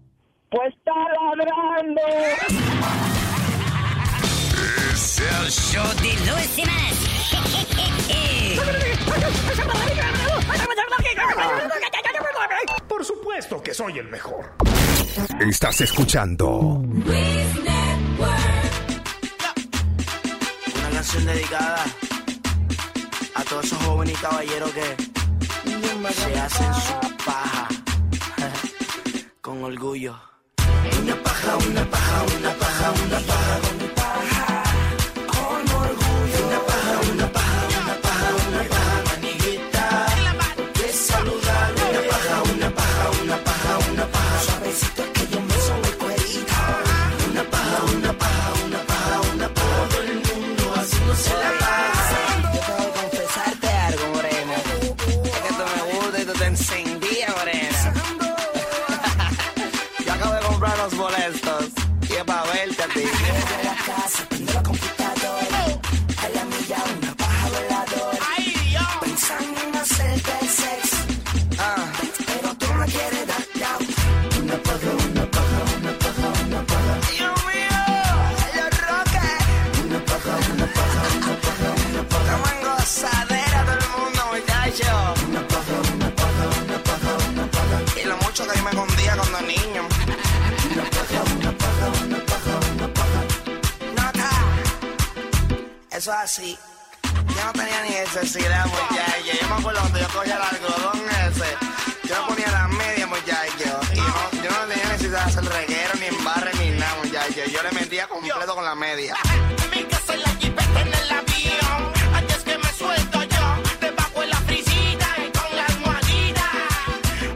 Pues está ladrando. Es el show Show de Luis Semanas. Por supuesto que soy el mejor. Estás escuchando Una canción dedicada a todos esos jóvenes y caballeros que se hacen su paja con orgullo. Una paja, una paja, una paja, una paja con paja, con orgullo. Una paja, una paja, una paja, una paja, maniguita. Te saludar. Una paja, una paja, una paja, una paja. Suavecito que yo me sobe cuerita. Una paja, una paja, una paja, una paja. Todo el mundo haciéndose la paja. Yo tengo que confesarte algo, morena. Es que tú me gustas y tú te encendías, morena. Yo acabo de comprar unos boletos. Y es para verte a ti. la casa, prendo la computadora. A la milla una paja voladora. ¡Ay, Dios! Pensando en hacerte el sexo. Ah. Pero tú no quieres dar down. Una paja, una paja, una paja, una paja. ¡Dios mío! ¡Los roques! Una paja, una paja, una paja, una paja. Estamos en gozadera todo el mundo, muchacho. Una paja, una paja, una paja, una paja. Y lo mucho que yo me escondía cuando niño. Una paja, una paja, una paja, una paja. Nota. Eso es así. Yo no tenía ni necesidad, muchacho. Yo me acuerdo cuando yo cogía el algodón ese. Yo me ponía las medias, muchacho. Y no, yo no tenía necesidad de hacer reguero, ni embarre, ni nada, muchacho. Yo le metía completo con la media. Mi casa en la jipeta en el avión. Antes que me suelto yo, debajo de la frisita y con la almohadita.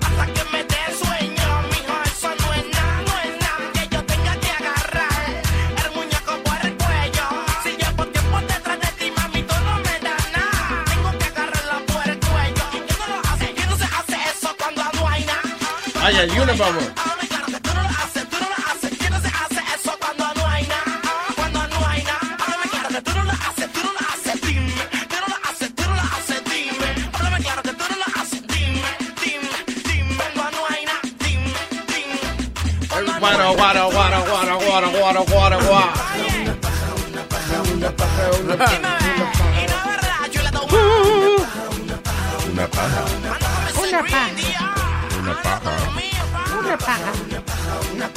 Hasta que me dé sueño, mijo, eso no es nada, no es nada que yo tenga que agarrar. El muñeco por el cuello. Si yo por tiempo detrás de ti, mami, tú no me das nada. Tengo que agarrarla por el cuello. ¿Y quién no lo hace? ¿Quién no se hace eso cuando no hay nada? Ay, hay una, vamos. Ahora claro que tú no lo haces, tú no lo haces. ¿Quién no se hace eso cuando no hay nada? Cuando no hay nada. Háblame claro que tú no lo haces, tú no lo haces, dime. Tú no lo haces, tú no lo haces, dime. Háblame claro que tú no lo haces, dime, dime, dime. Cuando no hay nada, dime, dime. Cuando no hay Guara, guara, guara, guara, guara, guara, guara, guara. nada, y no es verdad, yo le doy una. Una paja. Una paja. Una paja. Una paja.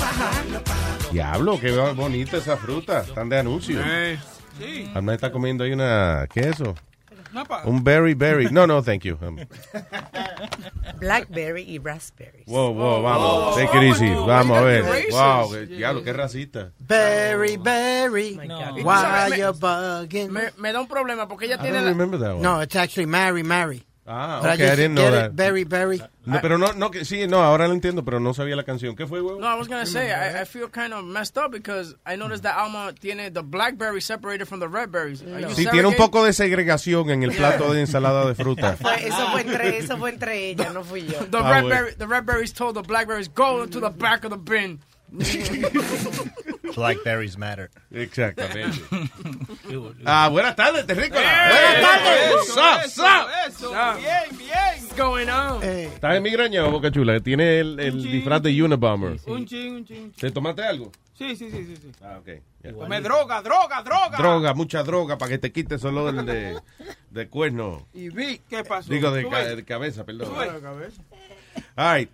Diablo, qué bonita esa fruta. Están de anuncio. Sí, Alma está comiendo ahí una... ¿Qué es eso? una paja. Un berry berry. No, no, thank you. Um, Blackberry y raspberry. Wow, Oh, wow, vamos. Take it easy. Vamos a ver. Wow, qué- diablo, oh, qué racista. Berry, berry, No. why you bugging? Me, me da un problema porque ella I tiene don't la... remember that one. No, it's actually Mary, Mary. Ah, But I okay, I just didn't know get it, that. berry, berry. No, pero no, no, que, sí, no, ahora lo entiendo, pero no sabía la canción. ¿Qué fue, huevo? No, I was gonna say I, I feel kind of messed up because I noticed that Alma tiene the blackberry separated from the red berries. Are you Sí, tiene un segregated? poco de segregación en el plato de ensalada de fruta. Fue- Eso fue entre, eso fue entre ellas, no fui yo. The Ah, red bueno. berry, the red berries told the blackberries go into the back of the bin. Blackberries matter. Exactamente. ah, buenas tardes, Terrícola. buenas tardes. Eso, Sup, sup. eso, bien, bien. What's going on? ¿Estás en migraña o boca chula? Tiene el, el Sí. disfraz de Unabomber. Un ching, un ching. ¿Te tomaste algo? Sí, sí, sí, sí, sí. Ah, ok. ya. Me droga, droga, droga. Droga, mucha droga para que te quite ese olor de, de cuerno. Y vi, ¿qué pasó? Digo, de, Tú ca- ves, de cabeza, perdón. tú ves. All right.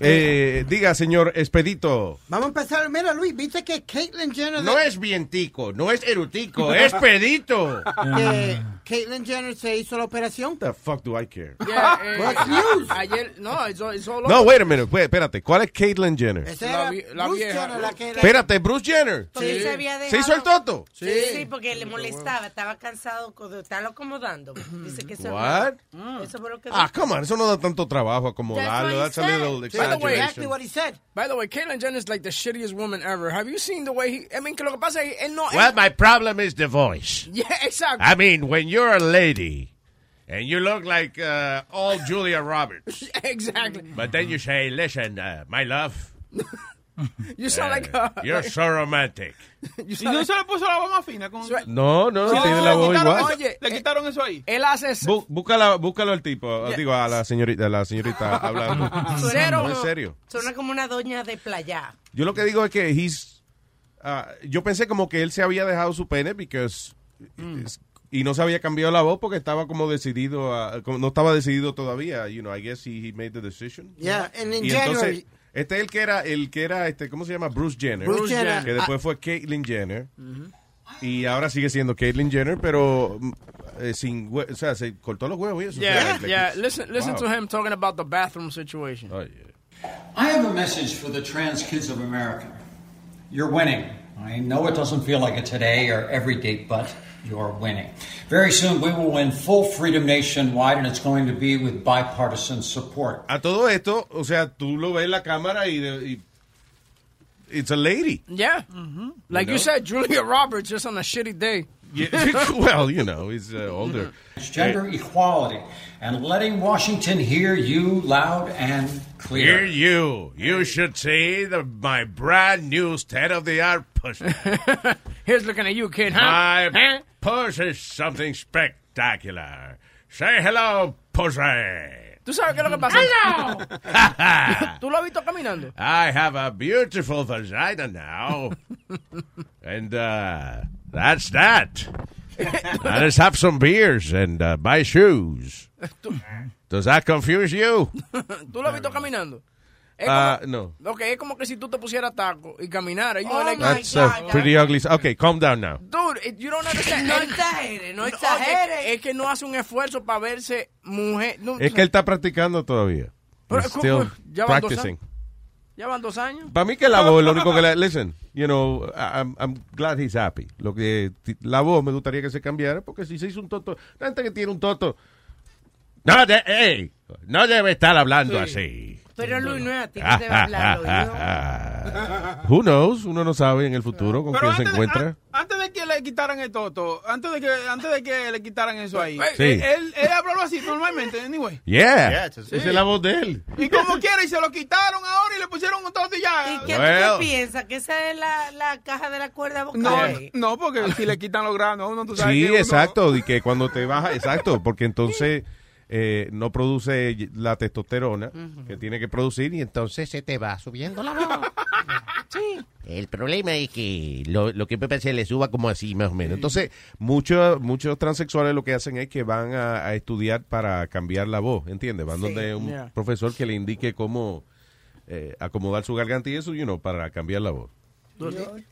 Eh, diga, señor Expedito. Vamos a empezar. Mira, Luis, viste que Caitlyn Jenner. No es vientico, no es erutico, es pedito. What que Caitlyn Jenner se hizo la operación. the fuck do I care? Yeah, eh, What's news? ayer, no, it's all, it's all No, over. wait a minute, wait, espérate. ¿Cuál es Caitlyn Jenner? Esa La era vi- la Bruce vieja. Jenner, la que era. Espérate, Bruce Jenner. Porque se había ¿Se hizo el dejado- toto? Sí. sí, porque le molestaba, estaba cansado co- de estarlo acomodando. Dice que eso, mm, What? eso fue lo que Ah, come on, Ah, eso no da tanto trabajo acomodarlo, That's what he dárselo said. total By the way, exaggeration. he said. By the way, Caitlyn Jenner is like the shittiest woman ever. Have you seen the way he? I mean, que lo que pasa es él no. Well, él- my problem is the voice. yeah, exactly. I mean, when you're a lady and you look like uh, all Julia Roberts, exactly. Mm. but then you say, "Listen, uh, my love, You sound uh, like a. you're so romantic." ¿Y no se le puso la voz más fina? Con... No, no, tiene la le voz quitaron igual. eso- le quitaron eso ahí. Él hace Bu- búscala- búscalo al tipo, Yeah. digo, a la señorita, a la señorita hablando. Suena No, en como- serio. Suena como una doña de playa. Yo lo que digo es que he's, ah, yo pensé como que él se había dejado su pene because, Mm. es- y no se había cambiado la voz porque estaba como decidido, a- como no estaba decidido todavía. You know, I guess he, he made the decision. Yeah, and in y January- entonces, este es el que era, el que era, este, ¿cómo se llama? Bruce Jenner. Bruce Bruce Jenner. Que después fue Caitlyn Jenner. Mm-hmm. Y ahora sigue siendo Caitlyn Jenner, pero mm, eh, sin, hue- o sea, se cortó los huevos y eso. Yeah, Like, like, yeah. Listen, listen wow. to him talking about the bathroom situation. Oh, yeah. I have a message for the trans kids of America. You're winning. I know it doesn't feel like it today or every day, but you're winning. Very soon we will win full freedom nationwide, and it's going to be with bipartisan support. A todo esto, o sea, tú lo ves en la cámara y, y it's a lady. Yeah. Like You you, know? said, Julia Roberts just on a shitty day. Yeah, well, you know, he's uh, older. Eh. It's gender equality and letting Washington hear you loud and Hear clear. you. You should see the, my brand new state of the art push. Here's looking at you, kid, huh? My push is something spectacular. Say hello, pussy. ¿Tú sabes qué es lo que pasa? ¿Tú lo has visto caminando? I have a beautiful vagina now. and uh, that's that. Let us have some beers and uh, buy shoes. Does that confuse you? ¿Tú lo has visto caminando? Es Uh, no. como- ok, es como que si tú te pusieras taco y caminaras. You know, like, That's a pretty ugly. s- Okay, calm down now. Dude, it- you don't understand. No Él- exageres, no es- exageres. Es, que no hace un esfuerzo para verse mujer. No, Es que él está practicando todavía. Pero, He's ¿cómo? still Ya van dos practicing. Ya van dos años. Para mí que la voz, lo único que le... Listen, you know, I- I'm, I'm glad he's happy. Lo que, la voz me gustaría que se cambiara porque si se hizo un toto... La gente que tiene un toto... No, de, ey, no debe estar hablando así. Pero Luis, no es a ti Ah, que te va a hablar al ah, oído. ah, ah. Who knows? Uno no sabe en el futuro con quién se encuentra. ah. Antes de que le quitaran el toto, antes de que, antes de que le quitaran eso ahí, Sí. él, él, él hablaba así normalmente, anyway. Yeah. Sí. Esa es la voz de él. Y como quiera, y se lo quitaron ahora y le pusieron un toto y ya. ¿Y qué Well. tú piensas? ¿Que esa es la, la caja de la cuerda vocal? No, no, porque si le quitan los granos a uno, tú sabes Sí, que uno- exacto, y que cuando te baja, exacto, porque entonces eh, no produce la testosterona que tiene que producir y entonces se te va subiendo la voz. El problema es que lo, lo que Pepe se le suba como así, más o menos. Entonces, muchos muchos transexuales lo que hacen es que van a, a estudiar para cambiar la voz, ¿entiendes? Van donde un Yeah. profesor que le indique cómo eh, acomodar su garganta y eso, you know, para cambiar la voz.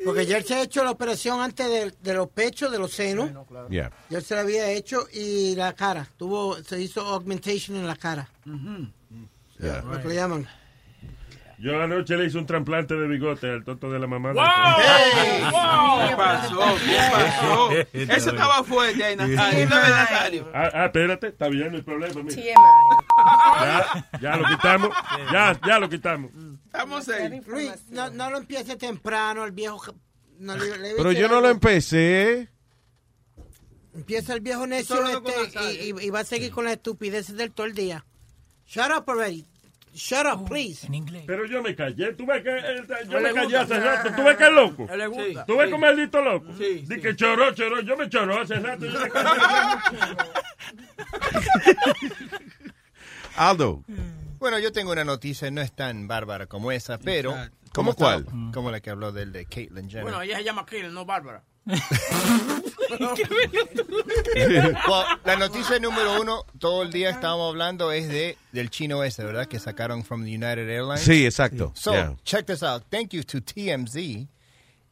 Porque ya él se ha hecho la operación antes de, de los pechos, de los senos. Yeah. Ya él se la había hecho y la cara. Tuvo, se hizo augmentation en la cara. Yeah. Lo que le llaman. Yo anoche le hice un trasplante de bigote al tonto de la mamá. ¡Wow! ¡Ey! ¡Wow! ¿Qué pasó? ¿Qué pasó? Eso estaba fuerte ahí, Nazario. Dame, Nazario. Ah, ah, espérate, está bien el problema. mira. TMI. Ya, ya lo quitamos. Ya, ya lo quitamos. Estamos ahí. Luis, no, no lo empiece temprano, el viejo. ja- no le- le- Pero yo no lo em- empecé. Empieza el viejo necio Solo con este y, y- y va a seguir con las estupideces del todo el día. Shut up already. Shut Oh, up, please. Pero yo me callé. Tú ves que eh, yo No me le callé gusta. hace rato. Tú ves que es loco. No le gusta. Tú ves Sí. como el dito loco. Dice que choró, choró. Yo me choró hace rato. Yo me callé. Aldo. Bueno, yo tengo una noticia, no es tan bárbara como esa, pero... ¿Cómo cuál? estaba- Como la que habló del de Caitlyn Jenner. Bueno, ella se llama Caitlyn, no Bárbara. Well, la noticia número uno, todo el día estábamos hablando, es de del chino ese, ¿verdad? Que sacaron from the United Airlines. Sí, exacto. So, Yeah. check this out. Thank you to TMZ.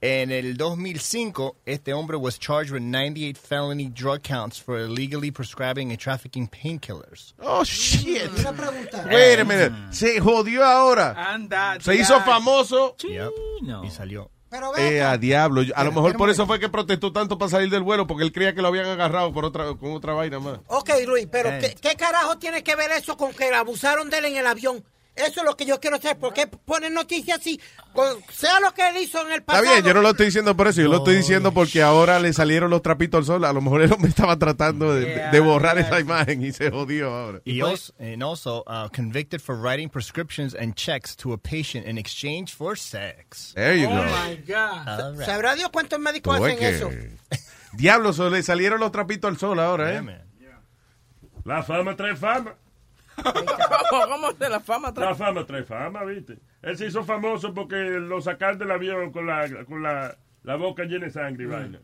En el 2005, este hombre was charged with 98 felony drug counts for illegally prescribing and trafficking painkillers. Oh, shit. Una pregunta. Wait a minute. Se jodió ahora. Anda, Se hizo famoso. Y salió. Eh, a diablo. Yo- A lo mejor por eso fue que protestó tanto para salir del vuelo, porque él creía que lo habían agarrado por otra, con otra vaina más. Ok, Luis, pero ¿qué, qué carajo tiene que ver eso con que abusaron de él en el avión? Eso es lo que yo quiero saber. ¿Por qué ponen noticias así? Con- sea lo que él hizo en el Está pasado. bien, yo no lo estoy diciendo por eso, yo lo estoy diciendo porque ahora le salieron los trapitos al sol. A lo mejor él me estaba tratando de, de- de borrar esa imagen y se jodió ahora. He also, and also uh, convicted for writing prescriptions and checks to a patient in exchange for sex. There you Oh, go. my All right. ¿Sabrá Dios cuántos médicos Todo es hacen que- eso? Diablo, so- le salieron los trapitos al sol ahora, ¿eh? La fama trae fama. ¿Cómo de la fama trae La fama trae fama, viste. Él se hizo famoso porque lo sacaron del avión con la, con la, la boca llena de sangre y vaina.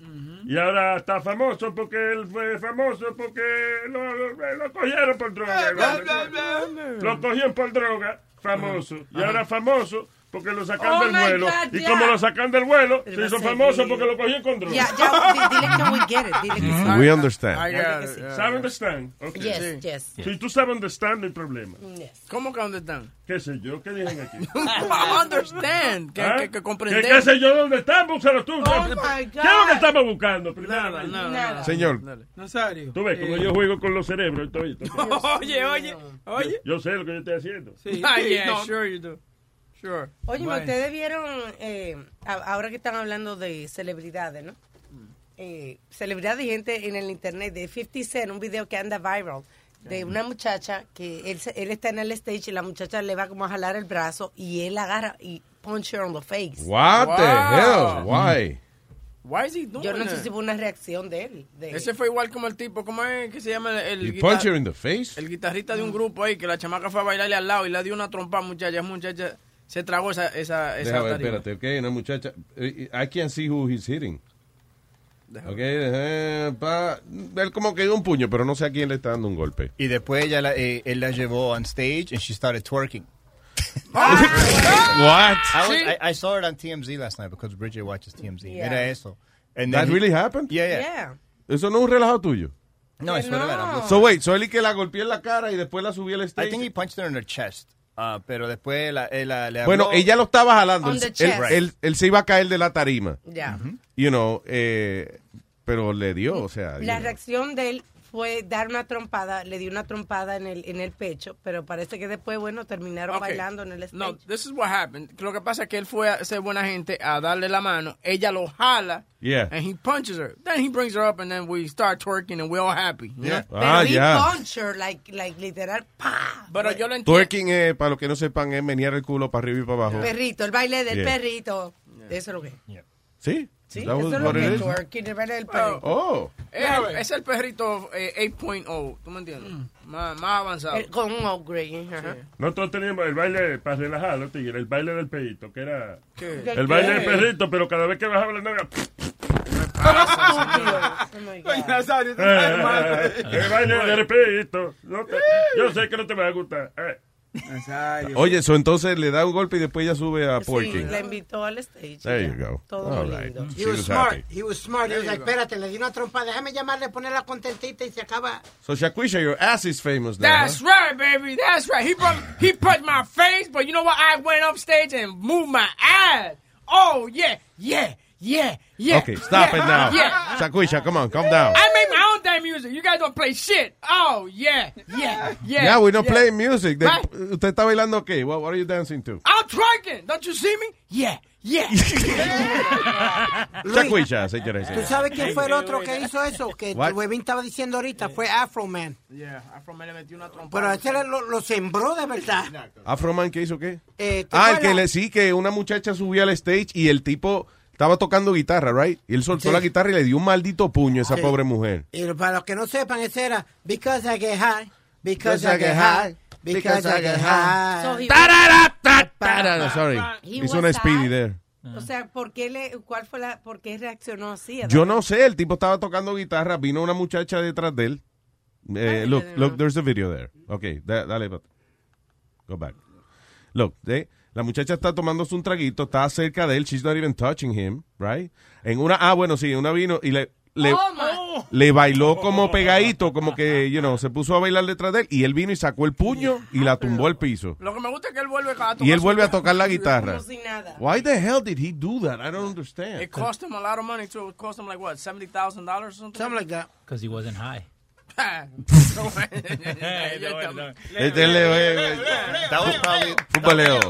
Y ahora está famoso porque él fue famoso porque lo, lo- lo cogieron por Eh, droga. Lo cogieron por droga, famoso. Y Ajá. ahora famoso porque lo sacaron Oh del my vuelo. God, y ya. como lo sacaron del vuelo, se va a hizo seguir. famoso porque lo cogieron con droga. Ya, ya, di- dile que we get it. Dile que sí. Mm-hmm. We understand. I got it, yeah. ¿Sabe understand? Ok. Yes, Sí. yes. Si tú sabes understand, no hay problema. ¿Cómo que dónde están? ¿Qué sé yo? ¿Qué dicen aquí? I understand. Que, ¿Ah? que, que comprender. ¿Qué, qué sé yo dónde están? Búscalo tú. Oh, ¿Qué- my God. ¿Qué es lo que estamos buscando? Primero, Nada, ahí. nada, nada. Señor. Nazario. Tú ves, como Eh. yo juego con los cerebros. y todo esto. Oye, oye, oye. eh. Yo sé lo que yo estoy haciendo. Sí, Ah, yeah, no. sure you do. Sure. Oye, Bueno. ustedes vieron, eh, a- ahora que están hablando de celebridades, ¿no? Eh, celebridades y gente en el internet de 50 Cent, un video que anda viral de una muchacha que él, se- él está en el stage y la muchacha le va como a jalar el brazo y él agarra y punch her on the face. What the hell? Why? Why is he doing Yo no that? sé si fue una reacción de él. de- Ese fue igual como el tipo, ¿cómo es que se llama el, el He punched her in the face? El guitarrista de un grupo ahí que la chamaca fue a bailarle al lado y le dio una trompa a muchacha, esa muchacha se tragó esa esa esa Déjame, tarima. espérate, ok, una muchacha. eh, I can't see who he's hitting. Ok, eh, pa- él como que dio un puño, pero no sé a quién le está dando un golpe. Y después ella la, eh, él la llevó on stage and she started twerking. What? I, was, Sí. I, I saw it on TMZ last night because Bridget watches TMZ. Yeah. Mira eso. That then he- really happened? Yeah, yeah. Yeah. Eso no es un relajo tuyo. No, es verdad. Ah. I'm So wait, so él y que la golpeó en la cara y después la subió al stage. I think he punched her in her chest. Ah, pero después la, eh, la- le Bueno, habló- ella lo estaba jalando. On Él, the él- chest. él- él se iba a caer de la tarima. Ya. You know, eh, pero le dio, o sea. you La know. reacción de él fue dar una trompada, le dio una trompada en el, en el pecho, pero parece que después, bueno, terminaron Ok. bailando en el stage. No, this is what happened. Lo que pasa es que él fue a ser buena gente a darle la mano, ella lo jala Yeah. and he punches her. Then he brings her up and then we start twerking and we're all happy. you Yeah. know? Ah, Pero ya. he punched her, like, like literal, ¡pa! Pero yo lo entiendo. Twerking, eh, para los que no sepan, es menear el culo para arriba y para abajo. Perrito, el baile del Yeah. perrito. Eso es lo que es. ¿Sí? Sí, That was eso es lo what que it es is. twerking, el baile del perrito. Oh. Es, el- Eh, es el perrito eh, 8.0, ¿tú me entiendes? Más, más avanzado. Eh, Mm. Con un upgrade. ajá. Nosotros teníamos el baile para relajar los tigres, el baile del perrito, que era ¿Qué? el baile del perrito, pero cada vez que bajaba la nalga, Oye, Nazario, te eh, estás mal. eh, el baile del perrito. No te- yo sé que no te va a gustar. Eh. Oye, eso entonces le da un golpe y después ella sube a Sí, twerking. la invitó al stage. There you go. Todo All muy right. lindo. She He was was smart. happy. He was smart. He was There like, you espérate, le di una trompa. Déjame llamarle, ponerla contentita y se acaba. So Shaquisha, your ass is famous now. That's huh? right, baby. That's right. He brought, he put my face, but you know what? I went upstage and moved my ass. Oh yeah, yeah, yeah, yeah. Okay, stop yeah, it now. Yeah. Shaquisha, come on, calm down. I make my own damn music. You guys don't play shit. Oh yeah, yeah, yeah. Yeah, we don't yeah. play music. They- Right. ¿Usted está bailando qué? What, what are you dancing to? I'm twerking. Don't you see me? Yeah, yeah. Shaquisha, señores. ¿Tú sabes quién fue el otro que hizo eso? Que What? el huevín estaba diciendo ahorita. Fue Afro Man. yeah, Afro Man le metió una trompa. Pero ese le- lo, lo sembró de verdad. Afroman, ¿qué hizo qué? Eh, ¿te Ah, el que acuerdas? le sí, que una muchacha subió al stage y el tipo estaba tocando guitarra, right? Y él soltó Sí. la guitarra y le dio un maldito puño a esa Sí. pobre mujer. Y para los que no sepan, ese era Because I get high, Because I get high, Because I get So high. he- Tarara, ta, tarara, sorry. He Hizo was una speedy high. there. O sea, ¿por qué, le, cuál fue la, ¿por qué reaccionó así? Yo no sé, el tipo estaba tocando guitarra, vino una muchacha detrás de él. Eh, look, look, there's a video there. Ok, da- dale, but- go back. Look, eh, la muchacha está tomándose un traguito, está cerca de él, she's not even touching him, right? En una, ah, bueno, sí, en una vino y le, le, le bailó como pegadito, como que, you know, se puso a bailar detrás de él y él vino y sacó el puño y la tumbó al piso. Lo que me gusta es que él vuelve a Y tocar él su- vuelve a tocar la guitarra. Como si nada. Why the hell did he do that? I don't understand. It cost him a lot of money too. It cost him like what, seventy thousand dollars or something? Something like that. Because he wasn't high. Este Leo es- That was probably Fútbol Leo.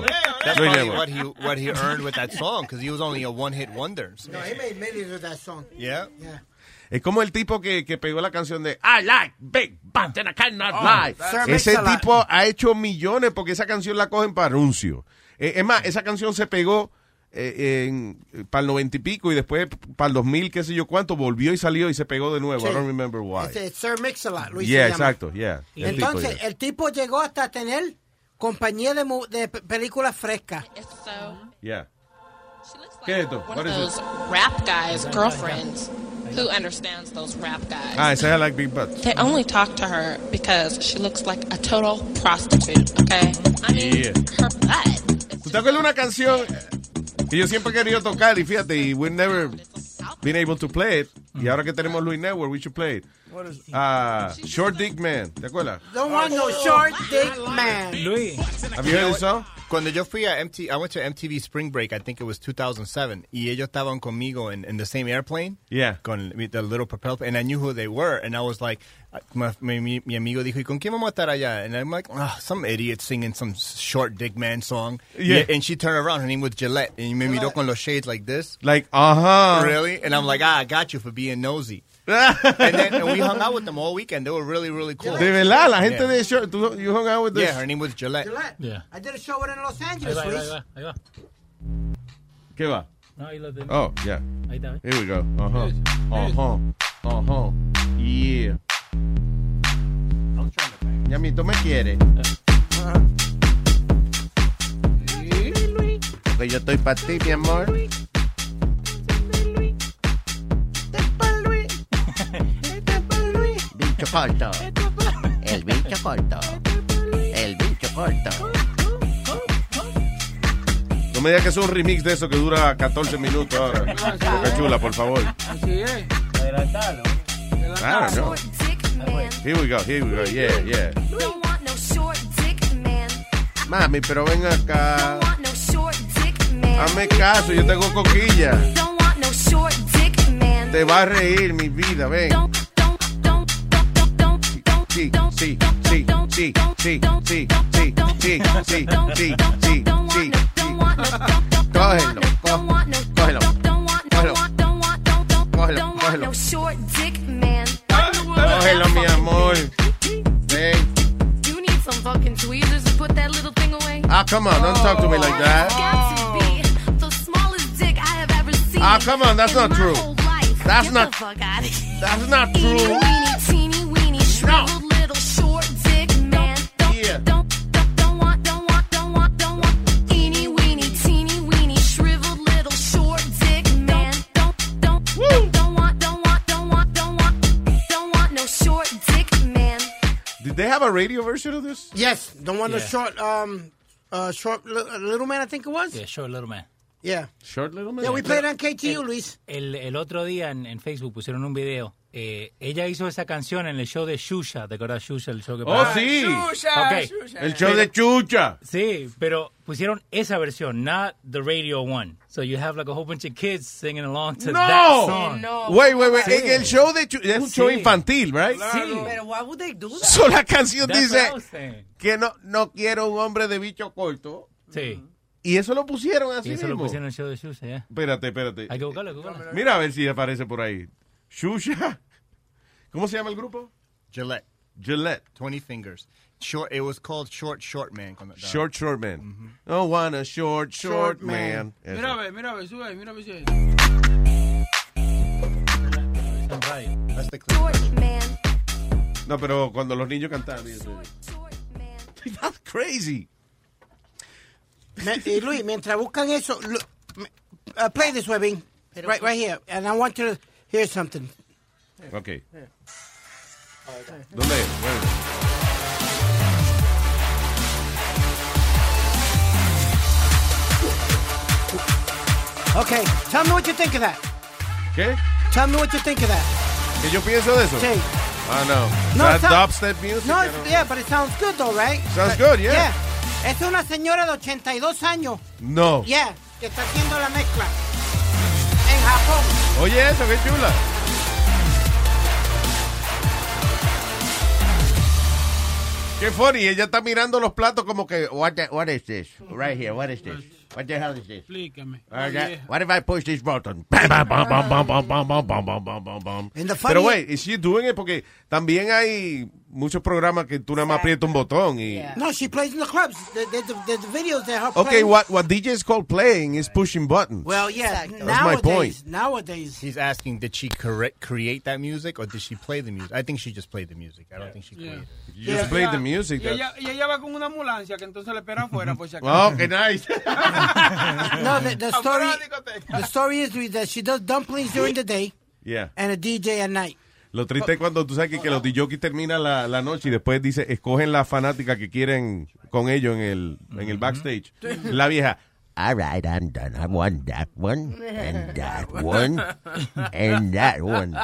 That's Luis probably Leo. what he what he earned with that song because he was only a one hit wonder. So, No, he made millions with that song. yeah. Es como el tipo que, que pegó la canción de I like Big Bang and I cannot Oh, lie. that's- Ese Cerveza la- tipo ha hecho millones porque esa canción la cogen para anuncio. Eh, es más, esa canción se pegó eh, en- para el noventa y pico y después para el 2000, qué sé yo cuánto, volvió y salió y se pegó de nuevo. Sí. I don't remember why. Este, Sir Mix-a-Lot, Luis. Yeah, se llama. exacto, yeah. El Entonces, tipo, yeah. el tipo llegó hasta tener compañía de, mu- de pe- películas frescas. Yeah. ¿Qué es esto? One What of is those it? rap guys' girlfriends who understands those rap guys. Ah, esa es I like Big Bang. They only talk to her because she looks like a total prostitute, okay? I mean, Yeah. her butt. ¿Tú te acuerdas de Pues una canción eh, que yo siempre he querido tocar y fíjate, y we've never been able to play it? Y ahora que tenemos Luis Network, we should play it. What is Ah, Short Dick Man, ¿te acuerdas? Don't want no short dick man. Luis. Have you You know heard what? this song? Cuando yo fui a MTV, I went to MTV Spring Break, I think it was 2007, y ellos estaban conmigo in, in the same airplane. Yeah. Con with the little propeller, and I knew who they were, and I was like, my, mi, mi- mi amigo dijo, ¿y con quién vamos a estar allá? And I'm like, "Ah, some idiot singing some short dick man song. Yeah. And she turned around, her name was Gillette, and me miró con los shades like this. Like, uh-huh. ajá. Really? And I'm like, ah, I got you for being nosy. and then and we hung out with them all weekend. They were really, really cool. De verdad, la gente Yeah. de Short, tú, you hung out with this. Yeah, her name was Gillette. Gillette. Yeah. I did a show with her in Los Angeles, Ahí va, ahí va, Luis. ahí va. ¿Qué va? No, ahí lo tengo. Oh, yeah. Ahí está. ¿eh? ¿ves? Here we go. Ajá. Ajá. Ajá. Yeah. Ñamito me quiere. Uh-huh. Porque Pues yo estoy para ti, mi amor. Bicho corto. El bicho corto. El bicho corto. No me digas que es un remix de eso que dura 14 minutos ahora. Boca chula, por favor. Así es. Adelantalo. Ah, no. Here we go, here we go. Yeah, yeah. Don't want no short dick man. Mami, pero ven acá. Don't want no short dick man. Hazme caso, yo tengo coquilla. Don't want no short dick man. Te va a reír, mi vida, ven. Sí, sí, sí, sí, sí, sí, sí, sí, sí, sí, sí, sí. Cógelo, có- cógelo, cógelo, cógelo, Don't want cógelo. no short dick man. Cógelo, mi amor. Ven. Do you need some fucking tweezers to put that little thing away? Oh. Ah, come on, don't talk to me like that. Got to be the smallest dick I have ever seen. Ah, come on, that's in not my true. whole life. That's Get not- The fuck out of here. That's not Eeny, true. weeny, teeny, weeny, shriveled little short dick man. Don't, don't, don't, don't want, don't want, don't want, don't want. Eeny, weeny, teeny, weeny, shriveled little short dick man. Don't, don't, don't, don't want, don't want, don't want, don't want, don't want no short dick man. Did they have a radio version of this? Yes, don't want no Yeah. short, um, uh, short li- little man, I think it was. Yeah, short little man. Yeah. Short little Yeah, we played on KTU, Luis. El, el otro día en, en Facebook pusieron un video. Eh, ella hizo esa canción en el show de Shusha. ¿Te acuerdas de Shusha? El show que Oh, pasaba? sí. Ok. El show de Chucha. Sí, pero pusieron esa versión, not the radio one. So you have like a whole bunch of kids singing along to that No. song. Wait, wait, wait. Sí. En el show de Chucha, es un show Sí. infantil, right? Sí. Pero why would they do that? So la canción That's dice- what I was saying. Que no, no quiero un hombre de bicho corto. Sí. Y eso lo pusieron así Y eso lo mismo. pusieron en el show de Shusha, ya. Espérate, espérate. Hay que buscarlo, hay que buscarlo. Mira a ver si aparece por ahí. Shusha. ¿Cómo se llama el grupo? Gillette. Gillette. 20 fingers. Short. It was called Short Short Man. cuando- Short, short man. No wanna short, short, Short man. man. Eso. Mira, ve, mira, ve, sube, mira, ve, sube. That's the Short man. No, pero cuando los niños cantaban. y eso. That's crazy. Me- y Luis, mientras buscan eso, lo- me- uh, play this, Webbing. Right, right here. And I want you to hear something. Ok. ¿Dónde es? Bueno. Okay, tell me what you think of that. ¿Qué? Tell me what you think of that. ¿Qué yo pienso de eso? Sí. Ah, no. No, That it's not- dubstep music. No, I it's- don't- yeah, but it sounds good though, right? Sounds But- good, yeah. yeah. Es una señora de 82 años. No. Yeah, que está haciendo la mezcla. En Japón. Oye, eso, qué chula. Qué funny, ella está mirando los platos como que, what, the- what is this? Right here, what is this? What the hell is this? Ah, Explícame. I got- what if I push this button? Bam, bam, bam, bam, bam, bam, bam, bam, bam, bam, bam, bam, bam. And the funny- Pero, güey, is she doing it? Porque también hay muchos programas que tú nada más aprietas un botón y... No, she plays in the clubs. There- There's the, there's the videos that her Okay, playing. what, what DJs call playing is pushing buttons. Well, yeah. That's my Nowadays, point. nowadays. He's asking, did she correct, create that music or did she play the music? I think she just played the music. I don't think she created it. You just played the music. Y ella, y ella va con una ambulancia que entonces la espera afuera por si Oh, qué nice. No, the, the story. the story is that she does dumplings during the day Yeah. and a DJ at night. Lo triste es cuando tú sabes que, que los DJ terminan la, la noche y después dice, escogen la fanática que quieren con ellos en el, en el backstage. Sí. La vieja. All right, I'm done. I won that one, and that one, and that one.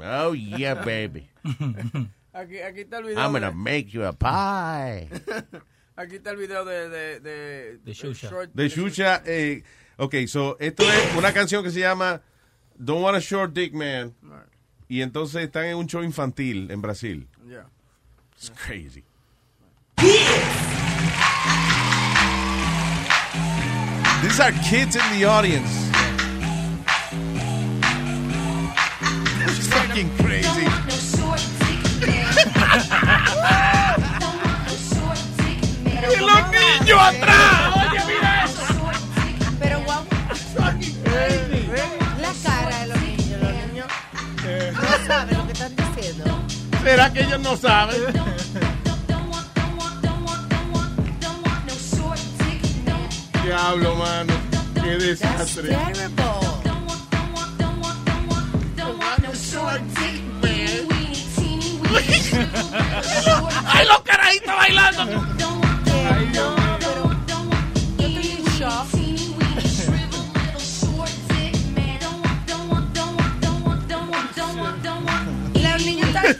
Oh, yeah, baby. Aquí, aquí está el video. I'm de- gonna make you a pie. Aquí está el video de. De, de, Short- De Shusha. Eh, ok, so esto es una canción que se llama Don't Want a Short Dick Man. Y entonces están en un show infantil en Brasil. Yeah. It's crazy. These are kids in the audience. It's fucking crazy. ¡Y los niños atrás! ¡Oye, mira eso! Eh, Pero guau. La cara de los niños, los niños no saben lo que están diciendo. ¿Será que ellos no saben? Diablo, mano. Qué desastre. ¡Ay, los carajitos bailando!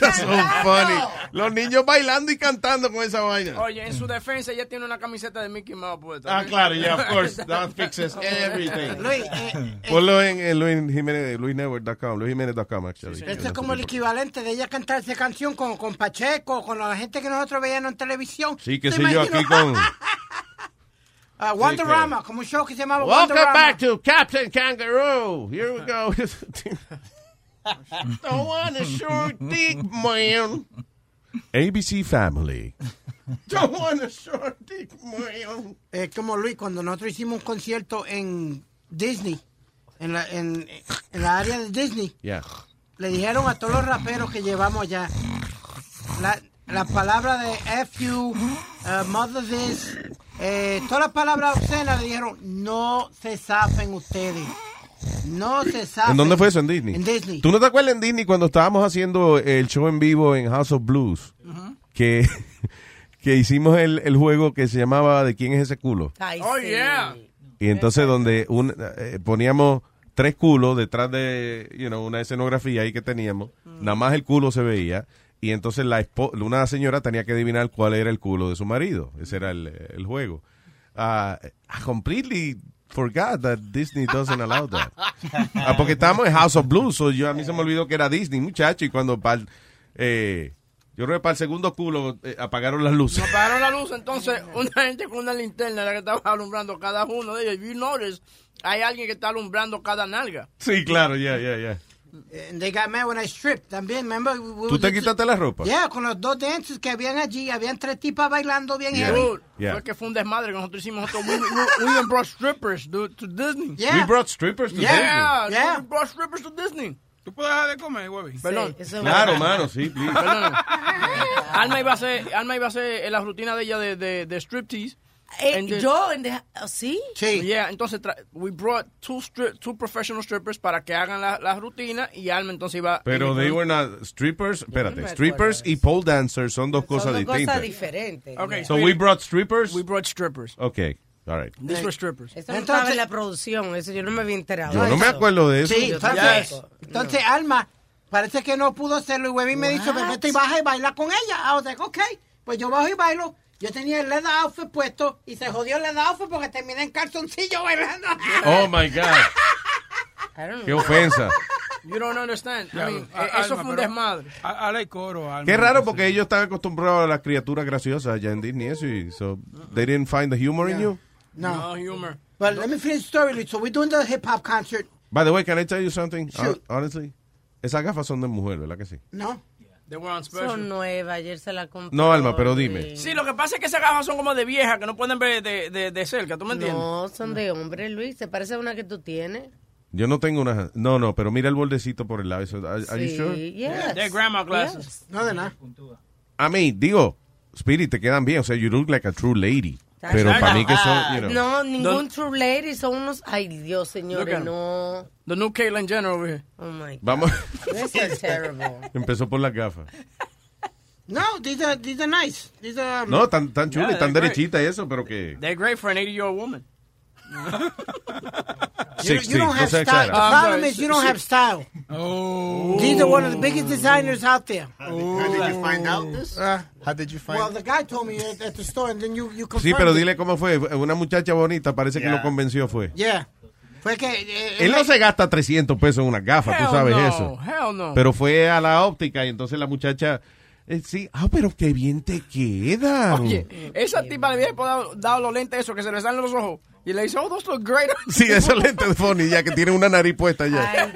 That's so funny. Los niños bailando y cantando con esa vaina. Oye, en su defensa ella tiene una camiseta de Mickey Mouse puesta. Ah, claro, yeah, of course. That fixes everything. Luis, eh, Ponlo en, en Luis Jiménez, luisnetwork.com, luisjiménez.com, actually. Esto es como el equivalente de ella cantar esa canción con, con Pacheco, con la gente que nosotros veíamos en televisión. Sí, qué ¿Te sé yo, imaginas? aquí con... Ah, Wonderama, como un show que se llamaba Welcome Wonderama. back to Captain Kangaroo. Here we go. Don't want a short dick, man. ABC Family. Don't want a short dick, man. Es como Luis, cuando nosotros hicimos un concierto en Disney, en la, en, en la área de Disney, Yeah. le dijeron a todos los raperos que llevamos allá la, la palabra de F you, uh, mother this, eh, todas las palabras obscenas le dijeron, no se zafen ustedes. No se zafen. ¿En dónde fue eso? ¿En Disney? Ah, En Disney. ¿Tú no te acuerdas en Disney cuando estábamos haciendo el show en vivo en House of Blues? Que, que hicimos el, el juego que se llamaba ¿De quién es ese culo? oh, yeah. Y entonces donde un, eh, poníamos tres culos detrás de you know, una escenografía ahí que teníamos, nada más el culo se veía. Y entonces la espo- una señora tenía que adivinar cuál era el culo de su marido. Ese era el, eh, el juego. Ah, I completely forgot that Disney doesn't allow that. Ah, porque estábamos en House of Blues, so yo, a mí se me olvidó que era Disney, muchacho. Y cuando pa'l, eh, yo creo que para el segundo culo eh, apagaron las luces. Apagaron la luz, entonces una gente con una linterna la que estaba alumbrando cada uno de ellos. If you notice, hay alguien que está alumbrando cada nalga. Sí, claro, ya, ya, ya. And Eh, they got mad when I stripped también, remember? We- we- ¿Tú te quitaste la ropa? Yeah, con los dos dancers que habían allí, habían tres tipas bailando bien Yeah. heavy. Dude, Yeah. Fue que fue un desmadre que nosotros hicimos. Nosotros, we, we- we even brought strippers to, to Disney. Yeah. We brought strippers to Disney. Yeah, Yeah. we brought strippers to Disney. ¿Tú puedes dejar de comer, güey? Perdón. Claro, mano, sí, please. Perdón. Alma iba a hacer, Alma iba a hacer la rutina de ella de, de, de striptease. Eh, And the- yo, en deja- oh, ¿sí? Yeah, entonces tra- we brought two stri- two professional strippers para que hagan la, la rutina y Alma entonces iba Pero y- they were not strippers. Espérate, me strippers y pole dancers son dos cosas Son dos distintas. cosas diferentes. Okay. so we brought strippers. We brought strippers. Okay, all right. These were strippers. Eso no estaba en la producción, eso yo no me había enterado. Yo no me acuerdo de eso. Sí, Yo entonces, tampoco. entonces Alma parece que no pudo hacerlo y Webby me dijo, vete y baja y baila con ella. I was like, ok, pues yo bajo y bailo. Yo tenía el leather outfit puesto y se jodió el leather outfit porque terminé en calzoncillo bailando. Oh my God. Qué ofensa. You don't understand. I mean, Diablo. eh, Ah, eso Alma, fue un pero- desmadre. A- Ale coro, Alma. Qué raro porque ellos están acostumbrados a las criaturas graciosas allá en Disney. eso, y So, they didn't find the humor in you. No. humor. But let me finish the story, Luis. So we're doing the hip hop concert. By the way, can I tell you something? Shoot. Hon- Honestly, esas gafas son de mujer, ¿verdad que sí? No. They were on special. Son nuevas, ayer se la compré. No, Alma, pero dime. Sí, lo que pasa es que esas gafas son como de vieja, que no pueden ver de, de, de cerca, ¿tú me entiendes? No, son de hombre, Luis. ¿Se parece a una que tú tienes? Yo no tengo una. No, no, pero mira el bordecito por el lado. eso- Are, are you Sí, sure? yes. They're grandma glasses. No de nada. A mí, digo, Spirit, te quedan bien. O sea, you look like a true lady. Pero right. para mí que Ah, son, you know. No, ningún true lady, son unos... Ay, Dios, señores, him. no. The new Caitlyn Jenner over here. Oh, my God. Vamos. This is terrible. Empezó por las gafas. No, these are, these are nice. These are, um, No, tan, tan chula Yeah, y tan they're derechita y eso, pero que. They're great for an 80-year-old woman. you, you don't have style. The I'm problem sorry, is you don't si- have style. Oh. These are one of the biggest designers out there. How did you find out this? How did you find well, the guy told me at, at the store, and then you you confirmed. Sí, pero it. dile cómo fue. Una muchacha bonita, parece Yeah. que lo convenció, fue. Yeah. Fue que eh, Él no se gasta 300 pesos en una gafa, tú Hell sabes no, eso. hell no. Pero fue a la óptica y entonces la muchacha, eh, sí, ah, pero qué bien te queda. Oye, esa tipa le había dado, dado los lentes esos que se le salen los ojos. Y le dice, oh, those look great. Sí, eso lente de Fonny ya que tiene una nariz puesta ya.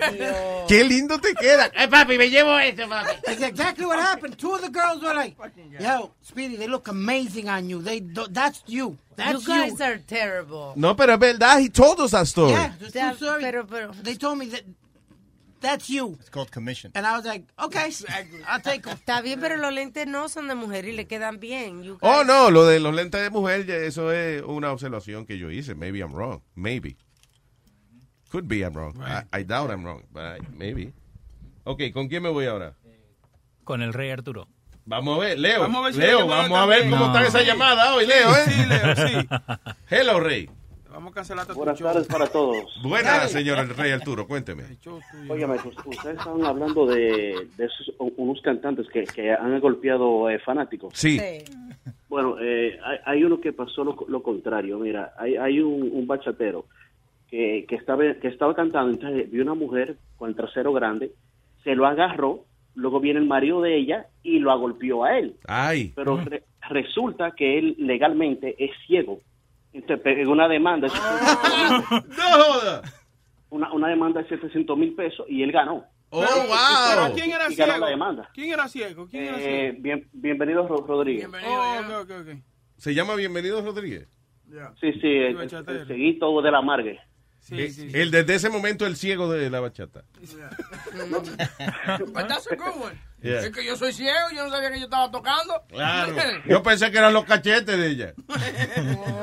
Qué lindo te queda. Eh, papi, me llevo eso, papi. That's exactly what happened. Two of the girls were like, "Yo, Speedy, they look amazing on you. They do- that's you. That's you guys you." are terrible. No, pero es verdad, he told us that story. Yeah, just true story. they told me that that's you. It's called commission. And I was like, okay, I'll take them. Está bien, pero los lentes no son de mujer y le quedan bien. You Oh, guys- no, lo de los lentes de mujer, ya eso es una observación que yo hice. Maybe I'm wrong. Maybe. Could be I'm wrong. I, I doubt I'm wrong, but I- maybe. Ok, ¿con quién me voy ahora? Con el rey Arturo. Vamos a ver, Leo. Vamos a ver si la Leo, llamada vamos a ver también. cómo No. está esa llamada hoy, Leo, ¿eh? Sí, Leo, sí. Hello, Rey. Vamos a cancelar tu Buenas show. tardes para todos. Buenas, señor el Rey Arturo, cuénteme. Óigame, pues, ustedes estaban hablando de, de esos, unos cantantes que, que han golpeado eh, fanáticos. Sí. Bueno, eh, hay, hay uno que pasó lo, lo contrario. Mira, hay, hay un, un bachatero que, que, estaba, que estaba cantando, entonces vio una mujer con el trasero grande, se lo agarró, luego viene el marido de ella y lo agolpeó a él. Ay. Pero re- resulta que él legalmente es ciego. Entonces pegó una demanda. Ah. Una, una demanda de 700 mil pesos y él ganó. Oh, Pero- pero Oh, ¿Quién era Y ganó ciego? la demanda. ¿Quién era ciego? ¿Quién era Eh, ciego? bien, bienvenido, Ro- Rodríguez. Oh, ok, ok, ok. ¿Se llama Bienvenido Rodríguez? Sí, sí, el, el, el cieguito de la amargue. Eh, El desde ese momento el ciego de la bachata. But that's a good one. Yeah. Es que yo soy ciego, yo no sabía que yo estaba tocando. Claro. Yo pensé que eran los cachetes de ella.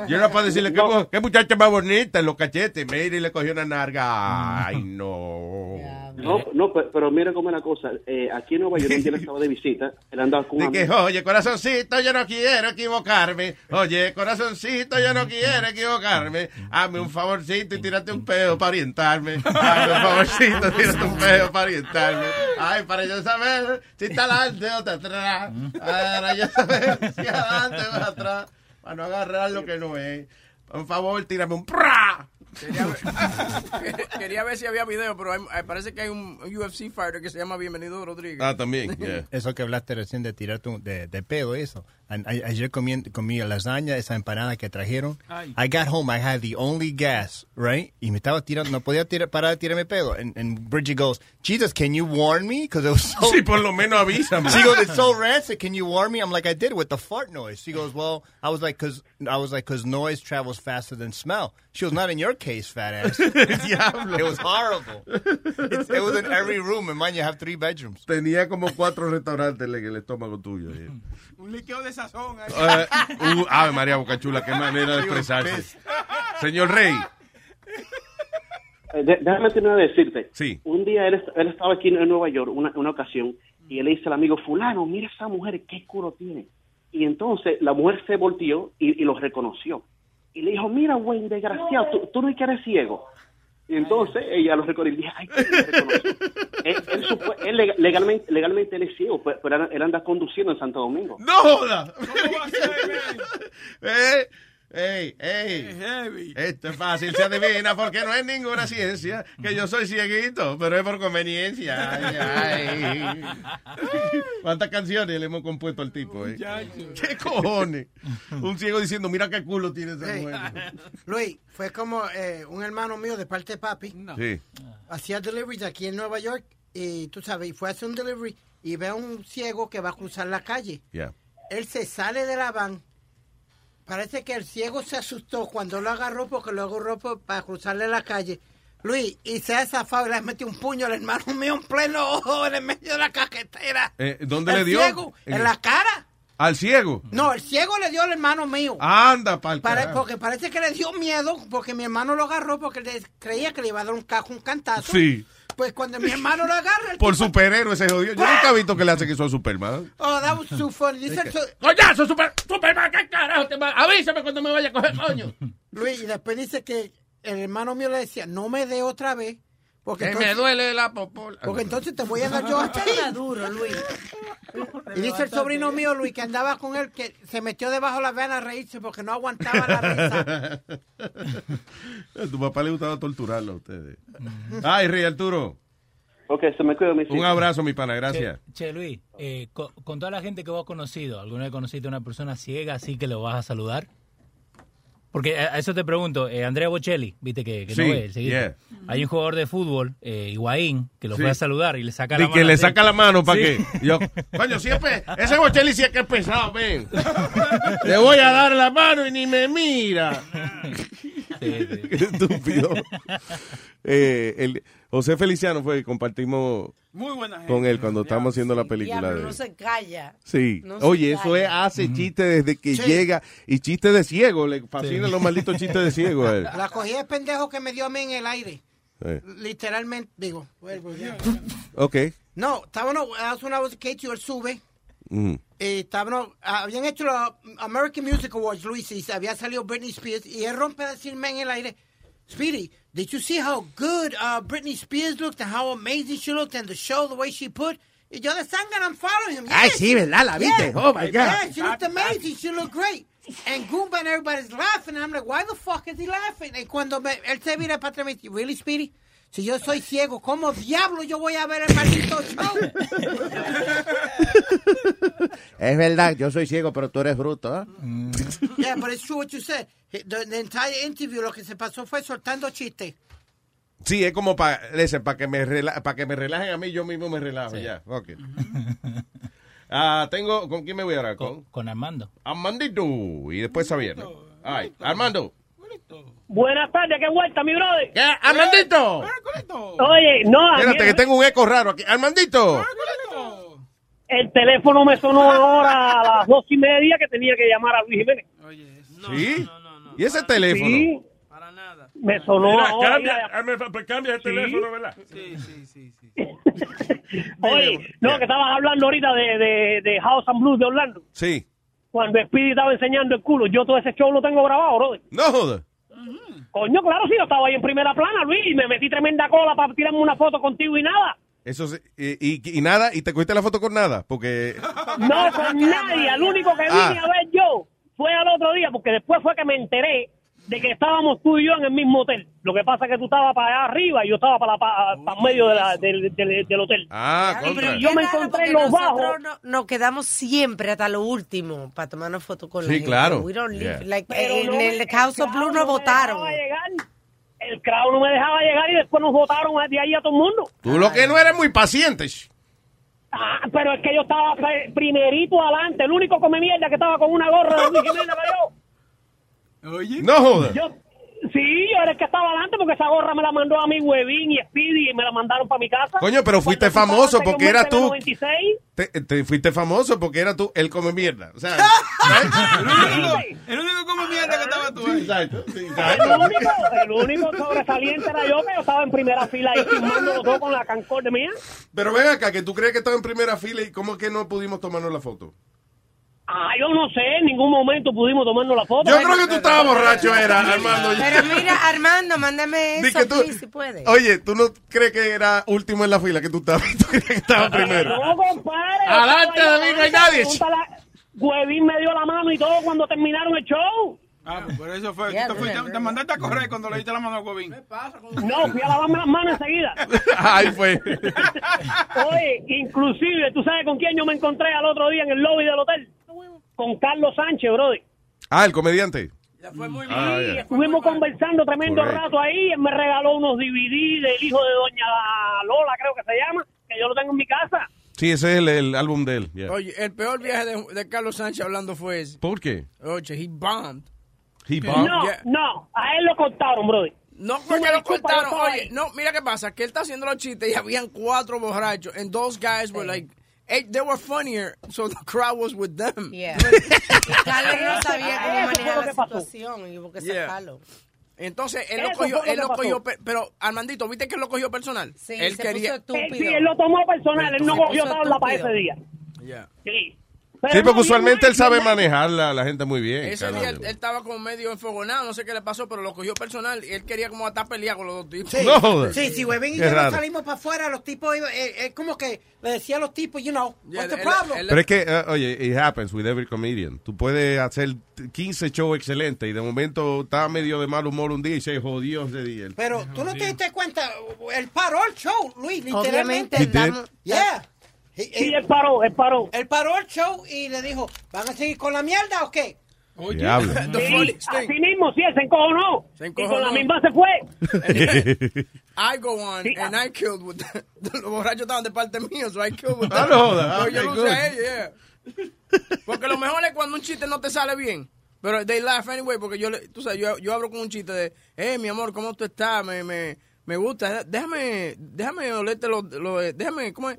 Yo era para decirle, ¿qué, mu- qué muchacha más bonita, los cachetes. Mira, y le cogió una narga. Ay, no. No, no, pe- pero mira cómo es la cosa. Eh, aquí en Nueva York, un día él estaba de visita, él andaba con un De que, amigo. oye, corazoncito, yo no quiero equivocarme. Oye, corazoncito, yo no quiero equivocarme. Hazme un favorcito y tírate un pedo para orientarme. Hazme un favorcito, tírate un pedo para orientarme. Ay, para yo saber si está adelante o está atrás. Para yo saber si adelante o atrás. Para no agarrar lo que no es. Por favor, tírame un pra. Quería ver si había video, pero hay- parece que hay un UFC fighter que se llama Bienvenido Rodríguez. Ah, también. yeah. Eso que hablaste recién de tirar tu- de, de pedo, eso. A- a- ayer comí, comí lasaña, esa empanada que trajeron. Ay. I got home, I had the only gas, right? Y me estaba tirando, no podía tirar, parar de tirarme pedo. And, and Bridget goes, Jesus, can you warn me? Because it was so... Sí, por lo menos avísame. She goes, it's so rancid. Can you warn me? I'm like, I did with the fart noise. She goes, well, I was like, cause I was like, cause noise travels faster than smell. She goes, not in your case, fat ass. It was horrible. It's, it was in every room, and mine you have three bedrooms. Tenía como cuatro restaurantes en el estómago tuyo. yeah. Un liqueo de sazón. ahí. Eh, uh, ave María Bocachula, qué manera de expresarse. Señor Rey, Eh, de- déjame terminar de decirte. Sí. Un día él, est- él estaba aquí en Nueva York, una, una ocasión, y él le dice al amigo, fulano, mira esa mujer, qué culo tiene. Y entonces la mujer se volteó y, y lo reconoció. Y le dijo, mira, güey, desgraciado, tú, tú no es que eres ciego. Y entonces ella lo reconoció y dijo, ay, qué me reconoció". él, él supo- él leg- legalmente, legalmente él es ciego, pe- pero él- él anda conduciendo en Santo Domingo. ¡No joda! Eh, ¡Ey, ey! Esto es fácil, se adivina porque no es ninguna ciencia que yo soy cieguito, pero es por conveniencia. Ay, ay. ¿Cuántas canciones le hemos compuesto al tipo? eh? ¿Qué cojones? Un ciego diciendo, mira qué culo tiene esa Hey, mujer. Luis, fue como eh, un hermano mío de parte de papi. Ah. Sí. Hacía deliveries aquí en Nueva York y tú sabes, y fue a hacer un delivery y ve a un ciego que va a cruzar la calle. Yeah. Él se sale de la van. Parece que el ciego se asustó cuando lo agarró porque lo agarró po- para cruzarle la calle. Luis, y se ha zafado y le metió un puño al hermano mío en pleno ojo, en el medio de la cajetera. Eh, ¿Dónde El le dio? ciego, En- en la cara. ¿Al ciego? No, el ciego le dio al hermano mío. Anda, pa'l Pare- carajo. porque parece que le dio miedo, porque mi hermano lo agarró porque le- creía que le iba a dar un cajo, un cantazo. Sí. Pues cuando mi hermano lo agarra, el Por tipo- superhéroe ese jodido. Yo nunca he visto que le hace que soy Superman. Oh, that was too funny. Dice el so- ¡Coñazo, super, Superman! ¿Qué carajo te va? Avísame cuando me vaya a coger coño. Luis, y después dice que el hermano mío le decía, no me dé otra vez. Porque Que me duele la popola. Porque entonces te voy a dar yo a ti. duro, Luis. Y dice el sobrino mío, Luis, que andaba con él, que se metió debajo de la vena a reírse porque no aguantaba la risa. A tu papá le gustaba torturarlo a ustedes. Mm. Ay, Rey Arturo. Ok, se me cuida, mi Un abrazo, mi pana, gracias. Che, che, Luis, eh, co- con, toda la gente que vos has conocido, ¿alguna vez conociste a una persona ciega así que lo vas a saludar? Porque a a eso te pregunto, eh, Andrea Bocelli, viste que, que no Sí, ve, el seguidito. yeah. Hay un jugador de fútbol, eh, Higuaín, que lo Sí. fue a saludar y le saca Y la mano. que le así. saca la mano, ¿para Sí. qué? Yo, coño, siempre, ese Bocelli sí es que es pesado, ven. Le voy a dar la mano y ni me mira. Qué estúpido. Eh, el- José Feliciano fue que compartimos Muy buena gente. con él cuando estábamos haciendo la película Diablo, de no se calla. Sí. No se Oye, eso calla. es, hace chiste desde que Sí. llega. Y chiste de ciego. Le fascinan Sí. los malditos chistes de ciego a él. La cogí de pendejo que me dio a mí en el aire. Eh, Literalmente, digo, vuelvo ya. Ok. No, estábamos, hace una voz que hecho, él sube. Mm. Y estábamos, eh, habían hecho los American Music Awards, Luis, y había salido Britney Spears, y él rompe a decirme en el aire, Speedy, did you see how good uh, Britney Spears looked and how amazing she looked and the show, the way she put? Y yo de sangre, I'm following him. Ay, yes, sí, ¿verdad? La viste. Oh, my God. Yeah, she looked amazing, she looked great. And Goomba and everybody's laughing, and I'm like, why the fuck is he laughing? Y cuando me, él se mira para atrás, me dice, really, Speedy? Si yo soy ciego, ¿cómo diablo yo voy a ver el maldito show? Es verdad, yo soy ciego, pero tú eres bruto. ¿eh? Mm. Yeah, but it's true what you said. The, the entire interview lo que se pasó fue soltando chistes. Sí, es como para para que, me rela- pa' que me relajen a mí, yo mismo me relajo. Ya, ok. Ah, tengo, ¿con quién me voy a hablar? Con, Armando. Armandito. Y después Xavier. Ay, Armando. Buenas tardes, qué vuelta, mi brother. ¿Qué? Ah, ¡Armandito! Oye, no, a mí Espérate, el- que tengo un eco raro aquí. ¡Armandito! el teléfono me sonó ahora a las dos y media que tenía que llamar a Luis Jiménez. ¿Sí? ¿Y ese teléfono? Sí. Me sonó Mira, ahora. cambia, mira. ah, me fa- pues cambia el Sí. teléfono, ¿verdad? Sí, sí, sí. Oye, no, que estabas hablando ahorita de, de, de House and Blues de Orlando. Sí. Cuando Speedy estaba enseñando el culo, yo todo ese show lo tengo grabado, brother. No jodas. Coño, claro, sí, yo estaba ahí en primera plana, Luis, y me metí tremenda cola para tirarme una foto contigo y nada. Eso sí, y, y- y nada, y te cogiste la foto con nada, porque... No, con nadie. El único que vine Ah. a ver yo fue al otro día, porque después fue que me enteré de que estábamos tú y yo en el mismo hotel. Lo que pasa es que tú estabas para allá arriba y yo estaba para, la- para, para medio de la- del, del- del hotel. Ah, Pero yo me Claro, encontré porque en los nosotros bajos. no- nos quedamos siempre hasta lo último para tomarnos fotos con la Sí, gente. claro. We don't leave. Yeah. Like, Pero en no el me- House of Blue no nos me dejaba votaron. llegar. El crowd no me dejaba llegar y después nos votaron de ahí a todo el mundo. Tú lo que no eres muy paciente. sh. Ah, pero es que yo estaba pre- primerito adelante. El único come mierda que estaba con una gorra de Luis Jiménez era yo. No jodas. Yo, sí, yo era el que estaba adelante porque esa gorra me la mandó a mi huevín y Speedy y me la mandaron para mi casa. Coño, pero fuiste Cuando tú famoso estabas porque era tú. anteriormente en el 96, Te, te fuiste famoso porque era tú el come mierda. O sea, ¿eh? El único como mierda que estaba tú. exacto, sí, El exacto. único, el único sobresaliente era yo, que yo estaba en primera fila ahí filmando todo con la cancorde mía. Pero ven acá, que tú crees que estaba en primera fila y cómo es que no pudimos tomarnos la foto. Ah, yo no sé, en ningún momento pudimos tomarnos la foto. Yo creo que tú estabas borracho, era, Armando. Pero mira, Armando, mándame Di eso, que tú- please, si puedes. Oye, ¿tú no crees que era último en la fila que tú estabas? ¿Tú crees que estaba primero? No, compadre. Adelante, David, no hay nadie. Pregúntale a- Huevín me dio la mano y todo cuando terminaron el show. Ah, pues por eso fue. Yeah, tú te, fuiste- remember. te mandaste a correr cuando le diste la mano a Gobín. No, fui a lavarme las manos enseguida. Ahí fue. Oye, inclusive, ¿tú sabes con quién yo me encontré al otro día en el lobby del hotel? Con Carlos Sánchez, brother. Ah, el comediante. Ah, Y ya. estuvimos conversando tremendo Correcto. rato ahí. Él me regaló unos DVD del hijo de Doña Lola, creo que se llama, que yo lo tengo en mi casa. Sí, ese es el, el álbum de él. yeah. Oye, el peor viaje de, de Carlos Sánchez hablando fue ese. ¿Por qué? Oye, he bombed. He bombed. No, no, a él lo contaron, brother. No fue que lo cortaron. Oye, no, mira qué pasa. Que él está haciendo los chistes y habían cuatro borrachos. And those guys were like, eh, they were funnier, so the crowd was with them. Yeah. Carlos no sabía cómo manejar la situación y hubo que Yeah. sacarlo. Entonces, Eh, él lo Eso cogió, fue lo él que lo pasó. cogió, pe- pero Armandito, ¿viste que él lo cogió personal? Sí, él se quería. puso estúpido. Él sí, él lo tomó personal, él no Se puso cogió tabla para ese día. estúpido. Yeah. Sí. Sí, porque no, usualmente bien él sabe mal, bien mal. manejar la, la gente muy bien. Ese Carlos. día él, él estaba como medio enfogonado, no sé qué le pasó, pero lo cogió personal y él quería como estar peleado con los dos tipos. Sí, No jodas. sí, si Webin Pues y Qué yo no raro. salimos para afuera, los tipos, iban- eh, eh, como que le decía a los tipos, you know, what's the él- problem? Pero es que, eh, oye, it happens with every comedian. Tú puedes hacer 15 shows excelentes y de momento está medio de mal humor un día y se jodió ese día. Pero tú no te diste cuenta, él paró el show, Luis, literalmente. Obviamente, He did. damos- Yeah. Sí, él paró, él paró. Él paró el show y le dijo, ¿van a seguir con la mierda o qué? Diablo. Sí, así mismo, sí, él se encojonó. Se Y con la encojonó. misma se fue. I go on and I killed with them. Los borrachos estaban de parte mío, so I killed with Ah, them. no jodas. Pero yo Okay, lo good. usé a ellos, yeah. Porque lo mejor es cuando un chiste no te sale bien. Pero they laugh anyway, porque yo, le- tú sabes, yo, yo abro con un chiste de, eh, mi amor, ¿cómo tú estás? Me, me, me gusta, déjame, déjame olerte los, los- déjame, ¿cómo es?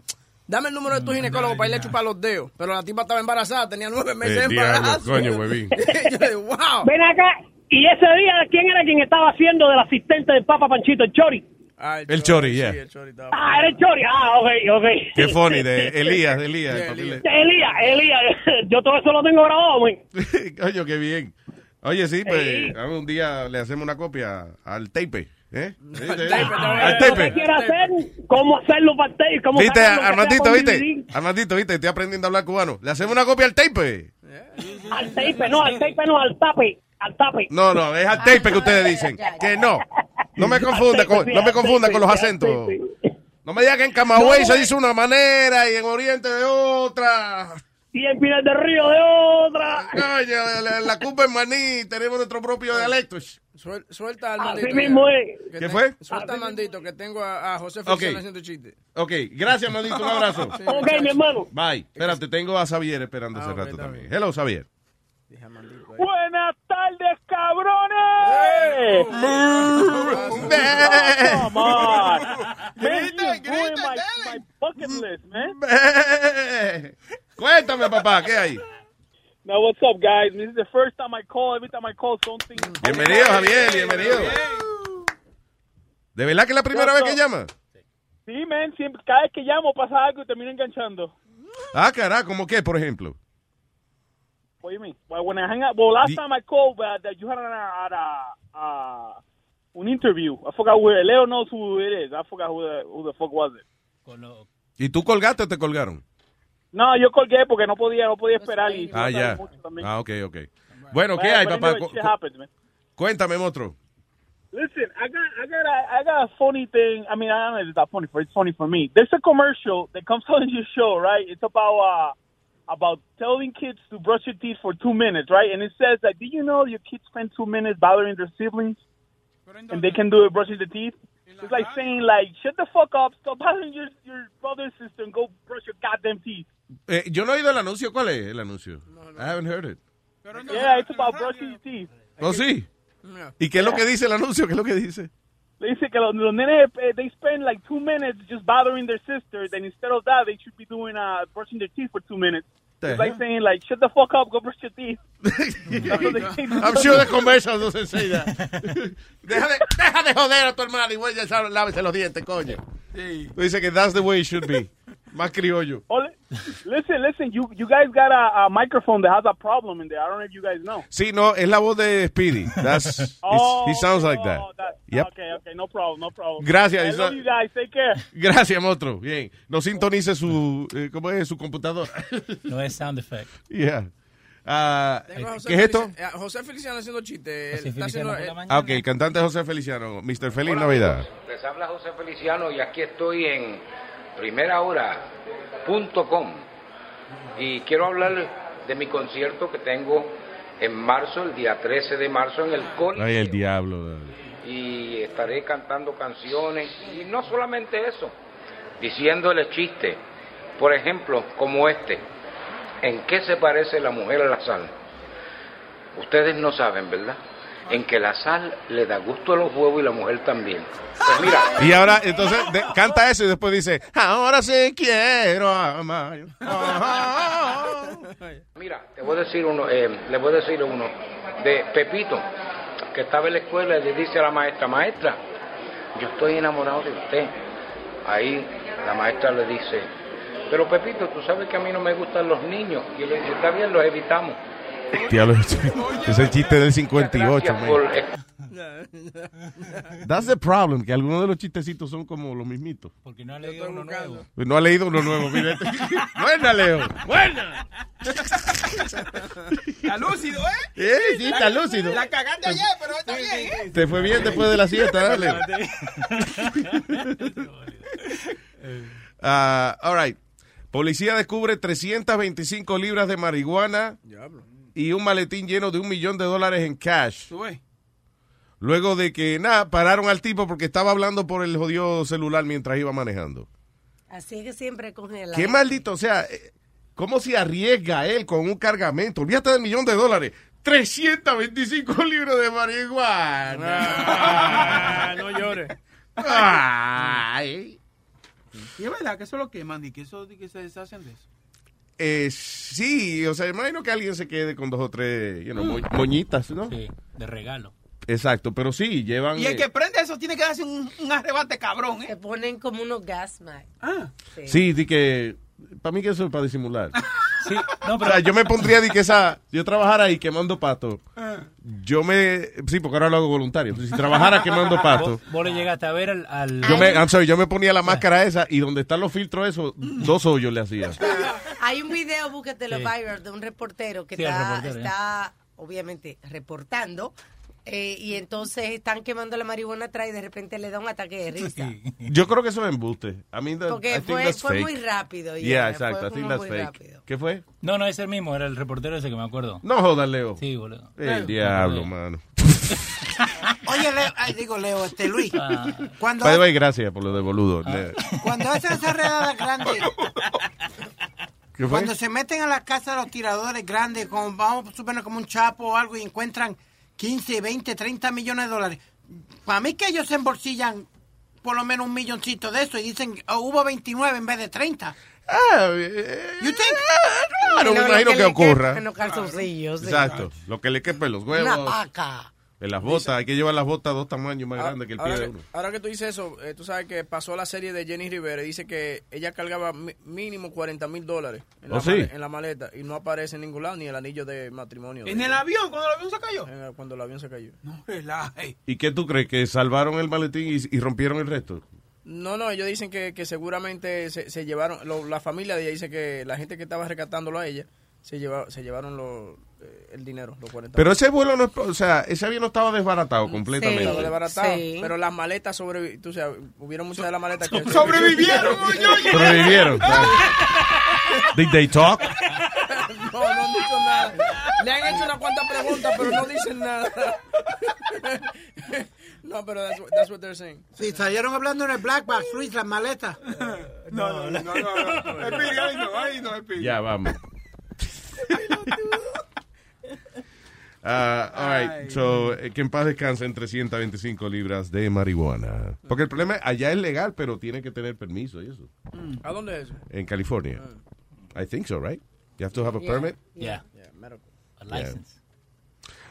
Dame el número de tu Mm, ginecólogo para irle a chupar los dedos. Pero la tipa estaba embarazada, tenía nueve meses Eh, diablo, embarazada. coño, huevín. yo le digo, wow. Ven acá. Y ese día, ¿quién era quien estaba haciendo del asistente del Papa Panchito, el Chori? Ah, El Chori, yeah. Ah, era el Chori. Ah, ok, ok. Qué funny, de Elías, de Elías. el papel de- Elías, Elías, yo todo eso lo tengo grabado, man. Coño, qué bien. Oye, sí, pues Sí. a ver, un día le hacemos una copia al tape. ¿eh? Sí, sí. tape, Al Lo que tape. quiera hacer, cómo hacerlo para el tape, cómo Viste, sacarlo, que sea Armandito, con viste. DVD. Armandito, viste, estoy aprendiendo a hablar cubano. Le hacemos una copia al tape. Al tape, no, al tape, no, al tape, al tape. No, no, es al tape que ustedes dicen. Que no. No me confunda Al tape, con, sí, no me al confunda tape, con los sí, acentos. al No me digan que en Camagüey No, se güey. dice una manera y en Oriente de otra. Y en Pinar del Río de otra. Coño, la, la Cuba en Maní tenemos nuestro propio dialecto. Suel- suelta al Así mandito. mismo ya. es. Que ¿Qué te- fue? Suelta al mandito que tengo a, a José Ok. Feliciano haciendo chiste. Ok, gracias, Mandito. Un abrazo. Sí, Ok, muchacho. mi hermano. Bye. Espérate, tengo a Xavier esperando hace rato también. Hello, Xavier. Buenas tardes, ¡Eh! cabrones. Come on. Man, you ruined my, my bucket list, man. Cuéntame, papá, ¿qué hay? Now, what's up, guys? This is the first time I call. Every time I call, something. Bienvenido, Javier, bienvenido. ¿De verdad que es la primera vez que llama? Sí, man. Siempre, cada vez que llamo pasa algo y termino enganchando. Ah, carajo, ¿cómo qué, por ejemplo? What do you mean? Well, when I hang out, well, last Ye- time I called, uh, that you had an, uh, uh, an interview. I forgot where. Leo knows who it is. I forgot who the, who the fuck was it. ¿Y tú colgaste o te colgaron? No, yo colgué porque no podía, no podía esperar. Y Ah, ya. mucho también. Ah, ok, ok. Bueno, ¿qué But- hay, but papá? anyway, Cu- shit cu- happens, man. Cuéntame, monstruo. Listen, I got, I got, a, I got a funny thing. I mean, I don't know if it's not funny for it's funny for me. There's a commercial that comes out on your show, right? It's about uh, about telling kids to brush your teeth for two minutes, right? And it says that, do you know your kids spend two minutes bothering their siblings, and they can do it brushing the teeth? It's like saying, like, shut the fuck up, stop bothering your your brother and sister, and go brush your goddamn teeth. Eh, yo no he oído el anuncio. ¿Cuál es el anuncio? I haven't heard it. Yeah, it's about brushing your teeth. ¿No, sí? ¿Y qué es lo que Yeah. dice el anuncio? ¿Qué es lo que dice? They say que los, los nenes, eh, they spend like two minutes just bothering their sisters, and instead of that, they should be doing uh, brushing their teeth for two minutes. The It's hell? like saying like, shut the fuck up, go brush your teeth. That's what they say. I'm sure the commercial doesn't say that. deja, de, deja de joder a tu hermano y voy a echar- lávese los dientes, coño. Tú dices que that's the way it should be. Más criollo. Oh, li- listen, listen, you you guys got a, a microphone that has a problem in there. I don't know if you guys know. Sí, no, es la voz de Speedy. That's, Oh, it's- he sounds like that. Yep. Okay, okay, no problem, no problem. Gracias, I it's love not- you guys. Take care. Gracias, monstruo. Bien. No sintonice su, eh, ¿cómo es? Su computadora. No es sound effect. yeah. Ah, Tengo a José ¿Qué es esto? Felici- a José Feliciano haciendo chiste. Él José está haciendo- eh, Feliciano, él- Ah, ok, el cantante José Feliciano. Mr. Feliz Navidad. Les habla José Feliciano y aquí estoy en primerahora.com y quiero hablar de mi concierto que tengo en marzo, el día 13 de marzo en el Col Ay, el diablo. y estaré cantando canciones y no solamente eso, diciéndole chistes, por ejemplo, como este, ¿en qué se parece la mujer a la sal? Ustedes no saben, ¿verdad? En que la sal le da gusto a los huevos y la mujer también. Pues mira, Y ahora, entonces, de- canta eso y después dice, ahora sí quiero amar. Mira, te voy a decir uno, eh, le voy a decir uno de Pepito, que estaba en la escuela y le dice a la maestra, maestra, yo estoy enamorado de usted. Ahí la maestra le dice, pero Pepito, tú sabes que a mí no me gustan los niños. Y él le dice, está bien, los evitamos. Diablo, es el chiste del 58. Gracias man. por- eh, That's the problem, que algunos de los chistecitos son como los mismitos. Porque no ha leído uno nuevo. No ha leído uno nuevo, mira este. Buena, Leo. ¡Buena! Está lúcido, ¿eh? Eh, sí, está lúcido. La cagaste ayer, pero está bien, ¿eh? Te fue bien después de la siesta, dale. Ah, all right. Policía descubre 325 libras de marihuana y un maletín lleno de un millón de dólares en cash. Tú ves. Luego de que, nada, pararon al tipo porque estaba hablando por el jodido celular mientras iba manejando. Así es que siempre congela. Qué maldito, o sea, eh, ¿cómo se arriesga él con un cargamento? Olvídate del millón de dólares. 325 libras de marihuana. no llores. Ay. Y es verdad que eso lo queman y que eso di que se deshacen de eso. Eh, sí, o sea, imagino que alguien se quede con dos o tres you know, mo- moñitas, ¿no? Mm. Sí, de regalo. Exacto, pero sí, llevan... Y el eh, que prende eso tiene que darse un, un arrebate cabrón, ¿eh? Se ponen como unos gas, man. Ah. eh, Sí, di que... Para mí que eso es para disimular. Sí, no, O sea, yo me pondría de que esa... Yo trabajara ahí quemando pato. Ah. Yo me... Sí, porque ahora lo hago voluntario. Si trabajara quemando pato... Vos, vos le llegaste a ver al... al- Yo Ah, me, I'm sorry, yo me ponía la máscara esa y donde están los filtros esos, dos hoyos le hacía. Hay un video, búscatelo, Sí. viral de un reportero que Sí, el está, reportero, ¿eh? está, obviamente, reportando. eh, y entonces están quemando la marihuana atrás y de repente le da un ataque de risa. Yo creo que eso es embuste. I mean, that- I Porque think fue, that's fue fake. muy rápido. Yeah, yeah, exacto. fue I think como that's muy fake. rápido. ¿Qué fue? No, no, ese mismo, era el reportero ese que me acuerdo. No jodas, Leo. Sí, boludo. El diablo, mano. Ah, Oye, Leo, ay, digo Leo, este Luis. Cuando, By the way, gracias por lo de boludo. Le- cuando hacen esas redadas grandes, ¿Qué fue? cuando se meten a las casas de los tiradores grandes, como, vamos a suponer como un chapo o algo, y encuentran 15, 20, 30 millones de dólares, para mí que ellos se embolsillan por lo menos un milloncito de eso y dicen, oh, hubo 29 en vez de 30. Ah, you think? Claro, me imagino que ocurra. calzoncillos. Exacto. Lo que le quepa en los Una huevos, paca. en las botas. Hay que llevar las botas dos tamaños más grandes que el pie Ahora de que, uno. ahora que tú dices eso, eh, tú sabes que pasó la serie de Jenny Rivera y dice que ella cargaba mi- mínimo 40 mil dólares en, la Oh, sí. male- en la maleta y no aparece en ningún lado ni el anillo de matrimonio. ¿En el avión? ¿Cuando el avión se cayó? cuando el avión se cayó. No, relaje. ¿Y qué tú crees? ¿Que salvaron el maletín y, y rompieron el resto? No, no, ellos dicen que, que seguramente se, se llevaron, lo- la familia de ella dice que la gente que estaba rescatándolo a ella se, lleva, se llevaron lo- eh, el dinero, los 40 Pero ese vuelo no es- O sea, ese avión no estaba desbaratado completamente. Estaba desbaratado, Sí. pero las maletas sobrevivieron. Tú sabes, hubieron muchas de las maletas que sobrevivieron, Sobrevivieron. Did they talk? No, no han dicho nada. Le han hecho unas cuantas preguntas, pero no dicen nada. No, pero that's, what- that's what they're saying. Sí, salieron hablando en el Black Box, Luis, las maletas. No, no, no, no. no. Espíritu, ahí no, ahí no, espíritu. Ya, vamos. Ah, all right, so, eh, que en paz descansen 325 libras de marihuana. Porque el problema es, allá es legal, pero tiene que tener permiso y eso. Mm. ¿A dónde es eso? En California. I think so, right? You have to have a Yeah. permit? Yeah. Yeah, medical. A license.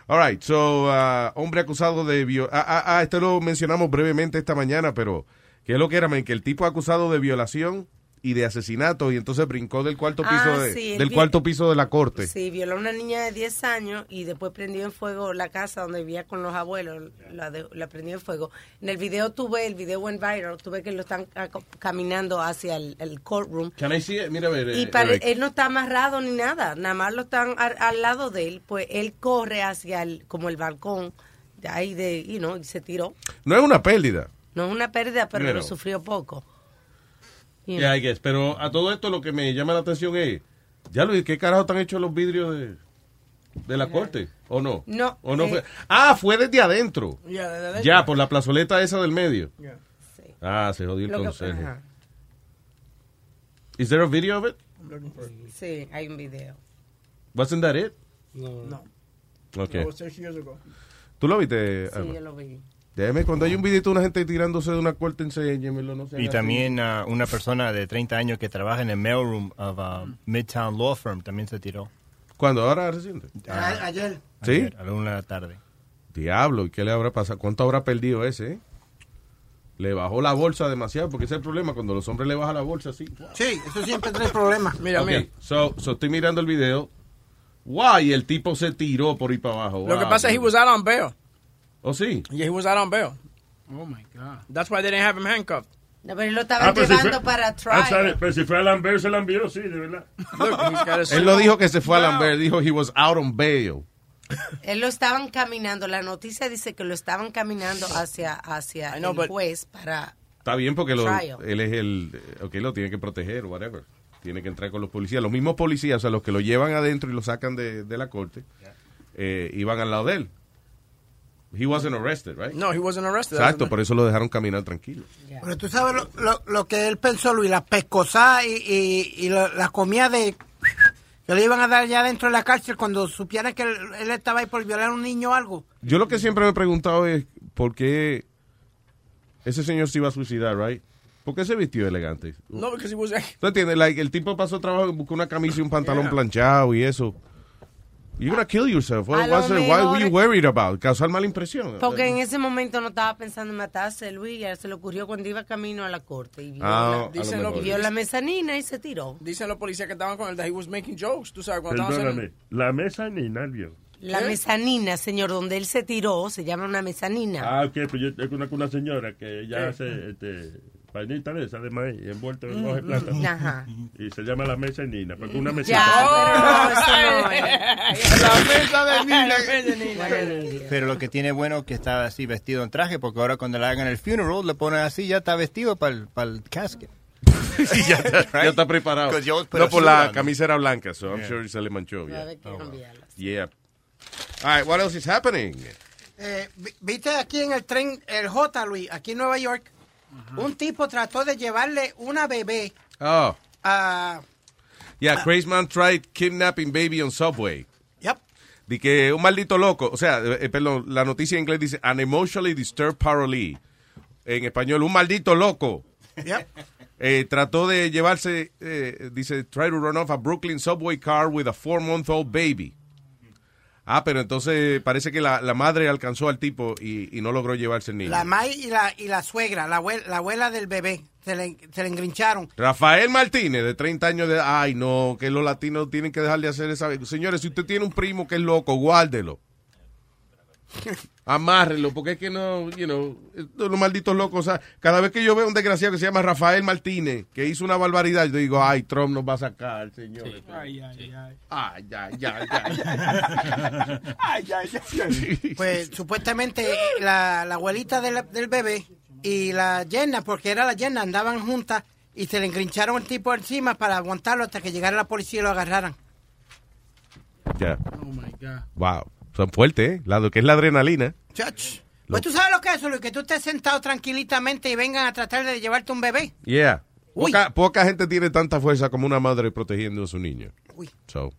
All right, so, ah, hombre acusado de viol... Ah, ah, ah, esto lo mencionamos brevemente esta mañana, pero ¿qué es lo que era, men? Que el tipo acusado de violación y de asesinatos y entonces brincó del cuarto Ah, piso de- sí, él del vi- cuarto piso de la corte. Sí, violó a una niña de 10 años y después prendió en fuego la casa donde vivía con los abuelos. La, de- la prendió en fuego. En el video tuve, el video went viral, tuve que lo están ah, co- caminando hacia el, el courtroom. Can I see it? Mira, a ver. Y eh, pare- Eric. él no está amarrado ni nada, nada más lo están al, al lado de él, pues él corre hacia el, como el balcón de ahí de, you know, y se tiró. No es una pérdida. No es una pérdida, pero Claro. lo sufrió poco. Yeah. I guess. Pero a todo esto lo que me llama la atención es, ya Luis, ¿qué carajo están hechos los vidrios de, de la corte? ¿O no? No, ¿O no eh. fue? Ah, fue desde adentro. Ya, desde adentro. Ya, por la plazoleta esa del medio. Ya. Ah, se jodió el Lo que- consejo. ajá. Is there a video of it? Sí, hay un video. Wasn't that it? No. No. Ok. It was six years ago. ¿Tú lo viste? Sí, yo lo vi. Déjame, cuando hay un videito de una gente tirándose de una corte, enséñemelo. No sean Y así. también ah, una persona de 30 años que trabaja en el mailroom of ah, Mm. Midtown Law Firm también se tiró. ¿Cuándo? ¿Ahora reciente? A- ayer. ¿Sí? A la una de la tarde. Diablo, ¿y qué le habrá pasado? ¿Cuánto habrá perdido ese? eh? Le bajó la bolsa demasiado, porque ese es el problema, cuando los hombres le bajan la bolsa así. Sí, eso siempre trae problemas. Mira, Ok, So, so estoy mirando el video. Wow, y el tipo se tiró por ahí para abajo. Lo que pasa es he was out on bail. ¿Oh, sí? Yeah, he was out on bail. Oh my God. That's why they didn't have him handcuffed. No, pero él lo Ah, estaba pues, pero si llevando fue- para Ah, trial. sabe, pero si fue a Lambert, se Lambert, sí, de verdad. Él no dijo que se fue a Lambert, dijo he was out on bail. Él lo estaban caminando, la noticia dice que lo estaban caminando hacia, hacia know, el but- juez para... Está bien porque lo- Trial. él es el... Ok, lo tiene que proteger, whatever. Tiene que entrar con los policías. Los mismos policías, o sea, los que lo llevan adentro y lo sacan de, de la corte, eh, iban al lado de él. He wasn't arrested, right? No, he wasn't arrested. Exacto, por eso lo dejaron caminar tranquilo. Pero tú sabes lo, lo- lo que él pensó, Luis, las pescosas y, y- y la, la comida de que le iban a dar ya dentro de la cárcel cuando supieran que él, él estaba ahí por violar a un niño o algo. Yo lo que siempre me he preguntado es por qué ese señor se iba a suicidar, right? ¿Por qué se vistió elegante? No, because he was ¿Tú entiendes? Like, el tipo pasó trabajo, buscó una camisa y un pantalón Yeah. planchado y eso. You're gonna kill yourself. A What, lo what's- why mejor- were you worried about? Causar mala impresión. Porque en ese momento no estaba pensando en matarse, Luis, y se le ocurrió cuando iba camino a la corte y vio, Ah, la, a lo Dicen lo- mejor. vio la mezanina y se tiró. Dicen los policías que estaban con él that he was making jokes. Tú sabes, cuando estaban haciendo- Perdóname, la mesa ni nadie. La mezanina, señor, donde él se tiró, se llama una mezanina. Ah, ok, pues yo tengo una, una señora que Sí. ella hace este, vainita de esa de maíz envuelta en hoja de Mm, plátano. mm, ajá. Y se llama la mesa nina, porque una mesita. Ya, La mesa de Nina. Pero lo que tiene bueno es que está así vestido en traje, porque ahora cuando le hagan el funeral, le ponen así, ya está vestido para el, para el casket. ya, está, ya está preparado. 'Cause you always put No, a por suit la on. camisa era blanca, so I'm Yeah. sure se le manchó. Va a Yeah. haber que Oh, wow. cambiarla. yeah. All right, what else is happening? Eh, vi- Viste aquí en el tren, el J, Luis, aquí en Nueva York, un tipo trató de llevarle una bebé Oh, a... yeah, crazy man tried kidnapping baby on subway. Yep. De que un maldito loco, o sea, eh, perdón, la noticia en inglés dice an emotionally disturbed parolee. En español, un maldito loco. Yep. eh, trató de llevarse, eh, dice, try to run off a Brooklyn subway car with a four-month-old baby. Ah, pero entonces parece que la, la madre alcanzó al tipo y, y no logró llevarse el niño. La May y la, y la suegra, la abuela, la abuela del bebé, se le, se le engrincharon. Rafael Martínez, de 30 años de Ay, no, que los latinos tienen que dejar de hacer esa... Señores, si usted tiene un primo que es loco, guárdelo. Amárrelo, porque es que no, you know, estos los malditos locos. O sea, cada vez que yo veo un desgraciado que se llama Rafael Martínez, que hizo una barbaridad, yo digo, ay, Trump nos va a sacar, señor. Ay, ay, ay. Ay, ay, ay, ay. Ay, ay, ay. Pues supuestamente la, la abuelita de la- del bebé y la yerna, porque era la yerna, andaban juntas y se le engrincharon el tipo encima para aguantarlo hasta que llegara la policía y lo agarraran. Ya. Oh my God. Wow. Son fuertes, ¿eh? La, que es la adrenalina. Chach. Pues tú sabes lo que es eso, Luis, que tú estés sentado tranquilitamente y vengan a tratar de llevarte un bebé. Yeah. Poca, poca gente tiene tanta fuerza como una madre protegiendo a su niño. Uy. So,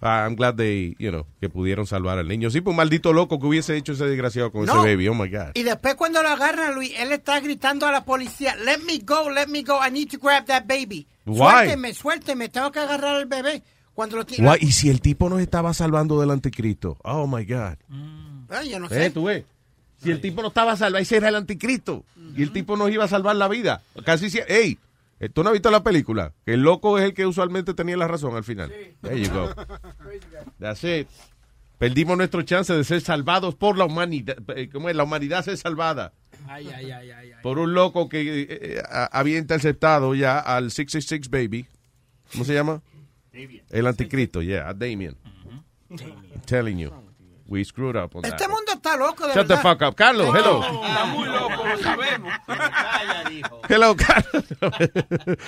ah, I'm glad they, you know, que pudieron salvar al niño. Sí, pues un maldito loco que hubiese hecho ese desgraciado con No. ese baby. Oh my God. Y después cuando lo agarran, Luis, él está gritando a la policía, let me go, let me go, I need to grab that baby. Why? Suélteme, suélteme, tengo que agarrar al bebé. Cuando lo tiran- Guau, Y si el tipo nos estaba salvando del anticristo. Oh my God. Ay, yo no Eh, sé. tú ves. Mm-hmm. Si el tipo no estaba salvado, ese era el anticristo. Y el tipo nos iba a salvar la vida. Casi si, ey, Eh, ¿Tú no has visto la película? Que el loco es el que usualmente tenía la razón al final. There you go. That's it. Perdimos nuestro chance de ser salvados por la humanidad. Eh, ¿Cómo es? La humanidad ser salvada. Ay, ay, ay, ay. ay. Por un loco que eh, eh, a- había interceptado ya al 666 Baby. ¿Cómo se llama? El anticristo, yeah, a Damien. Telling you. We screwed up on that. Este mundo está loco, de Shut the verdad. Oh. fuck up. Carlos, hello. Está muy loco, lo sabemos. Hello, Carlos.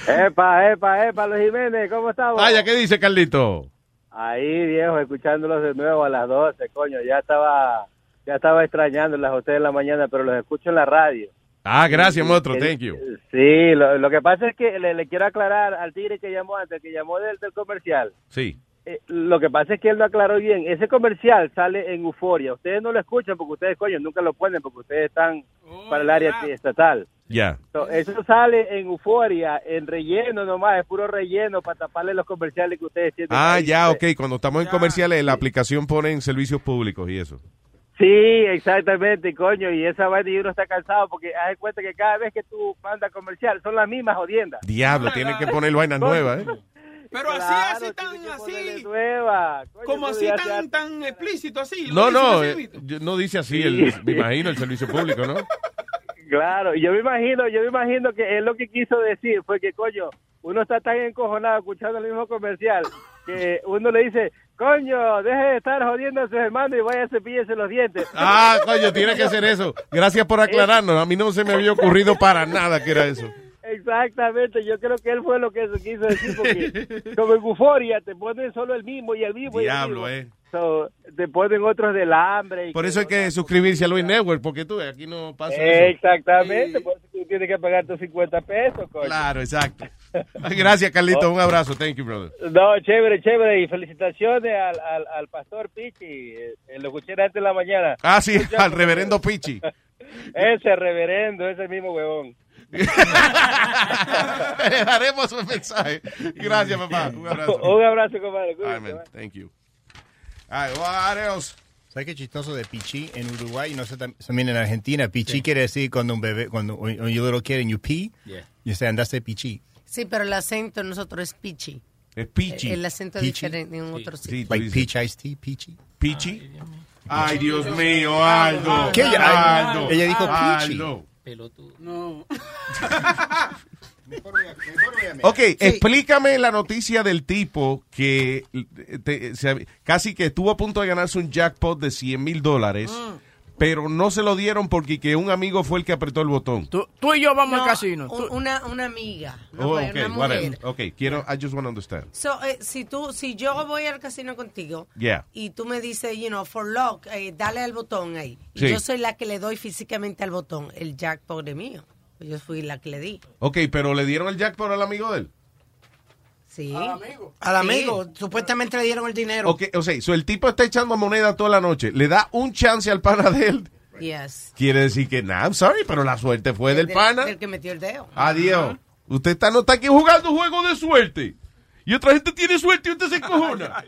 Epa, epa, epa, los Jiménez, ¿cómo estamos? Vaya, ¿qué dice Carlito? Ahí, viejo, escuchándolos de nuevo a las 12, coño, ya estaba ya estaba extrañándolas a ustedes en la mañana, pero los escucho en la radio. Ah, gracias, monstruo. Thank you. Sí, lo, lo que pasa es que le, le quiero aclarar al tigre que llamó antes, que llamó del, del comercial. Sí. Eh, lo que pasa es que él no aclaró bien. Ese comercial sale en Euforia. Ustedes no lo escuchan porque ustedes, coño, nunca lo ponen porque ustedes están para el área estatal. Ya. So, eso sale en euforia, en relleno nomás, es puro relleno para taparle los comerciales que ustedes tienen. Ah, ahí. ya, ok. Cuando estamos en comerciales, la aplicación pone en servicios públicos y eso. Sí, exactamente, coño, y esa vaina y uno está cansado porque haz de cuenta que cada vez que tú mandas comercial son las mismas jodiendas. Diablo, tienen que poner vainas nuevas, ¿eh? Pero así, así, tan así. Como eso así, ya se tan, tan explícito, así. lo dicen No, no, así, eh, ¿viste? yo- no dice así, el, me imagino, el servicio público, ¿no? Claro, y yo me imagino, yo me imagino que él lo que quiso decir fue que, coño, uno está tan encojonado escuchando el mismo comercial que uno le dice, coño, deje de estar jodiendo a sus hermanos y vaya a cepillarse los dientes. Ah, coño, tiene que ser eso. Gracias por aclararnos. A mí no se me había ocurrido para nada que era eso. Exactamente, yo creo que él fue lo que eso quiso decir, porque como en euforia te ponen solo el mismo y el mismo. Diablo, y el ¿eh? mismo. So, te ponen otros del hambre. y Por que- eso hay que suscribirse a Luis Network, porque tú, ves, aquí no pasa eso. Exactamente, por eso tú tienes que pagar tus 50 pesos, coño. Claro, exacto. Ay, Gracias, Carlito. Un abrazo. Thank you, brother. Oh. No, chévere, chévere, y felicitaciones al, al, al pastor Pichi, eh, eh, lo escuché antes de la mañana. Ah, sí, al reverendo Pichi. Ese reverendo, ese mismo huevón. Le daremos un mensaje. Gracias, papá. Un abrazo. Un abrazo, compadre. Ay, man. Thank you. oh, All right, what else? ¿Sabes qué chistoso de pichí en Uruguay? No sé, tam- también en Argentina. Pichí quiere decir cuando un bebé, cuando un un little kid and you pee, you say, andaste pichí. Sí, pero el acento en nosotros es pichi. Es El, el acento es diferente en otro sitio. Ah, Like peach iced tea, pichi. Pichi. Ay, Dios mío, Aldo. ¿Qué? Ella, Aldo. ella dijo pichi. Aldo. No. Ok, explícame la noticia del tipo que eh, te- se- casi que estuvo a punto de ganarse un jackpot de 100 mil dólares, Mm. pero no se lo dieron porque que un amigo fue el que apretó el botón. Tú y yo vamos No, al casino. un- una, una amiga. No, Oh, fue okay, una whatever. mujer. Ok, quiero, I just want to understand. So, eh, si tú, si yo voy al casino contigo Yeah. y tú me dices, you know, for luck, eh, dale al botón ahí. Y Sí. yo soy la que le doy físicamente al botón. El jackpot de mío. Yo fui la que le di. Ok, pero le dieron el jackpot al amigo de él. Sí. Al amigo. Al amigo. Supuestamente le dieron el dinero. Ok, o sea, so el tipo está echando moneda toda la noche, le da un chance al pana de él. Yes. Quiere decir que, nah, I'm sorry, pero la suerte fue del pana. Del que metió el dedo. Adiós. Usted está, no está aquí jugando juego de suerte. Y otra gente tiene suerte y usted se encojona.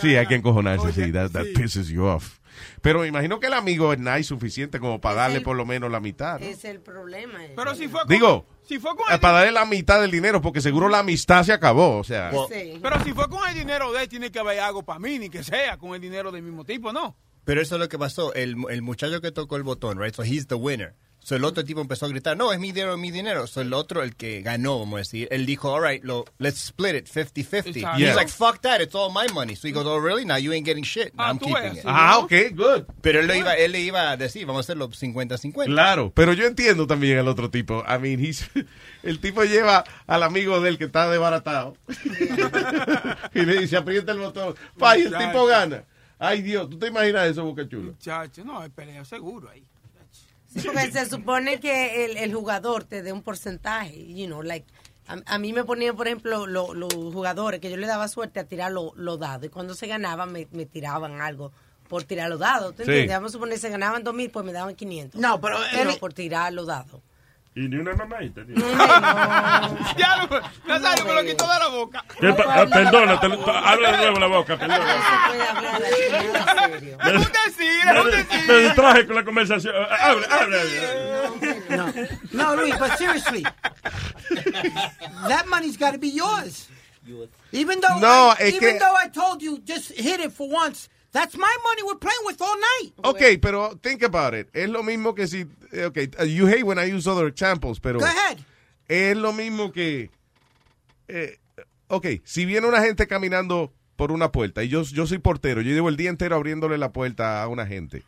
Sí, hay que encojonarse, sí. That, that pisses you off. Pero me imagino que el amigo es nice suficiente como para darle por lo menos la mitad. Ah, Eh, ¿no? Es el problema. Pero si fue con- Digo, si fue con eh, el para darle la mitad del dinero, porque seguro la amistad se acabó. O sea, Sí. Pero si fue con el dinero de él, tiene que haber algo para mí, ni que sea con el dinero del mismo tipo, ¿no? Pero eso es lo que pasó. El, el muchacho que tocó el botón, right? So he's the winner. So el otro tipo empezó a gritar, no, es mi dinero, es mi dinero. So el otro, el que ganó, vamos a decir, él dijo, all right, lo, let's split it 50-50. Exacto. He's Yeah. like, fuck that, it's all my money. So he goes, oh, really? Now you ain't getting shit. Now I'm tú keeping ves, it. ¿no? Ah, ok, good. Pero él, lo iba, él le iba a decir, vamos a hacerlo 50-50. Claro, pero yo entiendo también al otro tipo. I mean, he's- el tipo lleva al amigo del que está desbaratado y le dice, aprieta el botón. Pa, y el tipo gana. Ay, Dios, ¿tú te imaginas eso, Boca Chula? Chacho, no, hay pelea seguro ahí. Sí, porque se supone que el, el jugador te dé un porcentaje, you know, like, a, a mí me ponían, por ejemplo, lo- los jugadores que yo le daba suerte a tirar lo- los dados y cuando se ganaban me, me tiraban algo por tirar los dados, ¿tú Sí. entiendes? Vamos a suponer se ganaban 2000, pues me daban 500. No, pero por tirar los dados. Y ni una mamadita. ni- Ya, no, Nazario me lo quitó de la boca. ¿Qué pa- ah, perdona, te lo- pa- abre de nuevo la boca, Es perdona. un decir, es un decir. Me distraje con la conversación. Ah, Abre, abre. abre. No, Luis, but seriously. that money's got to be yours. Even though, No, I, es even que- though I told you, just hit it for once. That's my money we're playing with all night. Ok, pero think about it. Es lo mismo que si. eh, Ok, uh, you hate when I use other examples, pero. Go ahead. Es lo mismo que. eh, ok, si viene una gente caminando por una puerta, y yo, yo soy portero, yo llevo el día entero abriéndole la puerta a una gente,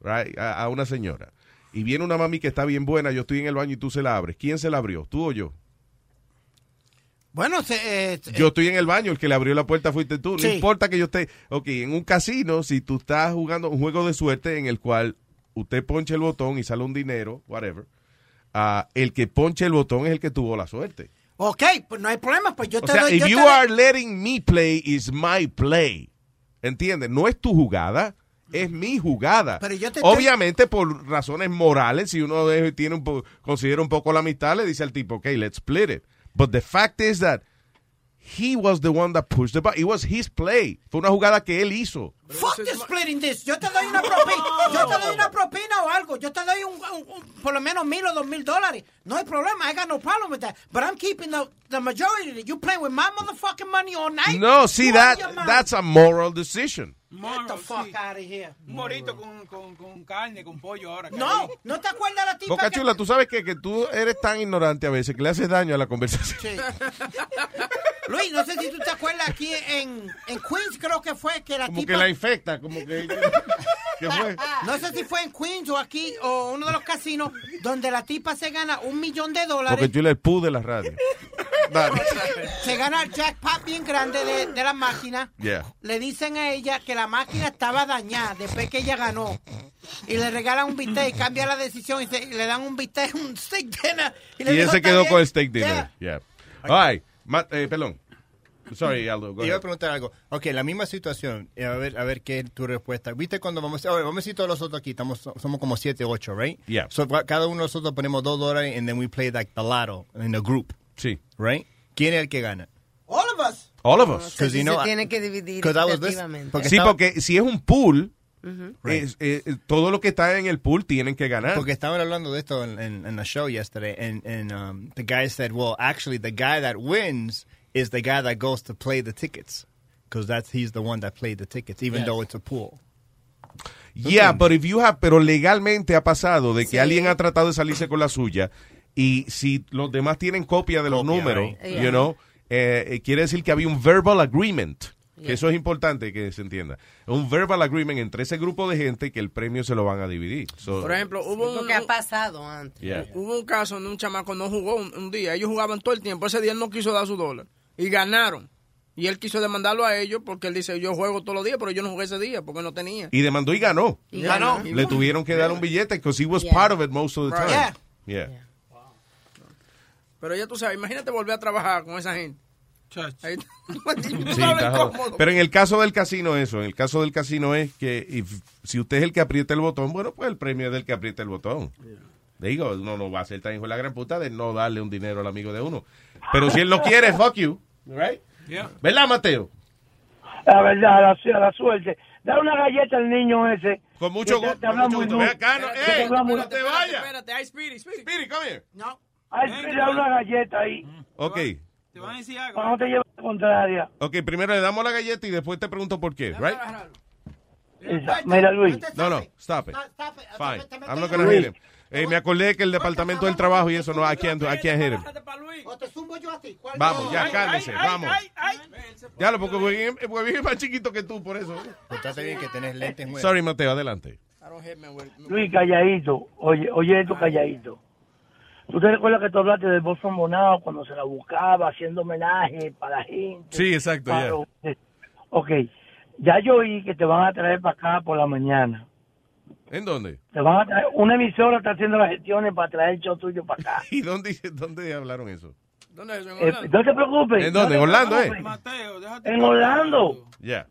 right, a, a una señora, y viene una mami que está bien buena, yo estoy en el baño y tú se la abres. ¿Quién se la abrió? ¿Tú o yo? Bueno, se- eh, Yo estoy en el baño, el que le abrió la puerta fuiste tú. No Sí. importa que yo esté. Ok, en un casino, si tú estás jugando un juego de suerte en el cual usted ponche el botón y sale un dinero, whatever, ah, el que ponche el botón es el que tuvo la suerte. ok, pues no hay problema, pues yo O te sea, doy... if yo you te doy- are letting me play, is my play. ¿Entiendes? No es tu jugada, es mi jugada. Pero yo te estoy- Obviamente, por razones morales, si uno de- tiene un po- considera un poco la amistad, le dice al tipo, ok, let's split it. But the fact is that he was the one that pushed the button. It was his play. Fue una jugada que él hizo. Fuck the splitting this. Yo te doy una propina. Yo te doy una propina o algo. Yo te doy un, un- un- por lo menos mil o dos mil dólares. No hay problema. I got no problem with that. But I'm keeping the, the majority. of it. You play with my motherfucking money all night. No, You see, out that, of your mind. that's a moral decision. Get the fuck out of here. Un morito con, con, con carne, con pollo ahora. No, no te acuerdas la tipa Boca que... Chula, tú sabes que, que tú eres tan ignorante a veces que le haces daño a la conversación. Sí. Luis, no sé si tú te acuerdas aquí en, en Queens, creo que fue que la Como tipa... que la infecta, como que... ¿Qué fue? No sé si fue en Queens o aquí o uno de los casinos donde la tipa se gana un millón de dólares. Porque Chula es el pu de la radio. Dale. Se gana el jackpot bien grande de, de la máquina. Yeah. Le dicen a ella que la máquina estaba dañada después que ella ganó. Y le regalan un bistec y cambia la decisión y, se- y le dan un bistec, un steak dinner. Y le él dijo, se "Está quedó bien". con este- el steak dinner. Yeah. Yeah. All right. Ma- eh, perdón. Sorry, Aldo. Go Yo iba a ahead. preguntar algo. Ok, la misma situación. Eh, A ver, a ver qué es tu respuesta. ¿Viste cuando vamos a... a ver, vamos a decir todos los otros aquí. Estamos, somos como siete, ocho, right? Yeah. So, ca- cada uno de nosotros ponemos dos dólares and then we play like the lotto in a group. Sí. Right? ¿Quién es el que gana? All of us. All of us. Because, you know, Pues se tiene que dividir 'cause I was this- equitativamente. porque sí, estaba- porque si es un pool, Ujú. es- eh, eh, todo lo que está en el pool tienen que ganar. Porque estaban hablando de esto en, en, en the show yesterday, and, and um, the guy said, well, actually, the guy that wins is the guy that goes to play the tickets. Because that's he's the one that played the tickets, even Yes. though it's a pool. Yeah, but if you have, pero legalmente ha pasado de que alguien ha tratado de salirse con la suya y si los demás tienen copia de los números, right. you Yeah. know, eh, eh, quiere decir que había un verbal agreement. Que eso es importante que se entienda. Un verbal agreement entre ese grupo de gente que el premio se lo van a dividir. So, Por ejemplo, hubo un, Porque ha pasado antes. yeah. hubo un caso donde un chamaco no jugó un, un día. Ellos jugaban todo el tiempo. Ese día él no quiso dar su dólar. Y ganaron. Y él quiso demandarlo a ellos porque él dice, yo juego todos los días, pero yo no jugué ese día porque no tenía. Y demandó y ganó. Y ganó. Le tuvieron que dar un billete because he was Yeah. part of it most of the Right. time. Yeah. Yeah. Pero ya tú sabes, imagínate volver a trabajar con esa gente. Ahí- Tú Sí, sabes está cómo. jodido. Pero en el caso del casino eso, en el caso del casino es que if- si usted es el que aprieta el botón, bueno, pues el premio es del que aprieta el botón. Digo, uno no va a ser tan hijo de la gran puta de no darle un dinero al amigo de uno. Pero si él no quiere, fuck you. Right? ¿Verdad, Mateo? La verdad, la, su- la suerte. Dale una galleta al niño ese. Con mucho gusto, con mucho gusto. Ve acá, no- ¡Ey! No te vayas. Espérate, ay, Speedy, Speedy. Speedy, come here. No. Ay, Speedy, dale una pues. galleta ahí. Ok, Te van a decir algo. no te lleves la contraria. ok, primero le damos la galleta y después te pregunto por qué, right? Esa- Mira, Luis. No, no, stop it. Fine. I'm not gonna Luis. hit him. Eh, me acordé que el departamento del trabajo y eso no, I can't, do- I can't hit him. O te zumbo yo a ti. ¿Cuál Vamos, no? ya, cálmese, vamos. Ya lo, porque Huevín Huevín es más chiquito que tú, por eso. Portate bien que tenés lentes nuevas. Sorry, Mateo, adelante. Luis, calladito. Oye, oye esto, calladito. ¿Tú te recuerdas que tú hablaste de Boston Bonao cuando se la buscaba haciendo homenaje para la gente? Sí, exacto, ya. Claro. Ok, ya yo oí que te van a traer para acá por la mañana. ¿En dónde? Te van a traer, una emisora está haciendo las gestiones para traer el show tuyo para acá. ¿Y dónde, dónde hablaron eso? ¿Dónde es Eh, no te preocupes. ¿En dónde? No ¿En te Orlando, eh? preocupes. En Orlando. Ya.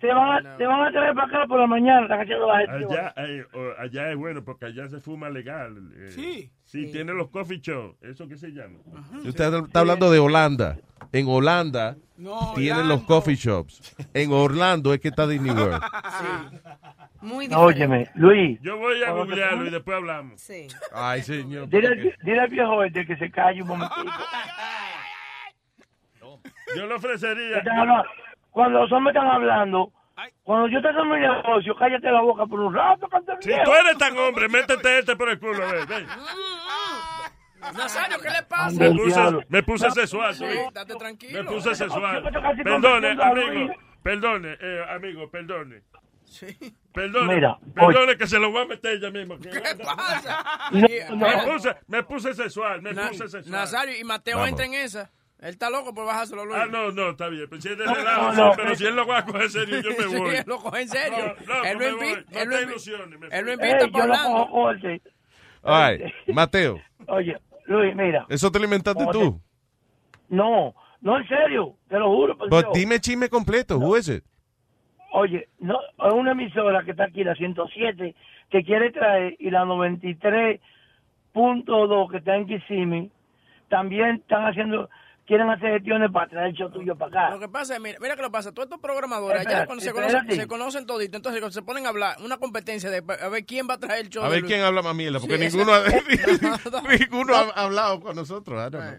Te van, a, te van a traer para acá por la mañana. Están haciendo las gestiones. Allá, eh, o- allá es bueno porque allá se fuma legal. eh. Sí. Sí, tiene los coffee shows. ¿Eso qué se llama? Usted está hablando de Holanda. En Holanda tienen los coffee shops. En Orlando es que está Disney World. Muy Óyeme, Luis. Yo voy a Cuando te googlearlo pongas- y después hablamos. Sí. Ay, señor. Dile al, vie- dile al viejo este que se calle un momentito. Ah, Yo le ofrecería. Están hablando- Cuando los hombres están hablando, cuando yo te hago mi negocio, cállate la boca por un rato. canto Si viejo. tú eres tan hombre, métete este por el culo, a ver, ven. Mm. Nazario, ¿qué le pasa? Me puse, me puse sexual. Sí, Luis. date tranquilo. Me puse sexual. Yo casi Perdone, convenciendo a amigo. Luis. Perdone, eh, amigo, perdone. Perdone, Mira, perdone que se lo voy a meter ella misma. ¿Qué pasa? Me, puse, me puse sexual, me Na- puse sexual. Nazario y Mateo Vamos. entra en esa. Él está loco por bajárselo a Luis. Ah, no, no, está bien. Pero si es de No, relajo, no, no. sí, pero si él lo va a coger en serio, yo me Sí, voy. él lo coge en serio. No, no, Él me lo voy. invita- No él lo te invi- ilusiones. me él lo fui. invita Ey, Eh, yo lo cojo corte. Ay, Mateo, Oye, Luis, mira. eso te lo inventaste Oye, tú. No, no, en serio, te lo juro. por Pero Dios. dime chisme completo, who is it? Oye, no, hay una emisora que está aquí, la 107, que quiere traer, y la 93.2 que está en Kissimmee, también están haciendo, quieren hacer gestiones para traer el show tuyo para acá. Lo que pasa es, mira, mira que lo pasa, todos estos programadores Espérate, ya cuando se espérate. conocen, se conocen toditos, entonces cuando se ponen a hablar, una competencia de a ver quién va a traer el show. A de ver Luis. quién habla más mierda, porque Sí, ninguno, Ah, ha, exacto. ninguno ha hablado con nosotros. I don't know.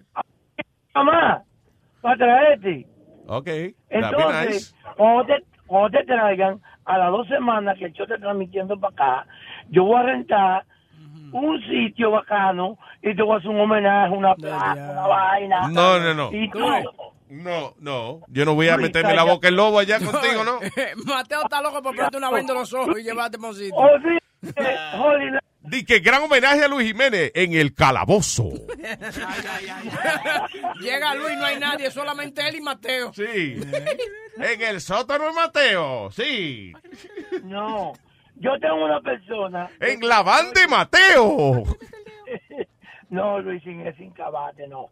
Mamá, para traerte. Ok, that'd be nice. Entonces, cuando te, cuando te traigan, a las dos semanas que el show te transmitiendo para acá, yo voy a rentar un sitio bacano y te voy a hacer un homenaje, una placa, una vaina. No, no, no. Y tú, No, no. Yo no voy a Luis, meterme la calla. boca el lobo allá contigo, ¿no? Mateo está loco por ponerte una venda en los ojos y llevarte por un sitio. Oh, Di que gran homenaje a Luis Jiménez en el calabozo. Llega Luis, no hay nadie, solamente él y Mateo. Sí. en el sótano de Mateo, sí. No, yo tengo una persona. En la banda de Mateo. No, Luis, sin, sin cabate, no.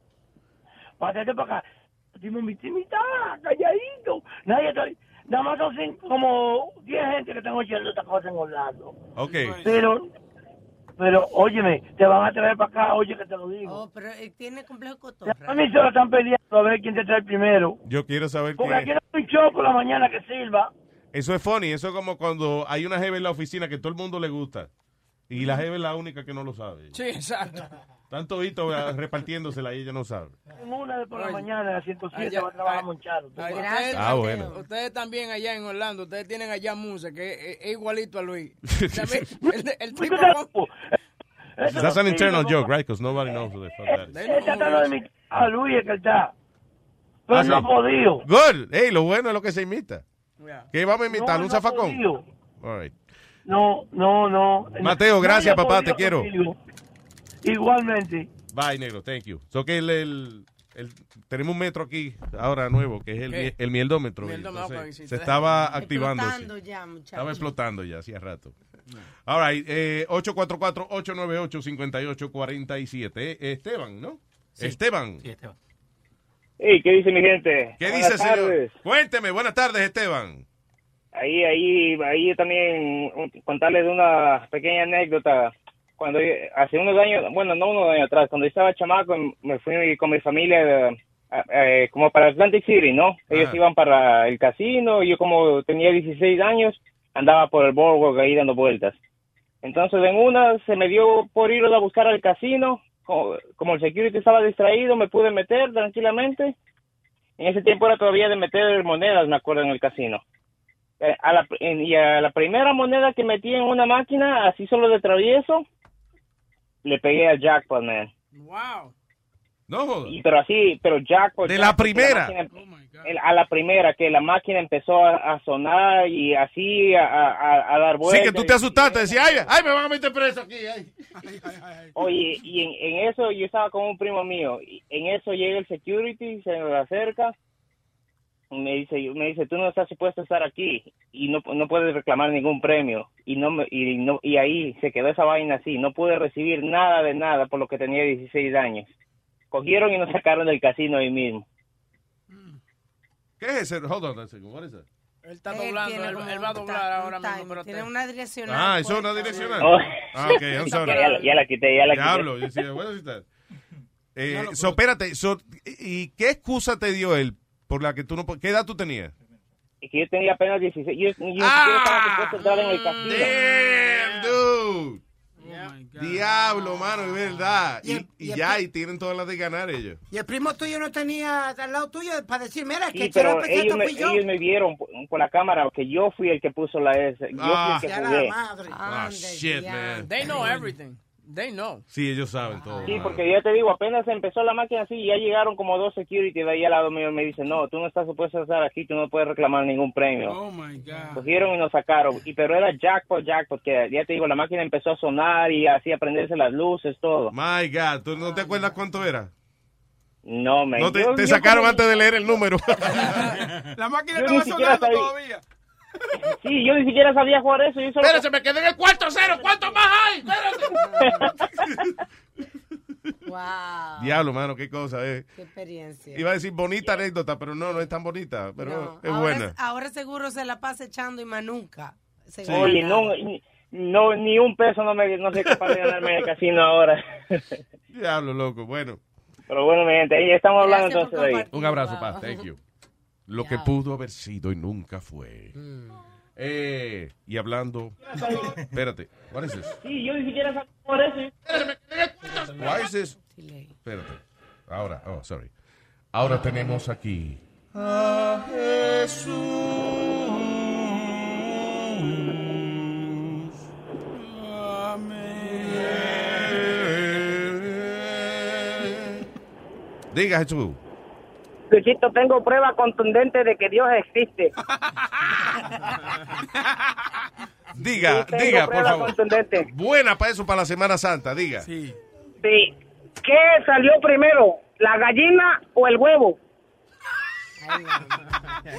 Pásate para acá. Dimos mi timita, calladito. Nadie está. Nada más son cinco- como 10 gente que están oyendo esta cosa en Orlando. Ok. Pero, pero, óyeme, te van a traer para acá, oye que te lo digo. Oh, pero él tiene complejo cotorra. Las emisoras están peleando a ver quién te trae primero. Yo quiero saber Porque aquí qué. no hay un show por la mañana que sirva. Eso es funny. Eso es como cuando hay una jeva en la oficina que todo el mundo le gusta. Y la jeva es la única que no lo sabe. Sí, exacto. Tanto hito ah, repartiéndosela y ella no sabe. En una de por la Oye. mañana, en la 107, Allá- va a trabajar Moncharo. tú Ay, vas. ustedes- Ah, bueno. Ustedes también allá en Orlando, ustedes tienen allá Musa, que es, es igualito a Luis. También, el, el tipo con- That's an internal joke, right? Because nobody knows who the fuck that is. Él está tratando de imitar a Luis, es que él está. Pero Ah, no ha sí. podido. Good. Hey, lo bueno es lo que se imita. Yeah. ¿Qué vamos a imitar? No, no ¿Un ha zafacón? podido. All right. No, no, no. Mateo, No gracias, había papá, podido te quiero. contigo. Igualmente. Bye, negro. Thank you. So que el, el- el- tenemos un metro aquí ahora nuevo, que es el, ¿Qué? mie- el mieldómetro. y Mieldómetro, entonces pues, si se te- estaba activando. Explotando sí. ya, muchacho. Estaba explotando ya, hacía rato. All right, eh, 844-898-5847. Eh, Esteban, ¿no? Esteban. Hey, ¿qué dice mi gente? ¿Qué Buenas dice, señor? tardes. Cuénteme, buenas tardes, Esteban. Ahí, ahí, ahí también un- contarles una pequeña anécdota. Cuando yo- hace unos años, bueno, no unos años atrás, cuando yo estaba chamaco, me fui con mi familia eh, eh, como para Atlantic City, ¿no? Ellos Ajá. iban para el casino, y yo como tenía 16 años, andaba por el boardwalk ahí dando vueltas. Entonces en una se me dio por ir a buscar al casino, co- como el security estaba distraído, me pude meter tranquilamente. En ese tiempo era todavía de meter monedas, me acuerdo, en el casino. Eh, a la, en- y a la primera moneda que metí en una máquina, así solo de travieso, le pegué al jackpot, man. Wow. No Y, pero así, pero pues, jackpot. De la jackpot, que primera. máquina em- el- a la primera, que la máquina empezó a, a sonar y así a, a- a dar Sí, vueltas. que tú te asustaste, decías, ay, ay, me van a meter preso aquí. Oye, y en, en eso yo estaba con un primo mío, y en eso llega el security, se nos acerca, y me dice, me dice, tú no estás supuesto a estar aquí y no, no puedes reclamar ningún premio y no, me- y no y ahí se quedó esa vaina así, no pude recibir nada de nada por lo que tenía 16 años. Cogieron y nos sacaron del casino ahí mismo. ¿Qué es ese? Hold on a second, what is that? Él está Él doblando, Eh, tiene él, como él va a un doblar ta- ahora un mismo. time. Pero Tiene te- una direccional. Ah, eso es pues. una direccional. Oh. Ah, ok, I'm sorry. Ya la- ya la quité, ya la quité. Diablo, yo decía, bueno, sí está. Eh, so, espérate, so, ¿y qué excusa te dio él por la que tú no po- ¿Qué edad tú tenías? Ah, y que yo tenía apenas 16. Yo, yo, yo estaba supuesto a entrar en el Damn, dude. Diablo, mano, es verdad. Y, y y el ya, pri- y tienen todas las de ganar ellos. Y el primo tuyo no tenía al lado tuyo para decir, mira, Sí, que quiero pero empezar ellos tu me, pillón. ellos me vieron por, por la cámara que yo fui el que puso la S. Yo Ah. fui el Ya que la jugué. madre. Ah, shit, man. They know everything. They know. Sí, ellos saben todo. Sí, mano. porque ya te digo, apenas empezó la máquina así, ya llegaron como dos security de ahí al lado mío y me dicen, no, tú no estás supuesto a estar aquí, tú no puedes reclamar ningún premio. Oh, my God. Cogieron y nos sacaron, y pero era jackpot, jackpot, que ya te digo, la máquina empezó a sonar y así a prenderse las luces, todo. My God, ¿tú no te acuerdas cuánto era? No, me No, te, te sacaron antes de leer el número. La máquina Yo estaba ni siquiera sonando sabía. todavía. Sí, yo ni siquiera sabía jugar eso. Yo solo... Espérate, me quedé en el 4-0. ¿Cuánto más hay? Espérate. Wow. Diablo, mano, qué cosa, eh. Qué experiencia. Iba a decir bonita anécdota, pero no, no es tan bonita, pero es ahora, buena. ahora seguro se la pasa echando y más nunca. Seguro. Oye, no, ni- no, ni un peso no, me, no soy capaz de ganarme en el casino ahora. Diablo, loco, bueno. Pero bueno, mi gente, ahí estamos hablando Gracias por entonces de ahí. Un abrazo, pa, thank you. Lo que pudo haber sido y nunca fue. Mm. Eh, y hablando. Espérate, what is this? Sí, yo ni siquiera sabía jugar eso. Why is this? Espérate. Ahora, oh, sorry. Ahora tenemos aquí. A Jesús. Diga, Jesús. Luchito, tengo prueba contundente de que Dios existe. Diga, Sí, tengo diga, por prueba favor. Buena para eso, para la Semana Santa, diga. Sí. Sí. ¿Qué salió primero, la gallina o el huevo?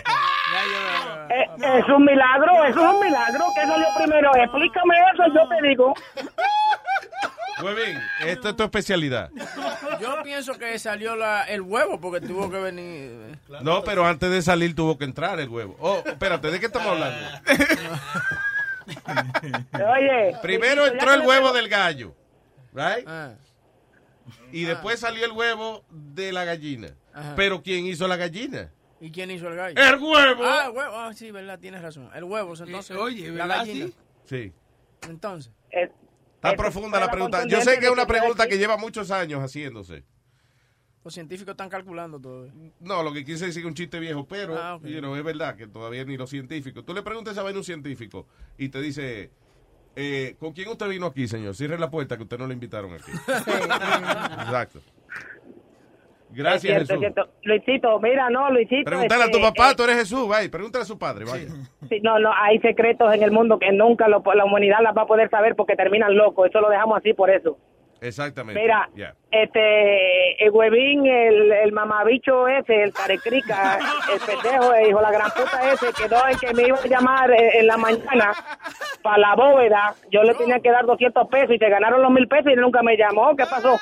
Eh, Es un milagro, es un milagro. ¿Qué salió primero? Explícame eso, yo te digo. Muy bien, esta es tu especialidad. Yo pienso que salió la, el huevo porque tuvo que venir. eh, No, pero antes de salir tuvo que entrar el huevo. Oh, espérate, ¿de qué estamos hablando? Oye. Primero Luisito, ya entró el que- huevo del gallo, right? Y después salió el huevo de la gallina. Ajá. Pero ¿quién hizo la gallina? ¿Y quién hizo el gallo? ¡El huevo! Ah, el huevo. Ah, sí, verdad, tienes razón. El huevo, Eh, entonces. oye, la ¿verdad, gallina. Sí. Entonces. Está profunda Eh, la pregunta. Yo sé que es una pregunta que lleva muchos años haciéndose. Los científicos están calculando ¿eh? todavía. No, lo que quise decir es un chiste viejo, pero Ah, ok. you know, es verdad que todavía ni los científicos. Tú le preguntas a un científico y te dice, eh, ¿con quién usted vino aquí, señor? Cierre la puerta que usted no le invitaron aquí. Exacto. Es cierto, Gracias, es Jesús. cierto. Luisito, mira, no, Luisito. Pregúntale a tu este, papá, eh, tú eres Jesús, vaya. Pregúntale a su padre, vaya. sí, no, no, hay secretos en el mundo que nunca lo- la humanidad las va a poder saber porque terminan locos. Eso lo dejamos así por eso. Exactamente. Mira, Yeah. Este, el huevín, el, el mamabicho ese, el carecrica, el pendejo, el hijo de la gran puta ese, quedó en que me iba a llamar eh, en la mañana para la bóveda. Yo le tenía que dar 200 pesos y se ganaron los mil pesos y nunca me llamó. ¿Qué pasó?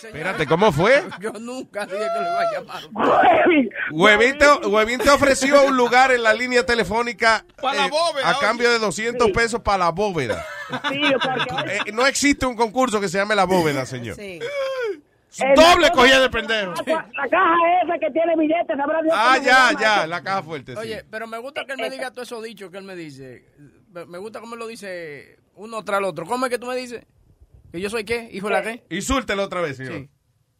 Espérate, ¿cómo fue? Yo nunca dije que lo iba a llamar. Huevín te, Huevín te ofreció un lugar en la línea telefónica eh, a cambio de 200 pesos para la bóveda. Eh, no existe un concurso que se llame la bóveda, señor. Doble cogida de pendejo. La caja esa que tiene billetes, sabrá Dios Ah, cómo se ya, llama ya, eso. la caja fuerte. sí. Oye, pero me gusta que él me diga todo eso dicho que él me dice. Me gusta cómo lo dice uno tras el otro. ¿Cómo es que tú me dices? ¿Que yo soy qué? ¿Hijo de la qué? Insúltelo otra vez, señor.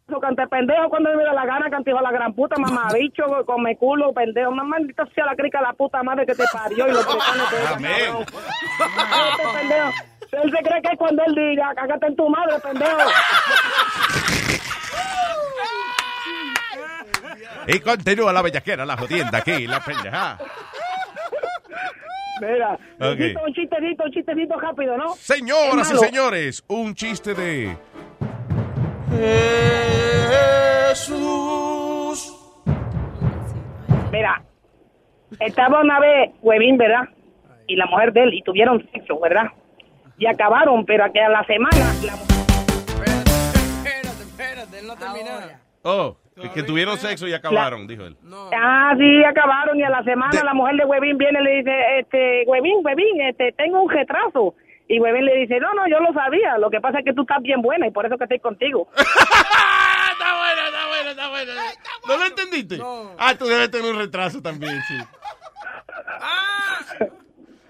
Eso, cante pendejo cuando me da la gana, cantijo a la gran puta, mamabicho, come culo, pendejo. Una maldita sea la crica, la puta madre que te parió y los pecados que Amén. Cágate, pendejo. Él se cree que es cuando él diga, cágate en tu madre, pendejo. Y continúa la bellaquera, la jodienda aquí, la pendeja. Mira, Ok. Luisito, un chistecito, un chistecito rápido, ¿no? Señoras Es y malo. señores, un chiste de. Jesús. Mira, estaba una vez Huevín, ¿verdad? Y la mujer de él, y tuvieron sexo, ¿verdad? Y acabaron, pero a que a la semana la mujer Oh, que tuvieron sexo y acabaron, dijo él. Ah, sí, acabaron y a la semana la mujer de Huevín viene y le dice, este, Huevín, Huevín, este, tengo un retraso. Y Huevín le dice, no, no, yo lo sabía, lo que pasa es que tú estás bien buena y por eso que estoy contigo. Está bueno, está bueno, está bueno. ¿No lo entendiste? Ah, tú debes tener un retraso también, sí.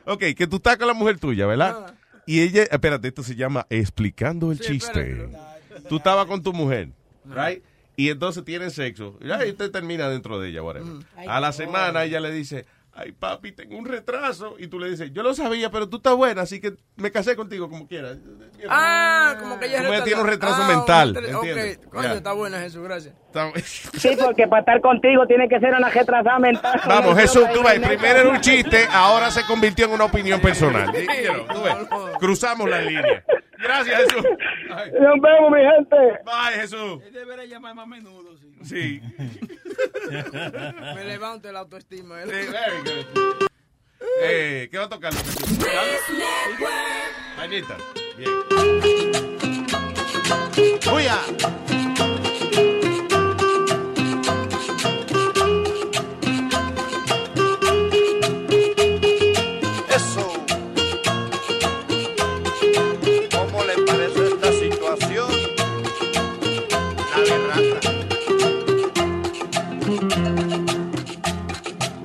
Ok, que tú estás con la mujer tuya, ¿verdad? Ah. Y ella, espérate, esto se llama explicando el chiste. Tú estabas con tu mujer, right? Y entonces tienen sexo. Y ahí te termina dentro de ella, whatever. Mm. Ay, A la no. semana ella le dice, ay papi, tengo un retraso. Y tú le dices, yo lo sabía, pero tú estás buena, así que me casé contigo como quieras. Ah, como que ella Como ella tiene un retraso Ah, mental, un retraso- ¿entiendes? Ok, coño, Ya. está buena, Jesús, gracias. Sí, porque para estar contigo tiene que ser una retrasada mental. Vamos, Jesús, tú ves, primero era un chiste, ahora se convirtió en una opinión personal. Dígelo, tú ves. Cruzamos la línea. Gracias, Jesús. Nos vemos, mi gente. Bye, Jesús. Sí. Me levanta la autoestima. ¿eh? Eh, ¿Qué va a tocar? Pañita. Bien. ¡Uya! Eso. ¿Cómo le parece esta situación? Dale, rata.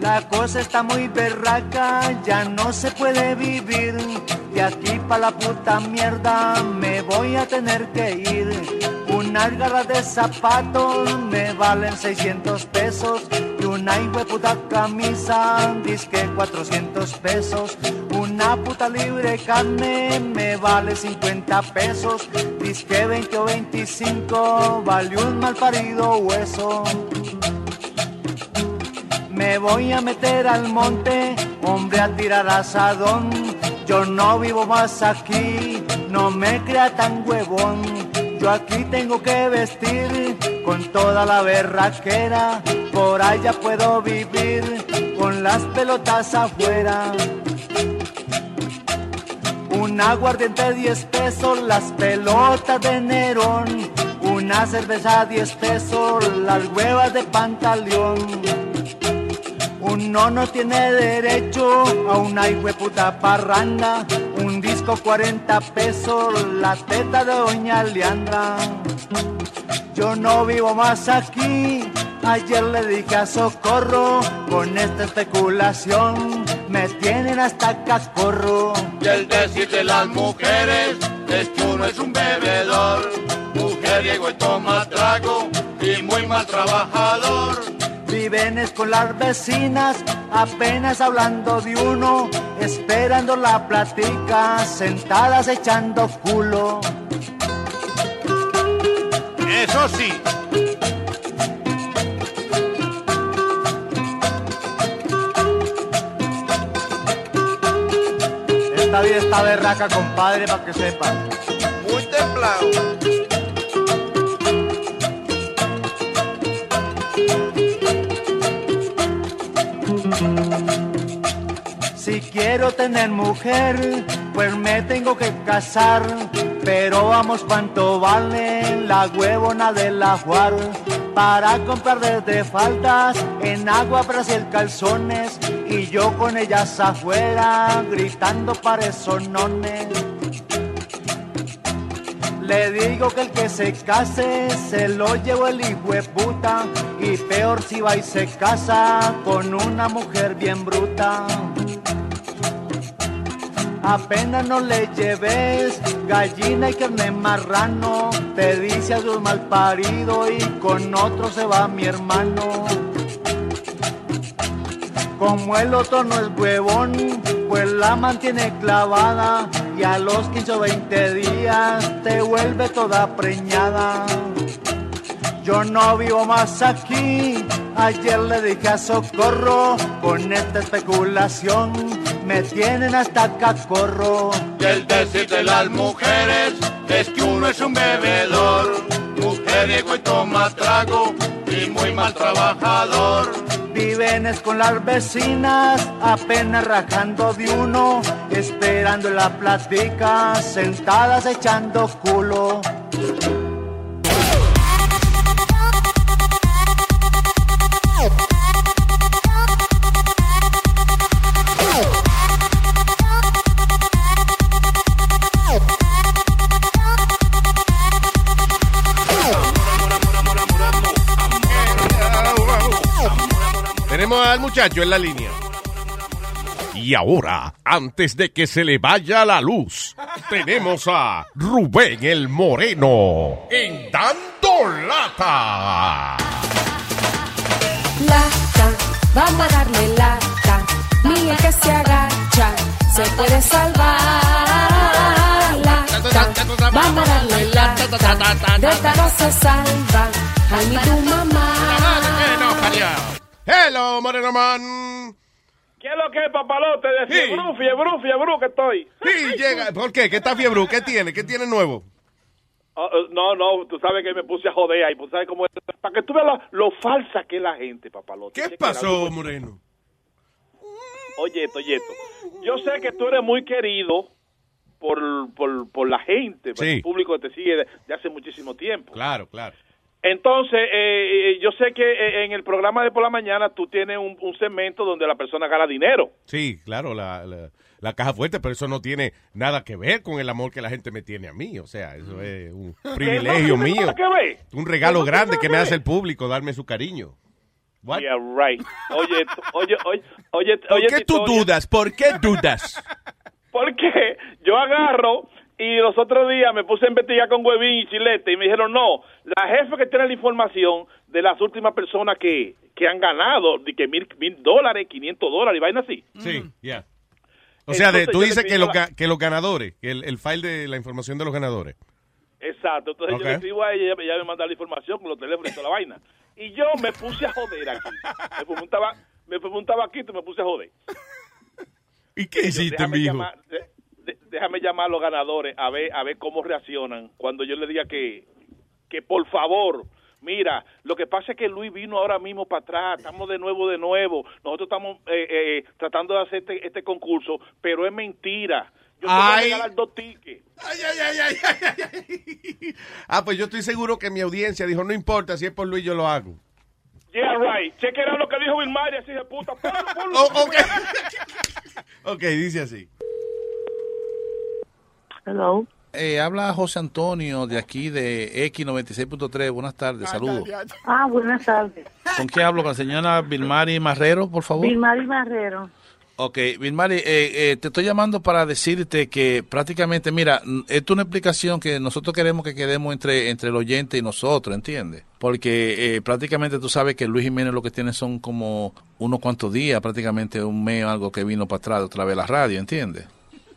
La cosa está muy berraca, ya no se puede vivir. De aquí pa' la puta mierda me voy a tener que ir. Una garra de zapatos me valen 600 pesos. Y una puta camisa, disque 400 pesos. Una puta libre carne me vale 50 pesos. Disque 20 o 25, vale un mal parido hueso. Me voy a meter al monte, hombre a tirar asadón. Yo no vivo más aquí, no me crea tan huevón. Yo aquí tengo que vestir con toda la berraquera. Por allá puedo vivir con las pelotas afuera. Un aguardiente de 10 pesos, las pelotas de Nerón. Una cerveza 10 pesos, las huevas de pantaleón. Uno no tiene derecho a una puta parranda, un disco 40 pesos, la teta de doña Leandra. Yo no vivo más aquí, ayer le dije a socorro, con esta especulación me tienen hasta cascorro. Y el decirle a las mujeres es que uno es un bebedor, mujeriego y toma trago y muy mal trabajador. Viven es con las vecinas, apenas hablando de uno, esperando la platica, sentadas echando culo. Eso sí. Esta vida está berraca, compadre, para que sepan. Muy templado. Si quiero tener mujer, pues me tengo que casar. Pero vamos, cuánto vale la huevona de la Juar. Para comprar desde faldas, en agua, el calzones. Y yo con ellas afuera, gritando para sonones. Le digo que el que se case se lo llevo el hijo de puta. Y peor si va y se casa con una mujer bien bruta. Apenas no le lleves gallina y carne marrano, te dice a un mal parido y con otro se va mi hermano. Como el otro no es huevón, pues la mantiene clavada y a los 15 o 20 días te vuelve toda preñada. Yo no vivo más aquí, ayer le dije a socorro, con esta especulación me tienen hasta cacorro. Y el decirle a las mujeres es que uno es un bebedor, mujeriego y toma trago y muy mal trabajador. Viven es con las vecinas, apenas rajando de uno, esperando la platica, sentadas echando culo. Tenemos al muchacho en la línea. Y ahora, antes de que se le vaya la luz, tenemos a Rubén el Moreno en Dando Lata. Lata, vamos a darle lata. Mía que se agacha, se puede salvar. Lata, vamos a darle lata. De esta no se salva, a mí tu mamá. Hello, Moreno Man. ¿Qué es lo que es, papalote? De fiebrú, fiebrú, fiebrú que estoy. Sí, llega. ¿Por qué? ¿Qué está fiebre? ¿Qué tiene? ¿Qué tiene nuevo? Oh, oh, no, no, tú sabes que me puse a joder ahí. pues, ¿sabes cómo es? Para que tú veas lo, lo falsa que es la gente, papalote. ¿Qué pasó, pues. Moreno? Oye, esto, oye, esto. Yo sé que tú eres muy querido por, por, por la gente, por Sí. el público que te sigue de, de hace muchísimo tiempo. Claro, claro. Entonces, eh, eh, yo sé que eh, en el programa de por la mañana tú tienes un, un segmento donde la persona gana dinero. Sí, claro, la, la- la caja fuerte, pero eso no tiene nada que ver con el amor que la gente me tiene a mí. O sea, eso es un privilegio no Mm. tiene mío. nada que ver. Un regalo No tiene grande nada que que me ver. hace el público, darme su cariño. Yeah, right. Oye, esto, oye, oye, oye. ¿Por oye qué esta tú historia. dudas? ¿Por qué dudas? Porque yo agarro y los otros días me puse a investigar con Huevín y Chilete y me dijeron, no, la jefe que tiene la información de las últimas personas que, que han ganado, de que mil, mil dólares, 500 dólares y vaina así. Sí, ya. O sea, de- Entonces, tú yo le dices pido que a los, la- ga- que los ganadores, que el, el file de la información de los ganadores. Exacto, entonces Ok. yo le escribo a ella y ella- ella me manda la información con los teléfonos y toda la vaina. Y yo me puse a joder aquí. Me fumé un, taba- me fumé un tabaquito y me puse a joder. ¿Y qué hiciste, déjame mijo? llamar- de- de- déjame llamar a los ganadores a ver a ver cómo reaccionan cuando yo le diga que que por favor mira lo que pasa es que Luis vino ahora mismo para atrás estamos de nuevo de nuevo nosotros estamos eh, eh, tratando de hacer este, este concurso pero es mentira yo te voy a Ay. regalar dos tickets Ah, pues yo estoy seguro que mi audiencia dijo, no importa, si es por Luis yo lo hago. yeah right cheque era lo que dijo Vilmar así de puta ponlo, ponlo. Oh, Ok, dice así. Hello. Eh, habla José Antonio de aquí de X96.3. Buenas tardes, saludos. Ah, buenas tardes. ¿Con quién hablo? ¿Con la señora Vilmari Marrero, por favor? Vilmari Barrero. Ok, Vilmari, eh, eh, te estoy llamando para decirte que prácticamente, mira, mm, esto es una explicación que nosotros queremos que quedemos entre, entre el oyente y nosotros, ¿entiendes? Porque eh, prácticamente tú sabes que Luis Jiménez lo que tiene son como unos cuantos días, prácticamente un mes o algo que vino para atrás otra vez a la radio, ¿entiendes?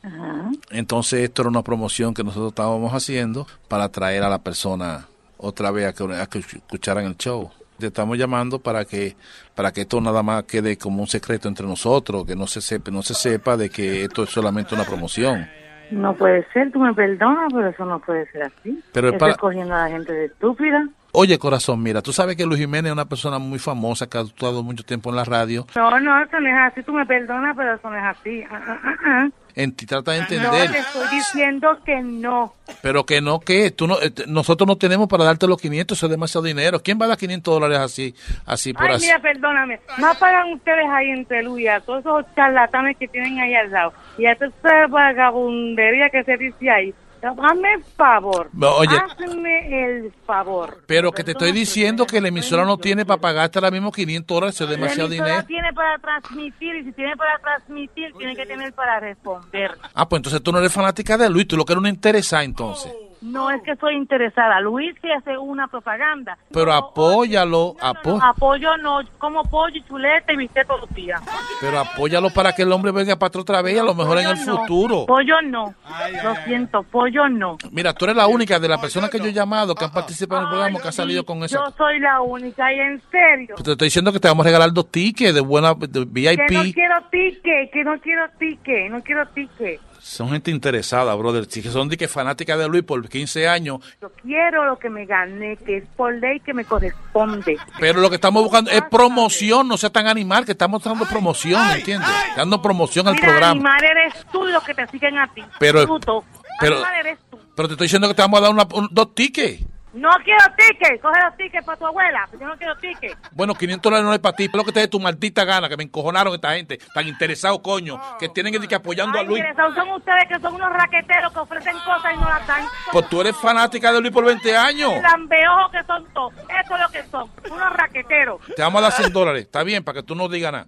Ajá. Entonces esto era una promoción que nosotros estábamos haciendo para atraer a la persona otra vez a que, a que escucharan el show. Te estamos llamando para que para que esto nada más quede como un secreto entre nosotros, que no se sepa, no se sepa de que esto es solamente una promoción. No puede ser, tú me perdonas, pero eso no puede ser así. Pero es Eso para- es cogiendo a la gente de estúpida. Oye, corazón, mira, tú sabes que Luis Jiménez es una persona muy famosa que ha actuado mucho tiempo en la radio. No, no, eso no es así, tú me perdonas, pero eso no es así. Ah, ah, ah, ah. En ti trata de No, te entender, estoy diciendo que no. pero que no, que tú no, eh, t- nosotros no tenemos para darte los 500, eso es demasiado dinero. ¿Quién va a dar 500 dólares así, así por Ay, así? mira, perdóname. Más pagan ustedes ahí en Teluya, todos esos charlatanes que tienen ahí al lado. Y esta esa vagabundería que se dice ahí. Hazme el favor. No, oye. Hazme el favor. Pero que te estoy diciendo que la emisora no tiene para pagarte ahora mismo 500 dólares, eso es demasiado La emisora dinero. tiene para transmitir y si tiene para transmitir, tiene que tener para responder. Ah, pues entonces tú no eres fanática de Luis, tú lo que eres una interesada entonces. No es que soy interesada. Luis que hace una propaganda. Pero apóyalo, apó- Apoyo no, como pollo, y chuleta y bistec todos los días. pero apóyalo para que el hombre venga para atrás otra vez y a lo mejor en el Pollo no, futuro. Pollo no. Lo siento, pollo no. Mira, tú eres la única de las personas que yo he llamado que han participado en el programa que ha salido con eso. Yo soy la única y en serio. Te estoy diciendo que te vamos a regalar dos tickets de buena de Que no VIP. quiero tique, que no quiero tique, no quiero tique. Son gente interesada, brother. Si son de que fanática de Luis por 15 años, Yo quiero lo que me gané, que es por ley que me corresponde. Pero lo que estamos buscando Ah, es promoción, no sea tan animal, que estamos dando promoción, ¿entiendes? Dando promoción al Mira, programa. animal eres tú y los que te siguen a ti. Pero- Bruto. pero- Animal eres tú. Pero te estoy diciendo que te vamos a dar una- un- dos tickets. No quiero tickets. Coge los tickets para tu abuela. pues Yo no quiero tickets. Bueno, 500 dólares no es para ti, pero lo que te dé tu maldita gana, que me encojonaron esta gente, tan interesados, coño, Oh, que tienen que ir apoyando a Ah, Luis. Interesados son ustedes que son unos raqueteros que ofrecen cosas y no las dan. Pues tú eres fanática de Luis por 20 años. Lambeojos que son todos. Eso es lo que son. Unos raqueteros. Te vamos a dar 100 dólares, está bien, para que tú no digas nada.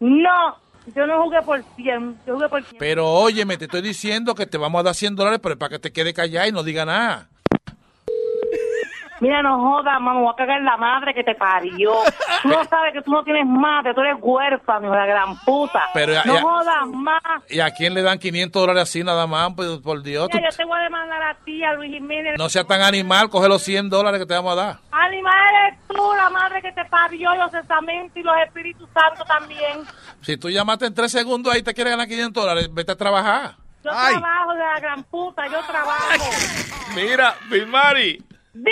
No. Yo no jugué por 100, yo jugué por 100. Pero óyeme, te estoy diciendo que te vamos a dar 100 dólares, pero es para que te quede callada y no diga nada. Mira, no jodas, mamá, voy a cagar la madre que te parió. Tú no sabes que tú no tienes madre, tú eres huérfano, la gran puta. Pero ya- no ya- jodas más. ¿Y a quién le dan 500 dólares así nada más? Pues, por Dios, tú- Mira, yo te voy a demandar a ti, a Luis Jiménez. no seas tan animal, coge los 100 dólares que te vamos a dar. Animal eres tú, la madre que te parió, y los estamentos y los espíritus santos también. Si tú llamaste en 3 segundos ahí te quieres ganar 500 dólares, vete a trabajar. Yo trabajo de la gran puta, yo trabajo. Mira, Bill Mari. Dime,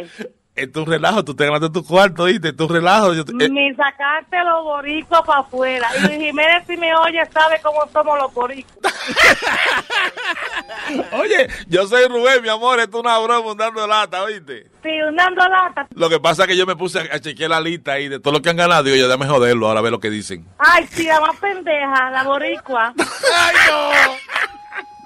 Eh. Es tu relajo, tú te ganaste tu cuarto, ¿viste? Tu relajo. yo te- eh, ni sacarte los boricos para afuera. Y Luis Jiménez, si me oye, sabe cómo somos los boricos. Oye, yo soy Rubén, mi amor, esto es una broma, un dando lata, ¿viste? Sí, unando lata. Lo que pasa es que yo me puse a chequear la lista ahí de todo lo que han ganado. Digo, ya déjame joderlo, ahora ve lo que dicen. Ay, sí, la más pendeja, la boricua. Ay,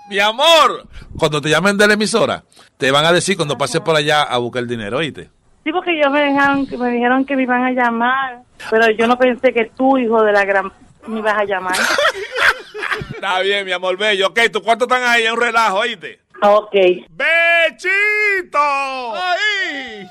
Mi amor, cuando te llamen de la emisora, te van a decir cuando pases por allá a buscar el dinero, ¿oíste? Sí, porque ellos me, dejaron, me dijeron que me iban a llamar, pero yo no pensé que tú, hijo de la gran... me ibas a llamar. Está bien, mi amor, bello. Ok, ¿tus cuartos están ahí? Es un relajo, ¿oíste? Ok. ¡Bechito! ¡Ahí!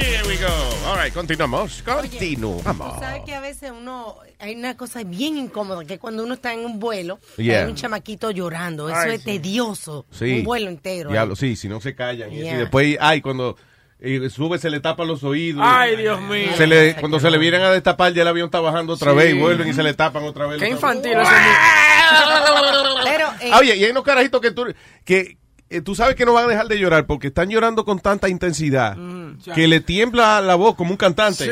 Here we go. All right, continuamos. Tú Continuamos. sabes que a veces uno, hay una cosa bien incómoda, que cuando uno está en un vuelo, Yeah. hay un chamaquito llorando. Eso Ay, es sí. tedioso. Sí. Un vuelo entero. ¿eh? Diablo, sí, si no se callan. Y, eso, y Yeah. después, ay, cuando eh, sube se le tapa los oídos. Ay, Dios mío. Se le, cuando se le vienen a destapar, ya el avión está bajando otra Sí. vez y vuelven y se le tapan otra vez. Qué Otra vez. infantil ese niño. Pero, eh, Ah, Oye, y hay unos carajitos que tú, que, eh, tú sabes que no van a dejar de llorar porque están llorando con tanta intensidad Mm. que le tiembla la voz como un cantante.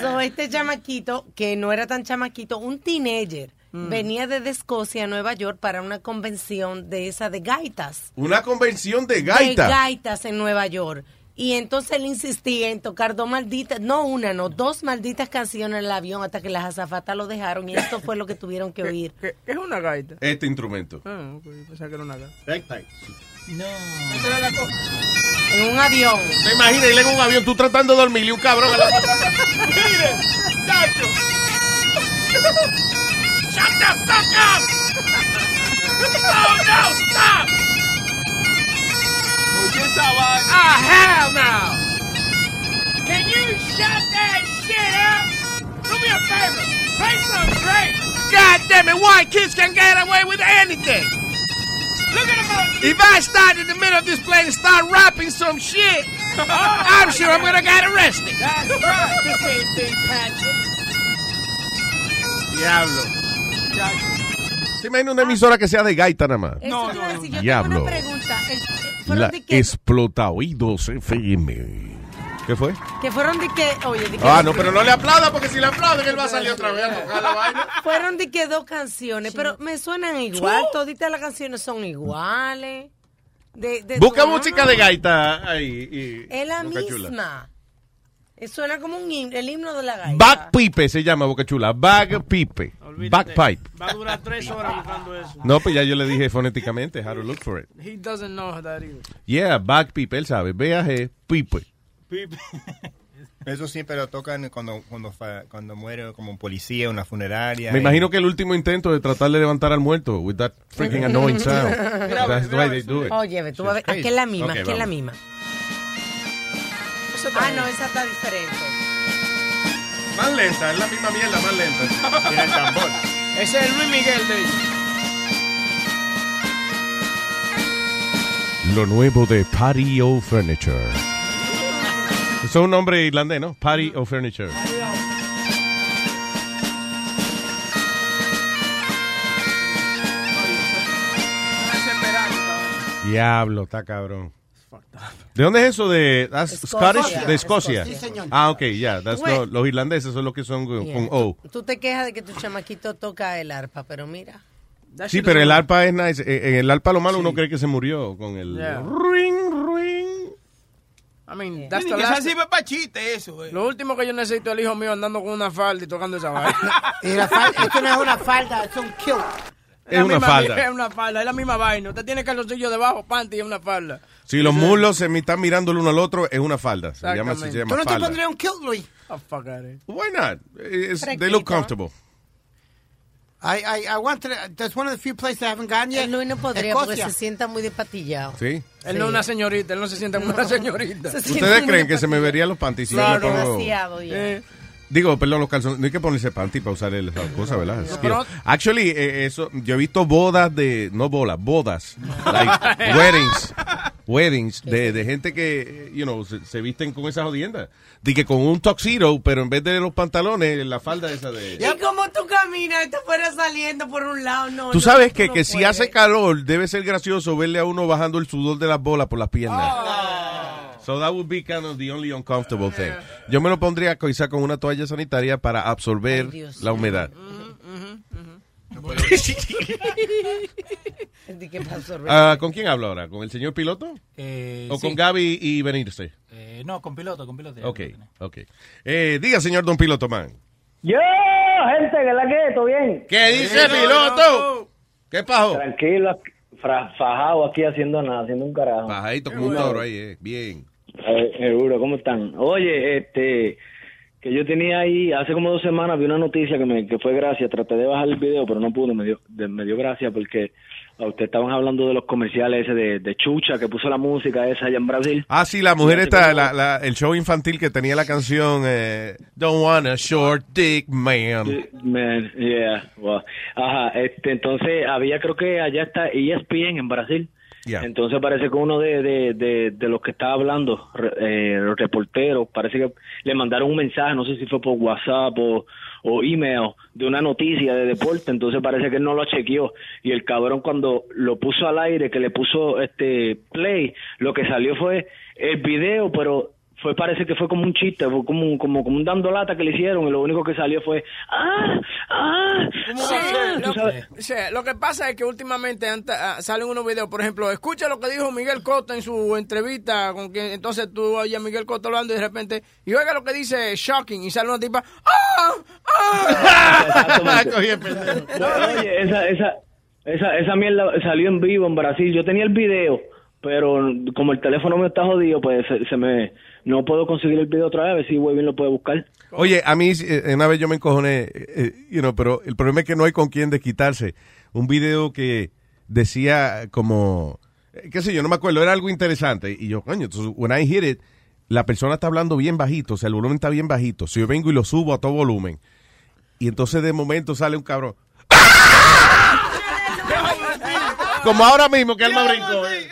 So, este chamaquito, que no era tan chamaquito, un teenager, venía desde Escocia a Nueva York para una convención de esa de gaitas. Una convención de gaitas. De gaitas en Nueva York. Y entonces él insistía en tocar dos malditas, no una, no, dos malditas canciones en el avión hasta que las azafatas lo dejaron y esto fue lo que tuvieron que oír. ¿Qué, qué es una gaita? Este instrumento. Ah, ok, pensaba que era una gaita. No. En un avión. ¿Te imaginas? Él en un avión, tú tratando de dormir y un cabrón. a la- Mire, chacho. Shut the fuck up. Oh no, stop. Oye esa vaina. Ah, hell no. Can you shut that shit up? Do me a favor. Play some Drake. God damn it, white kids can get away with anything. Look at him. If I start in the middle of this plane and start rapping some shit, I'm sure I'm gonna get arrested. That's right. The same thing, Patrick. Diablo. ¿Te imaginas una emisora que sea de gaita nada más? No, no, no. Diablo. Una pregunta, el- eh, fueron La de que, explota oídos FM. ¿Qué fue? que fueron de que, oye, de que- Ah, no, pero no le aplauda porque si le aplauden él va a salir otra vez a tocar la vaina. Fueron de que dos canciones, pero me suenan igual, toditas las canciones son iguales. De, de- Busca no, música no. de gaita ahí. y- Es la Boca Chula. misma. Eh, Suena como un himno, el himno de la gaita. Bagpipe se llama Boca Chula. Bagpipe. Bagpipe. Va a durar tres horas buscando eso. No, pues ya yo le dije fonéticamente how to look for it. He doesn't know that either. Yeah, bagpipe, él sabe. B-A-G, pipe. Eso siempre lo tocan cuando, cuando, fa- cuando muere como un policía, una funeraria. Me y- imagino que el último intento de tratar de levantar al muerto with that freaking annoying sound. That's the way they do it. Oye, ve, tú vas a ver, crazy. aquí es la misma, Ok, aquí es la vamos. misma. Ah, no, esa está diferente. Más lenta, es la misma mierda, más lenta. Tiene el tambor. Ese es Luis Miguel de ellos. Lo nuevo de Patio Furniture. Eso es un nombre irlandés, ¿no? Patio Furniture. Diablo, está cabrón. ¿De dónde es eso? ¿De that's Escocia. Scottish? ¿De Escocia? Sí, señor. Ah, ok, ya. that's Tú ves. lo- los irlandeses son los que son con, Yeah. con O. Tú te quejas de que tu chamaquito toca el arpa, pero mira. That Sí, shit pero is- el arpa es nice. Eh, En el arpa lo malo uno cree que se murió con el... Yeah. Ring, ring. I mean, that's that's the the last- para chiste eso, eh. Lo último que yo necesito el hijo mío andando con una falda y tocando esa vaina. Y la falda, esto no es una falda, es un kilt. Es una falda. Es una falda, es la misma vaina. Usted tiene calzoncillo debajo, panty y es una falda. Si los mulos se me están mirando el uno al otro, es una falda. Se llama, Exactamente. se llama falda. un kilt, Luis? Oh, fuck out it. Why not? It's- they look comfortable. I, I, I want to, that's one of the few places I haven't gone yet. Luis no podría porque Escocia. se sienta muy despatillado. ¿Sí? Él no es una señorita, él no se siente como una señorita. ¿Ustedes creen que se me verían los panties si yo me Claro. Eh. pongo- Demasiado ya. Digo, perdón, los calzones. No hay que ponerse panty para usar el- esa cosa, ¿verdad? Es que- pero- Actually, eh, eso, yo he visto bodas de. No bolas, bodas. Like, weddings. Weddings de, de gente que, eh, you know, se, se visten con esas jodiendas. De que con un tuxedo, pero en vez de los pantalones, la falda esa de. Y como tú caminas, y te fuera saliendo por un lado, no. Tú no, sabes que, no que si puedes. hace calor, debe ser gracioso verle a uno bajando el sudor de las bolas por las piernas. So that would be kind of the only uncomfortable thing. Yo me lo pondría quizá con una toalla sanitaria para absorber Ay, Dios. la humedad. Di que pasó, Rubén. Ah, ¿Con quién hablo ahora? ¿Con el señor piloto? Eh, ¿O sí. con Gaby y venirse? Eh, no, con piloto, con piloto. Ok, ok. Eh, diga, señor don piloto, man. Yo, ¡Oh, gente, que la que, ¿todo bien? ¿Qué dice el piloto? ¿Qué pajo? Tranquilo, aquí, fra- fajado aquí haciendo nada, haciendo un carajo. Eh, Fajadito como un toro ahí, eh. Bien. seguro, ¿cómo están? Oye, este, que yo tenía ahí, hace como dos semanas vi una noticia que me que fue gracia, traté de bajar el video, pero no pude, me dio, de- me dio gracia porque a usted estaban hablando de los comerciales ese de, de Chucha, que puso la música esa allá en Brasil. Ah, sí, la mujer está, la- la- el show infantil que tenía la canción eh, Don't want a short dick man. Man, yeah, wow. Ajá, este, entonces había, creo que allá está E ESPN en Brasil. Yeah. Entonces parece que uno de, de, de, de los que estaba hablando, re- eh, los reporteros, parece que le mandaron un mensaje, no sé si fue por WhatsApp o, o email, de una noticia de deporte, entonces parece que él no lo chequeó. Y el cabrón cuando lo puso al aire, que le puso este play, lo que salió fue el video, pero fue parece que fue como un chiste, fue como un, como, como un dando lata que le hicieron y lo único que salió fue ah, ah, Sí, ah", tú lo, sabes. Eh. sí, lo que pasa es que últimamente anta- ah, salen unos videos, por ejemplo, escucha lo que dijo Miguel Cota en su entrevista, con que entonces tú oyes a Miguel Cota hablando y de repente, y oiga lo que dice Shocking, y sale una tipa, ¡ah! Exactamente. Oye, esa, esa, esa, esa mierda salió en vivo en Brasil. Yo tenía el video, pero como el teléfono me está jodido, pues se, se me no puedo conseguir el video otra vez. A ver si Webin lo puede buscar. Oye, a mí eh, una vez yo me encojoné, eh, eh, you know, pero el problema es que no hay con quién desquitarse. Un video que decía como, eh, qué sé yo, no me acuerdo, era algo interesante. Y yo, coño, entonces, when I hear it, la persona está hablando bien bajito, o sea, el volumen está bien bajito. Si yo vengo y lo subo a todo volumen, y entonces de momento sale un cabrón. Como ahora mismo que él me brincó. eh.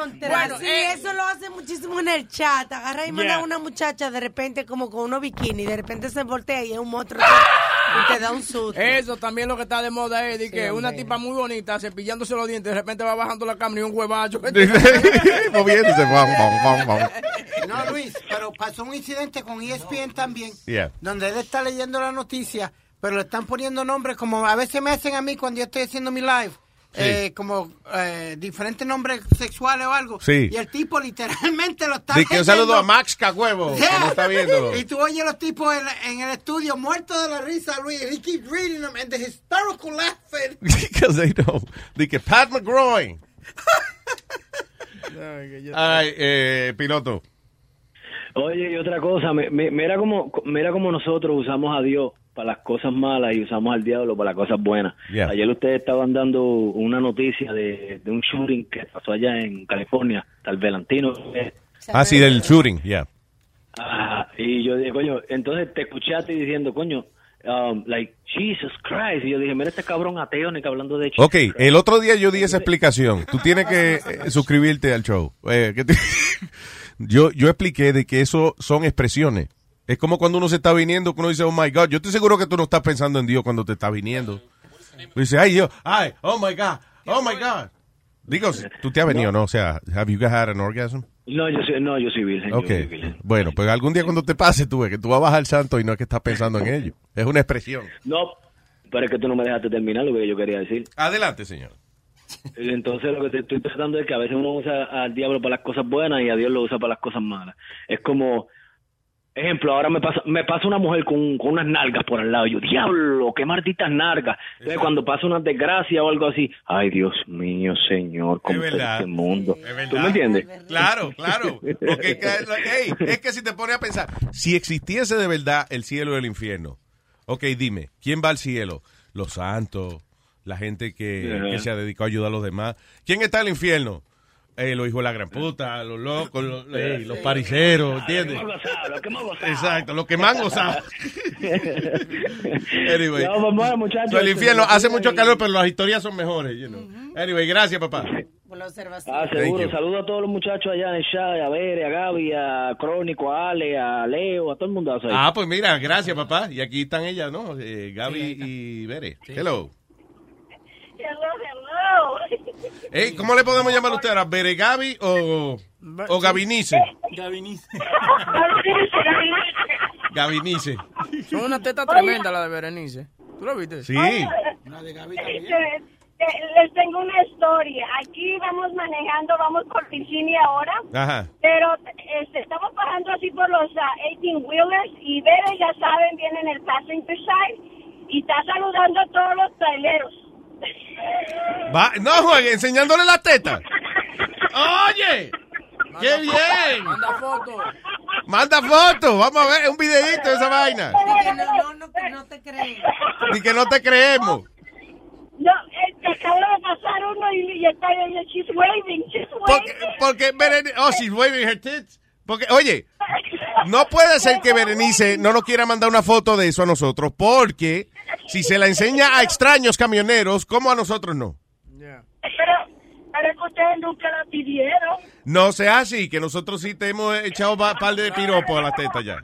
Contra, sí, eh. eso lo hace muchísimo en el chat. Agarra y manda a una muchacha de repente como con unos bikini, de repente se voltea y es un monstruo y te da un susto. ¡Ah! Eso también lo que está de moda es de que una tipa muy bonita cepillándose los dientes, de repente va bajando la cámara y un huevazo. Moviéndose. bom, bom, bom, bom. No, Luis, pero pasó un incidente con E ESPN también, Yeah. donde él está leyendo la noticia, pero le están poniendo nombres como a veces me hacen a mí cuando yo estoy haciendo mi live. Sí. eh, como eh, diferentes nombres sexuales o algo. Sí. Y el tipo literalmente lo está Di que un saludo leyendo. a Max Cagüevo, que no está viéndolo. Y tú oyes los tipos en, en el estudio muertos de la risa, Luis. and He keeps reading them and the hysterical laughing. Because they know. Di que Pat McGroin. Ay, eh, piloto. Oye, y otra cosa, mi- mi- mira como mira como nosotros usamos a Dios para las cosas malas y usamos al diablo para las cosas buenas. Yeah. Ayer ustedes estaban dando una noticia de, de un shooting que pasó allá en California, tal eh, Velantino. Ah, sí, del shooting, ya. Ah, y yo dije, coño, entonces te escuché a ti diciendo, coño, um, like, Jesus Christ. Y yo dije, mira este cabrón ateo, ni que hablando de Ok, el otro día yo di esa explicación. Tú tienes que eh, suscribirte al show. Eh, que te- yo, yo expliqué de que eso son expresiones. Es como cuando uno se está viniendo, que uno dice, oh my God, yo estoy seguro que tú no estás pensando en Dios cuando te estás viniendo. Tú dices, ay, yo, ay, oh my God, oh my God. Digo, si- tú te has venido, ¿no? O sea, ¿have you had an orgasm? No, yo soy, no, yo soy virgen. yo Ok, soy virgen. bueno, pues algún día cuando te pase, tú ves que tú vas a bajar santo y no es que estás pensando en ello. Es una expresión. No, Pero es que tú no me dejaste terminar lo que yo quería decir. Adelante, señor. Y Entonces lo que te estoy tratando es que a veces uno usa al diablo para las cosas buenas y a Dios lo usa para las cosas malas. Es como, ejemplo, ahora me pasa, me pasa una mujer con, con unas nalgas por al lado. Yo, diablo, qué malditas nalgas. Entonces cuando pasa una desgracia o algo así, ay Dios mío, Señor, cómo Es está verdad. este mundo. ¿Tú me verdad. entiendes? Claro, claro. Porque es que- hey, es que si te pones a pensar, si existiese de verdad el cielo y el infierno, ok, dime, ¿quién va al cielo? Los santos, la gente que, Ajá. que se ha dedicado a ayudar a los demás. ¿Quién está en el infierno? Eh, los hijos de la gran puta, los locos, los, eh, los pariseros, ¿entiendes? Exacto, los que más han gozado. anyway. No, pues, bueno, muchachos, So, el infierno este, hace mucho calor, pero las historias son mejores. you know. Anyway, gracias, papá. Por la observación. Ah, seguro. Saludo a todos los muchachos allá en el chat, a Bere, a Gaby, a Crónico, a Ale, a Leo, a todo el mundo. ahí. Ah, pues mira, gracias, papá. Y aquí están ellas, ¿no? Eh, Gaby y Bere. Hello. Hello, hello. Hey, Eh, ¿Cómo le podemos llamar a usted? ¿A Bere Gaby o, o Gabinice? Gabinice. Gabinice. Son una teta tremenda la de Berenice. ¿Tú lo viste? Sí. Una de Gaby Te- te- Este, Les tengo una historia. Aquí vamos manejando, vamos por Virginia ahora, Ajá. pero este, estamos pasando así por los 18-wheelers y Vera, ya saben, viene en el passenger side y está saludando a todos los traileros. Va, no, enseñándole la teta. Oye, qué bien. Manda foto. Manda foto. Vamos a ver un videito de esa vaina. no, no, no te crees. Y que no te creemos. No, este, acaba de pasar uno y, y está ella, she's waving, she's waving. Porque, porque Berenice, oh, she's waving her tits. Porque, oye, no puede ser que Berenice no nos quiera mandar una foto de eso a nosotros, porque si se la enseña a extraños camioneros, ¿cómo a nosotros no? Pero, pero es que ustedes nunca la pidieron. No sea así, que nosotros sí te hemos echado un par de piropos a la teta ya.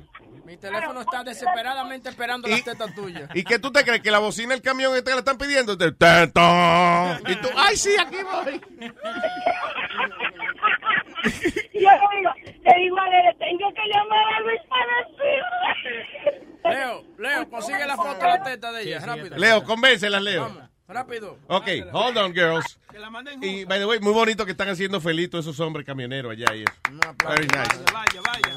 Mi teléfono está desesperadamente esperando las tetas tuyas. ¿Y qué tú te crees? ¿Que la bocina del camión este que la están pidiendo? Te- teta. Y tú, ¡ay, sí, aquí voy! Y yo le digo, le digo a Leo, tengo que llamar a Luis para decirle. Leo, Leo, consigue la foto de la teta de ella, rápido. Leo, convéncelas, Leo. Rápido. Ok, hold on, girls. Que la manden Y, by the way, muy bonito que están haciendo feliz todos esos hombres camioneros allá y eso. Very nice. Vaya, vaya.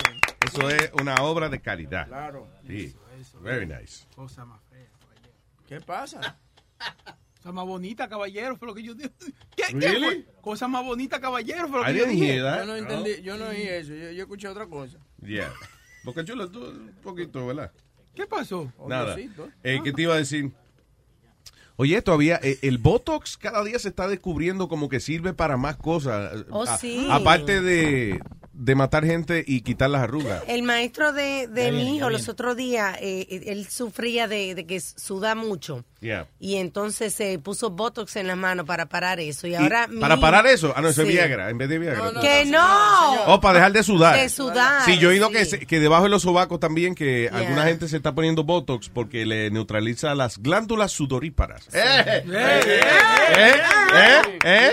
Eso es una obra de calidad. Claro. Sí. Very nice. Cosa más fea. ¿Qué pasa? Cosa más bonita, caballero, fue lo que yo dije. ¿Qué, qué Really? fue? Cosa más bonita, caballero, fue lo I que yo didn't dije. hear that. Yo no entendí, yo no oí eso, yo, yo escuché otra cosa. Yeah. Boca Chula, tú un poquito, ¿verdad? ¿Qué pasó? Nada. Ah. Eh, ¿Qué te iba a decir? Oye, todavía eh, el Botox cada día se está descubriendo como que sirve para más cosas. Oh, A- sí. Aparte de, de matar gente y quitar las arrugas. El maestro de, de Ya viene, mi ya hijo los viene. otros días, eh, eh, él sufría de, de que suda mucho. Yeah. Y entonces se puso Botox en las manos para parar eso. Y Y ahora mi- para parar eso, ah, no, eso es Sí. Viagra, en vez de Viagra. tú- que no. Oh, para dejar de sudar. De sudar. Sí, yo he oído que, se- que debajo de los sobacos también, que Yeah. alguna gente se está poniendo Botox porque le neutraliza las glándulas sudoríparas. ¿Eh? ¿Eh? ¿Eh? ¿Eh?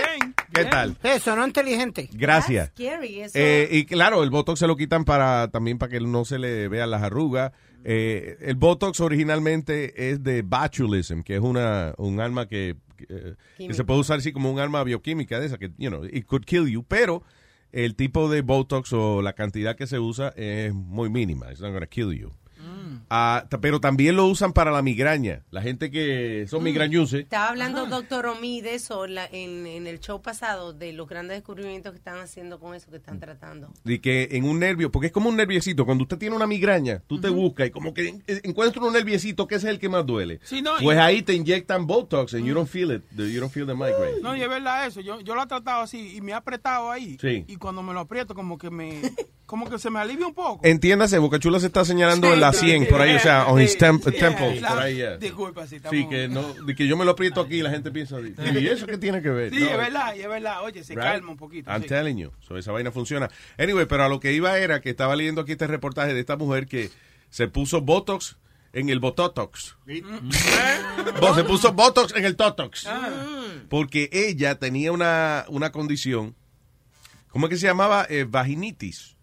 ¿Qué tal? Eso, no inteligente. Gracias. Scary, eso. Eh, y claro, el Botox se lo quitan para también para que no se le vean las arrugas. Eh, el Botox originalmente es de botulism, que es una un arma que, que, eh, que se puede usar así como un arma bioquímica de esa que you know, it could kill you, pero el tipo de Botox o la cantidad que se usa es muy mínima. It's not gonna kill you. Ah, t- pero también lo usan para la migraña. La gente que son migrañuses. Estaba hablando doctor Omi de eso la- en, en el show pasado, de los grandes descubrimientos que están haciendo con eso, que están tratando. De que en un nervio, porque es como un nerviecito, cuando usted tiene una migraña, tú te buscas y como que en- encuentra un nerviecito que ese es el que más duele. Sí, no, pues y- ahí te inyectan Botox and you don't feel it, you don't feel the migraine. No, y es verdad eso. Yo, yo lo he tratado así y me ha apretado ahí. Sí. Y cuando me lo aprieto, como que me. Como que se me alivia un poco. Entiéndase, Bocachula se está señalando en la 100 por ahí, o sea, on his temp- temples, por ahí. yeah. Disculpa, sí, estamos- Sí, que no, de que yo me lo aprieto aquí y la gente piensa, ¿y eso qué tiene que ver? Sí, Eh, No, es verdad, y es verdad. Oye, se Right? calma un poquito. I'm sí. telling you. So, esa vaina funciona. Anyway, pero a lo que iba era que estaba leyendo aquí este reportaje de esta mujer que se puso Botox en el Bototox. Mm. Bo- se puso Botox en el Totox. Porque ella tenía una, una condición, ¿cómo es que se llamaba? Eh, vaginitis.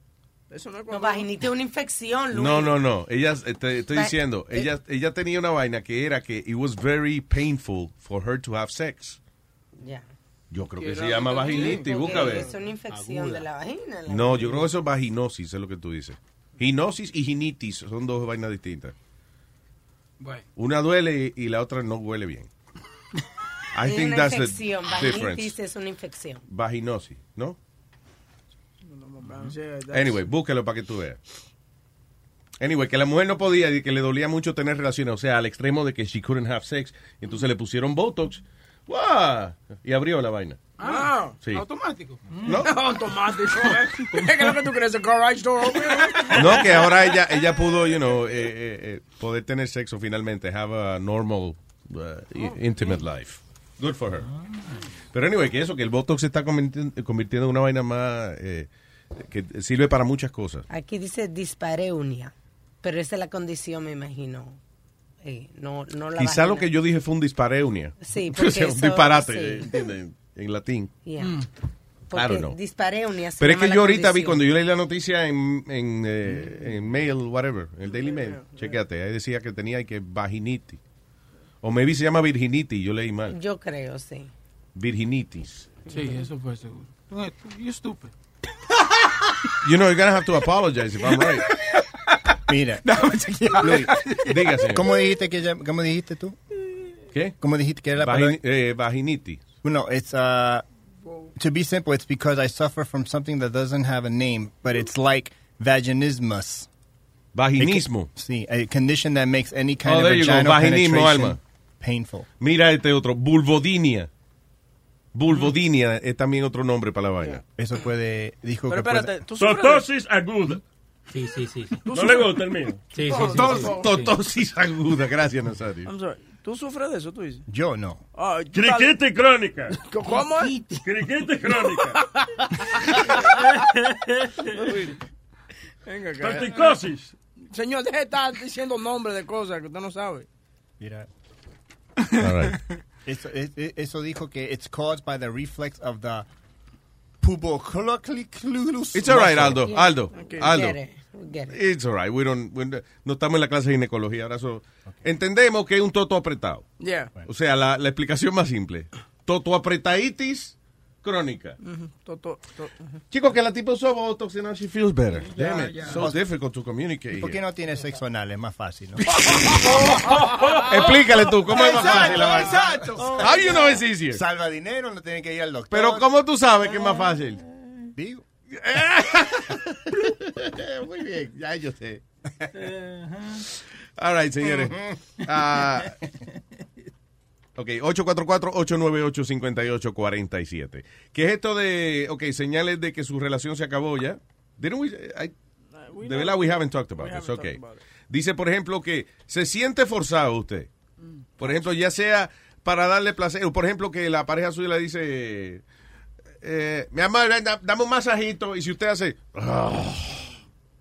Eso no es No, vaginita es una infección, Luis. No, no, no. Ella, eh, te estoy Va- diciendo, ella, ella tenía una vaina que era que it was very painful for her to have sex. Ya. Yo creo Que que se era llama algo vaginitis, porque busca a ver. Es una infección de la vagina. la- No, yo creo que eso es vaginosis, es lo que tú dices. Ginosis y ginitis son dos vainas distintas. Bueno. Una duele y la otra no huele bien. I es think una that's the infección. Vaginitis difference. es una infección. Vaginosis, ¿no? That's- Anyway, búscalo para que tú veas. Anyway, que la mujer no podía y que le dolía mucho tener relaciones, o sea, al extremo de que she couldn't have sex. Y entonces le pusieron Botox ¡guau! y abrió la vaina. Ah, Sí. Mm. automático. No. automático. eh. ¿Qué es lo que tú crees? ¿El garage door open? No, que ahora ella, ella pudo, you know, eh, eh, eh, poder tener sexo finalmente, have a normal, uh, Oh. i- intimate life. Good for her. Ah. Pero anyway, que eso, que el Botox se está convirti- convirtiendo en una vaina más eh, que sirve para muchas cosas. Aquí dice dispareunia, pero esa es la condición, me imagino. Eh, no, no la Quizá vagina. lo que yo dije fue un dispareunia. Sí, porque O sea, un eso- disparate, sí. eh, ¿entiendes? En latín. Yeah. Mm. Porque I don't know. dispareunia se Pero es llama que la yo ahorita vi, condición. cuando yo leí la noticia en, en, eh, en Mail, whatever, el Daily Mail, Mm. chequéate, ahí decía que tenía que vaginitis. O maybe se llama virginitis, yo leí mal. Yo creo, sí. Virginitis. Sí, eso fue seguro. Pues, No, You stupid. You know, you're gonna have to apologize if I'm right. Mira. Luis, Diga, señor. ¿Cómo dijiste, que, llam- ¿Cómo dijiste tú? ¿Qué? ¿Cómo dijiste que era la palabra? Vagin- eh, vaginitis. No, it's, uh, to be simple, it's because I suffer from something that doesn't have a name, but it's like vaginismus. Vaginismo. See, a condition that makes any kind Oh, of there you go. vaginal Vaginismo, penetration Alma. painful. Mira este otro, bulvodinia. Bulvodinia es también otro nombre para la vaina. Eso puede, dijo Pero espérate, tú sufres de- Totosis aguda. Sí, sí, sí. ¿Tú No le sufres- gusta el mío. Sí, Totosis aguda, gracias Nazario. I'm sorry. ¿Tú sufres de eso, tú dices? Yo no. Ah, tú tal- Criquete crónica. ¿Cómo es? Criquete crónica. Venga, acá. Torticosis. Señor, deje de estar diciendo nombres de cosas que usted no sabe. Mira. All right. Eso, es- es- eso dijo que it's caused by the reflex of the pubocluclus. It's all right, Aldo. muscle. Aldo. Okay. Aldo. Get it. Get it. It's all right. We don't, we don't- no estamos en la clase de ginecología. Ahora so- Entendemos que es un toto apretado. Yeah. O sea, la, la explicación más simple. Toto apretaditis crónica. Ujú, to- to- to- ujú. Chicos, que la tipa usó Botox y now she feels better. Ya, Damn it. ya. So difficult to communicate. ¿Por qué here. no tiene sexo anal? Es más fácil, ¿no? Explícale tú, ¿cómo es más fácil la vaina? Exacto. How you know it's easier? Salva dinero, no tiene que ir al doctor. Pero ¿cómo tú sabes que es más fácil? Digo. Muy bien, ya yo sé. All right, señores. Ah, ok, 844-898-5847. ¿Qué es esto de, ok, señales de que su relación se acabó ya? Didn't we- I- de verdad, Uh, we haven't talked about this. Ok. Dice, por ejemplo, que se siente forzado usted. Por ejemplo, ya sea para darle placer. o Por ejemplo, que la pareja suya le dice, eh, mi amor, ven, da- dame un masajito. Y si usted hace... "Ah,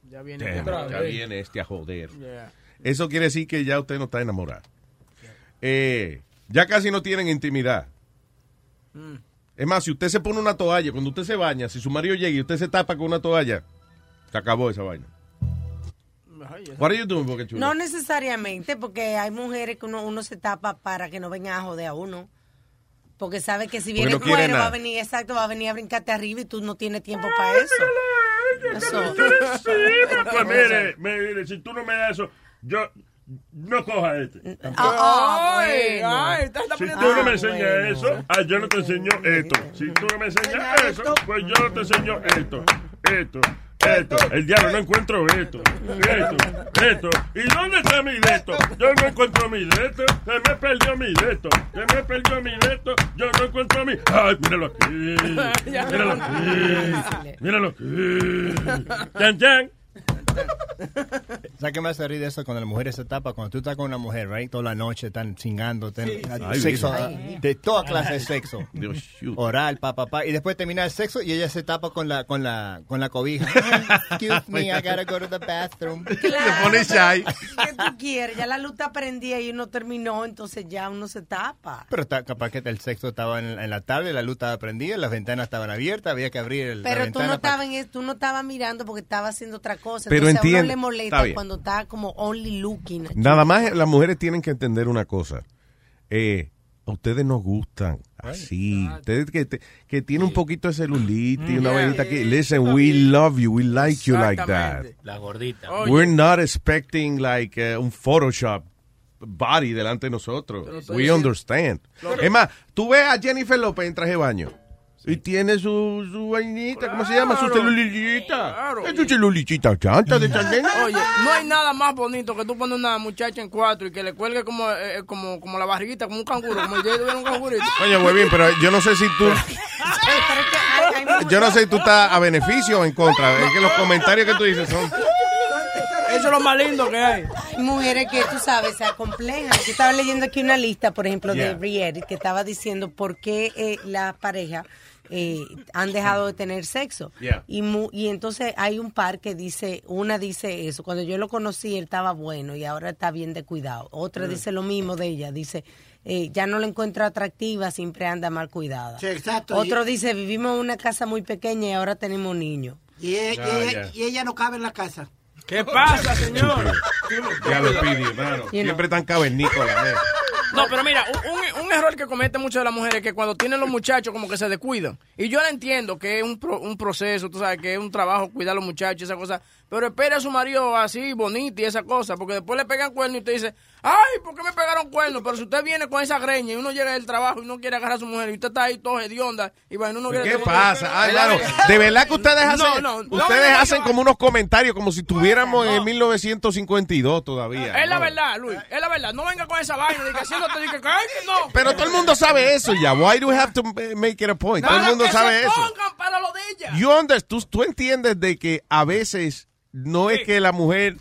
Ya viene damn, otra ya vez. viene este a joder. Yeah. Eso quiere decir que ya usted no está enamorado. Eh, ya casi no tienen intimidad. Mm. Es más, si usted se pone una toalla, cuando usted se baña, si su marido llega y usted se tapa con una toalla, se acabó esa vaina. What are you doing, Boca Chula? No necesariamente, porque hay mujeres que uno, uno se tapa para que no vengan a joder a uno. Porque sabe que si Porque viene no quiere cuero va a nada. Ah, venir, exacto, va a venir a brincarte arriba y tú no tienes tiempo para eso. Eso. Sí, pues mire, me- mire, si tú no me das eso, yo no coja este. ah, Ay, bueno. ay, estás- estás si tú poniendo- no me Ah, enseñas bueno. eso, ah, yo no te enseño esto. Si tú no me enseñas eso, pues yo no te enseño esto, esto, esto. El diablo no encuentro esto, esto, esto. ¿Y dónde está mi deto? Yo no encuentro mi deto. Se me perdió mi deto. Se me perdió mi deto. Yo no encuentro mi. Ay, míralo aquí. Míralo aquí. Míralo aquí. Chan, chan. ¿Sabes qué me hace reír de eso cuando la mujer se tapa? Cuando tú estás con una mujer, right? Toda la noche están chingando, ten- Sí. Ay, sexo, ah, Virgen. de toda clase de sexo. Dios, shoot. Oral, pa, pa, pa. Y después termina el sexo y ella se tapa con la, con la, con la cobija. Excuse me, I gotta go to the bathroom. Claro, pone shy. ¿Qué tú quieres? Ya la luz está prendida y uno terminó, entonces ya uno se tapa. Pero está, capaz que el sexo estaba en, en la tarde, la luz estaba prendida, las ventanas estaban abiertas, había que abrir el, la Pero tú ventana. no para- estabas en es- tú no estabas mirando porque estabas haciendo otra cosa. Pero entonces a uno entiende- está le molesta bien. cuando está como only looking. Nada más las mujeres tienen que entender una cosa. Eh, a ustedes nos gustan así. Ustedes que, te- que tiene un poquito de celulitis, una vainita aquí. Listen, we love you, we like you like that. La gordita. We're not expecting like eh, un Photoshop body delante de nosotros. estoy We diciendo- understand. Lo- Es más, tú ves a Jennifer López en traje de baño. Y tiene su, su vainita, ¿cómo se llama? Su celulilita. Es su celulichita chanta de esa nena. Oye, no hay nada más bonito que tú pones una muchacha en cuatro y que le cuelgue como, eh, como, como la barriguita, como un canguro, como yo tuviera un cangurito. Coño, huevín, pero yo no sé si tú... Yo no sé si tú estás a beneficio o en contra. Es que los comentarios que tú dices son... Eso es lo más lindo que hay. Mujeres que tú sabes se acomplejan. Yo estaba leyendo aquí una lista, por ejemplo, de Yeah. Re-Edit que estaba diciendo por qué eh, las parejas eh, han dejado de tener sexo. Yeah. Y, mu- y entonces hay un par que dice, una dice eso, cuando yo lo conocí él estaba bueno y ahora está bien de cuidado. Otra Mm. dice lo mismo de ella, dice, eh, ya no la encuentro atractiva, siempre anda mal cuidada. Sí, exacto. Otro Y- dice, vivimos en una casa muy pequeña y ahora tenemos niños. Y, e- y Ah, ella, y ella no cabe en la casa. ¿Qué pasa, señor? Ya lo pide, hermano. Siempre tan cavernícola. ¿eh? No, pero mira, un, un- un error que cometen muchas de las mujeres es que cuando tienen los muchachos como que se descuidan. Y yo la entiendo que es un, pro- un proceso, tú sabes, que es un trabajo cuidar a los muchachos, esa cosa. Pero espera a su marido así, bonito y esa cosa, porque después le pegan cuernos y usted dice, ay, ¿por qué me pegaron cuernos? Pero si usted viene con esa greña y uno llega del trabajo y no quiere agarrar a su mujer y usted está ahí todo hedionda y bueno, uno quiere... ¿Qué pasa? Ay, claro. De verdad que ustedes No, hacen, no, no, ustedes no, no, hacen como unos comentarios como si estuviéramos en 1952 todavía. Es la verdad, Luis, es la verdad. No venga con esa vaina, de que haciéndote, de que, ay, que no. Pero todo el mundo sabe eso ya. Why do we have to make it a point? Todo el Para mundo que sabe se eso. pongan para lo de ella. You under- tú, tú entiendes de que a veces no es que la mujer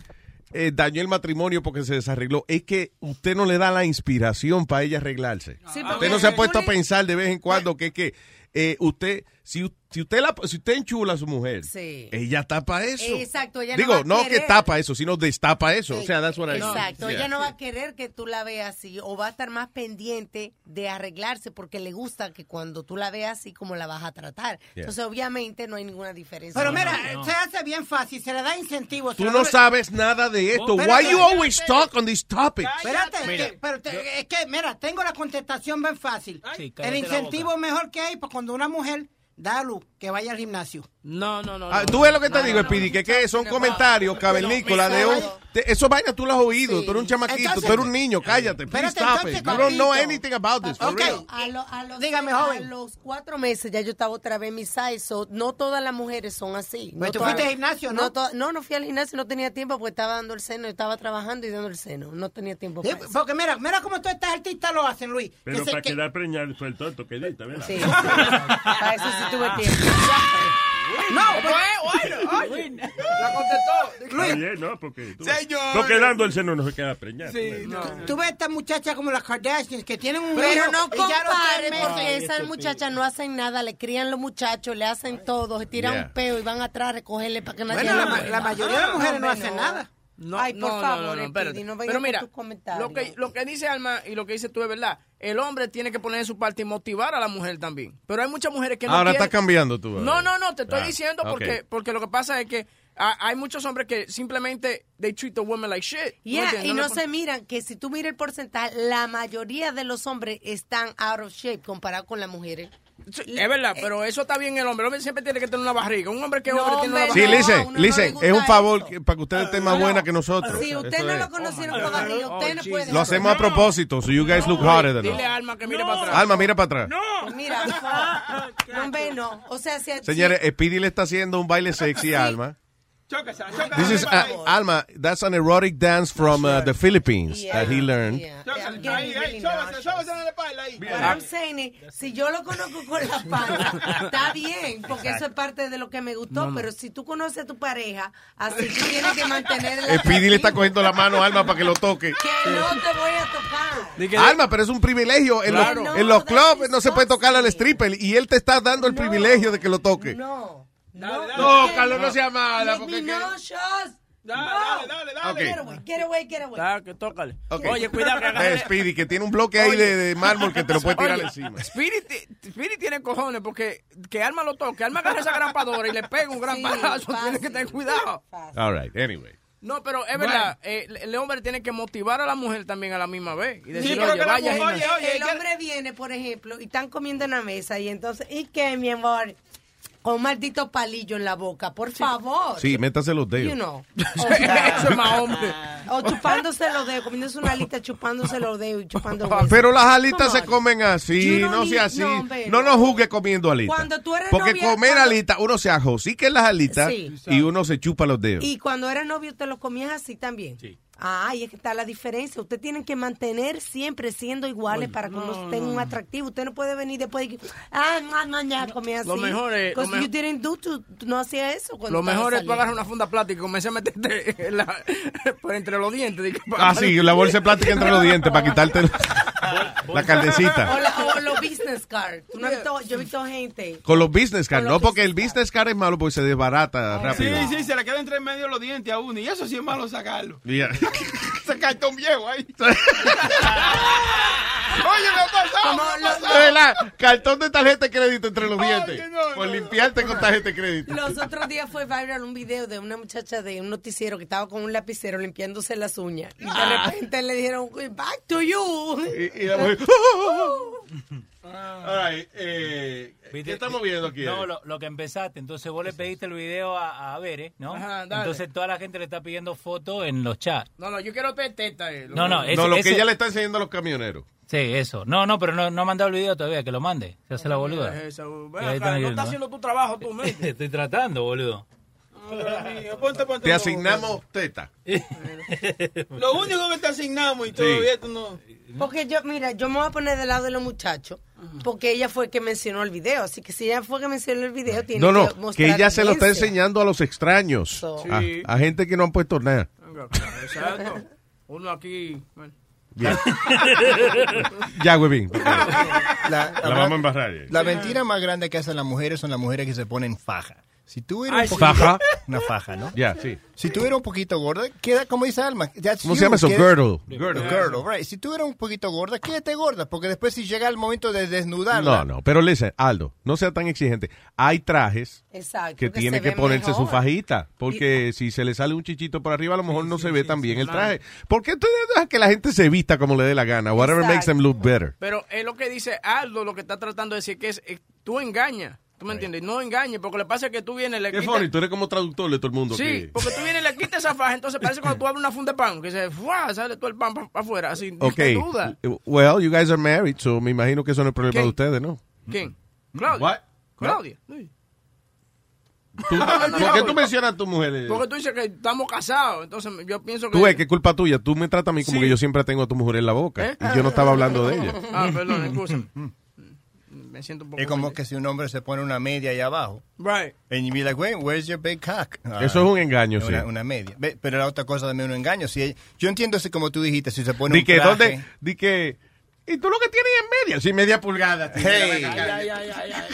eh, dañó el matrimonio porque se desarregló, es que usted no le da la inspiración para ella arreglarse. Sí, Ah, porque usted no se ha puesto a pensar de vez en cuando que es que eh, usted, si, si usted la, si usted enchula a su mujer, Sí. ella tapa eso. Exacto, ella no va Digo, a no, que querer. tapa eso, sino destapa eso. O sea, that's what I- Exacto, Yeah. ella no va a querer que tú la veas así o va a estar más pendiente de arreglarse porque le gusta que cuando tú la veas así como la vas a tratar. Yeah. Entonces, obviamente no hay ninguna diferencia. Pero mira, se hace bien fácil, se le da incentivo. se Tú le no da- sabes nada de esto. Why you always stuck on these topics? Espérate, Mira, que- pero te- es que, mira, tengo la contestación bien fácil. Sí, cállate el la incentivo mejor que hay para cuando una mujer da a luz, que vaya al gimnasio. No, no, no. Ah, tú ves lo que te digo, Speedy, que, que son comentarios, cavernícola, de un... te- esos vainas tú las has oído, tú eres un chamaquito, Entonces- tú eres un niño, cállate, please Espérate, stop entonces, it. You don't know papito. anything about this, for real. A, lo- a los, Dígame, a joven. los cuatro meses ya yo estaba otra vez en mi size, so, no todas las mujeres son así. Pues tú no todas- fuiste al gimnasio, ¿no? to- no, no fui al gimnasio, no tenía tiempo porque estaba dando el seno, estaba trabajando y dando el seno, no tenía tiempo Sí, pues, para eso. porque mira, mira cómo todas estas artistas lo hacen, Luis. Que Pero se- para que- quedar preñado fue el tonto que diste, ¿verdad? Sí. Para eso sí Ah, Ah. tuve tiempo. No, pues, bueno, oye, la contestó. Está bien, no, porque tú, Señor. no quedando el seno no se queda preñado. Tú ves estas muchachas como las Kardashians que tienen un Pero hijo no y ya a los compare tres meses- porque esas muchachas no hacen nada, le crían los muchachos, le hacen todo, se tiran Yeah. un peo y van atrás a recogerle para que nadie Bueno, la, le ma- mueva. la mayoría de las mujeres no, hacen nada. Ah, No, Ay, por no, no, favor, no, no, Speedy, espérate. no vengas Pero con mira, tus comentarios. lo que, lo que dice Alma y lo que dice tú es verdad. El hombre tiene que poner de su parte y motivar a la mujer también. Pero hay muchas mujeres que no Ahora quieren- estás cambiando tú, No, ahora. no, no, te estoy Ah, diciendo ok. porque, porque lo que pasa es que ah, hay muchos hombres que simplemente they treat the woman like shit. ¿Tú me Yeah, entiendes? y le no ponen- se miran que si tú miras el porcentaje, la mayoría de los hombres están out of shape comparado con las mujeres. Sí, Es verdad, pero eso está bien el hombre. El hombre siempre tiene que tener una barriga. Un hombre que es eh, No, hombre tiene una Sí, barriga. listen, listen, es un favor que- para que usted esté más buena que nosotros. Si usted Eso no es. lo conocieron todavía, usted Oh, no puede. Lo hacemos a propósito, so you guys look hotter than us. Dile a Alma que mire para atrás. Alma, mira para atrás. Mira, no, hombre, no. O sea, si Señores, Speedy le está haciendo un baile sexy a Alma. Chócasa, chócasa. This is uh, Alma. That's an erotic dance from uh, the Philippines that he learned. I'm getting really nauseous. What I'm saying is, si yo lo conozco con la pana, está bien, porque eso es parte de lo que me gustó, No, no. pero si tú conoces a tu pareja, así tú tienes que mantener Eh, Speedy le está cogiendo la mano a Alma para que lo toque. No te voy a tocar. Alma, pero es un privilegio. En Claro. los, No, en los clubs no se puede tocar al stripper y él te está dando el privilegio de que lo toque. No. No, Carlos, no sea mala, Let porque me que- know, Shaz. Dale, dale, dale. Ok. Get away, get away, get away. Claro, Oh que tócale. Ok. Oye, cuidado, que Eh, agarre- Speedy, que tiene un bloque ahí de, de mármol que te lo puede tirar Oye, encima. Speedy, ti- Speedy tiene cojones porque que Alma lo toque, Alma agarra esa gran padora y le pega un gran Sí, palazo. Tiene que tener cuidado. All right, anyway. No, pero es verdad, eh, el- el hombre tiene que motivar a la mujer también a la misma vez. Y decir, pero oye, que la vaya, mujer- Gina. el hombre viene, por ejemplo, y están comiendo en la mesa y entonces, ¿y qué, mi amor? Con un maldito palillo en la boca, por favor. Sí, métase los You dedos. know. Eso es más hombre. O chupándose los dedos, comiéndose una alita, chupándose los dedos y chupando hueso. Ah, Pero las Come alitas on. se comen así, You don't no sea need- así. no, No, hombre. nos juzgue comiendo alitas. Cuando tú eres Porque novia- comer cuando- alitas, uno se ajosica en las alitas Sí. y uno se chupa los dedos. Y cuando eras novio, ¿te lo comías así también? Sí. Ay, es que está la diferencia. Ustedes tienen que mantener siempre siendo iguales para que uno tenga un atractivo. Usted no puede venir después de que, ah, no, no, ya, comí así. Lo mejor es- lo Because mejor- you didn't do to- tú no hacías eso cuando Lo estabas mejor es tú saliendo. agarras una funda plástica y comienzas a meterte en la- por entre los dientes. dije, para- Ah, sí, la bolsa de plástica entre los dientes para quitarte los- la O, caldecita. la- o los business cards. Tú no has visto- yo he visto gente. Con los business cards. No, porque el business card es malo porque se desbarata Sí, rápido. sí, se le queda entre medio los dientes a uno. Y eso sí es malo sacarlo. Yeah. Se cartón viejo ahí. Oye, me ha pasado. me ha pasado. De la- Cartón de tarjeta de crédito entre los dientes. Oye, no, por no, limpiarte con tarjeta de crédito. Los otros días fue viral un video de una muchacha de un noticiero que estaba con un lapicero limpiándose las uñas. Y de Ah. repente le dijeron, "We're back to you. Y- y la mujer, "Oh". All right, eh, ¿Qué estamos viendo aquí? No, lo, lo que empezaste. Entonces vos le pediste el video a, a Bere, ¿no? Ajá, dale. Entonces toda la gente le está pidiendo fotos en los chats. No, no, yo quiero te teta. eh, No, no, ese- no, lo ese- que ella le está enseñando a los camioneros. Sí, eso. No, no, pero no, no ha mandado el video todavía, que lo mande. Se hace la boluda. Es esa, ven Y ahí acá, están no viendo, estás ¿eh? haciendo tu trabajo tú mismo. Estoy tratando, boludo. Ponte, ponte Te lo- asignamos teta. Lo único que te asignamos y todavía tú no. Porque yo, mira, yo me voy a poner del lado de los muchachos. Porque ella fue que mencionó el video. Así que si ella fue que mencionó el video, tiene No, que no, mostrar que ella se lo está evidencia. enseñando a los extraños. So- A, Sí. a gente que no han puesto nada. Venga, claro, Exacto. Uno aquí. bueno. Bien. ya, huevín. La, La vamos a embarrar, eh. La Sí. mentira más grande que hacen las mujeres son las mujeres que se ponen faja. Si tú eres Ay, un sí. ¿Faja? Una faja, ¿no? Ya, sí. Si tú eres un poquito gorda, queda como dice Alma. that's ¿Cómo you, se llama eso? que- Girdle. Girdle. Girdle. Girdle, right. Si tú eres un poquito gorda, quédate gorda, porque después si llega el momento de No, desnudarla. no, pero listen, Aldo, no sea tan exigente. Hay trajes Exacto, que tiene se que ve ponerse mejor. su fajita, porque si se le sale un chichito por arriba, a lo mejor no se ve tan bien el claro. traje. ¿Por qué ustedes dejan que la gente se vista como le dé la gana? Whatever Exacto. makes them look better. Pero es lo que dice Aldo, lo que está tratando de decir, que es, eh, tú engañas. ¿Tú me entiendes? No engañes, porque lo que pasa es que tú vienes, le Qué quitas... funny, tú eres como traductor de todo el mundo. Sí, que- porque tú vienes y le quitas esa faja, entonces parece cuando tú abres una funda de pan, que se ¡fua! sale todo el pan para afuera, así, no Ok. duda. Well, you guys are married, so me imagino que eso no es problema de ustedes, ¿no? ¿Quién? Claudia. What? Claudia. Tú- No, no, ¿Por qué no. tú mencionas a tu mujer? eh? Porque tú dices que estamos casados, entonces yo pienso que... Tú ves que es culpa tuya. Tú me tratas a mí como que yo siempre tengo a tu mujer en la boca. ¿Eh? Y yo no estaba hablando de ella. Ah, perdón, excusa. Me siento un poco... Mm. Es como que si un hombre se pone una media ahí abajo. Right. And you be like, wait, where's your big cock? Ah, Eso es un engaño, sí. una, una media. Ve, Pero la otra cosa también es un engaño. Si, yo entiendo si como tú dijiste, si se pone Di un que, traje... ¿dónde? Di que... Y tú lo que tienes es media. Sí, media pulgada. tío. Hey.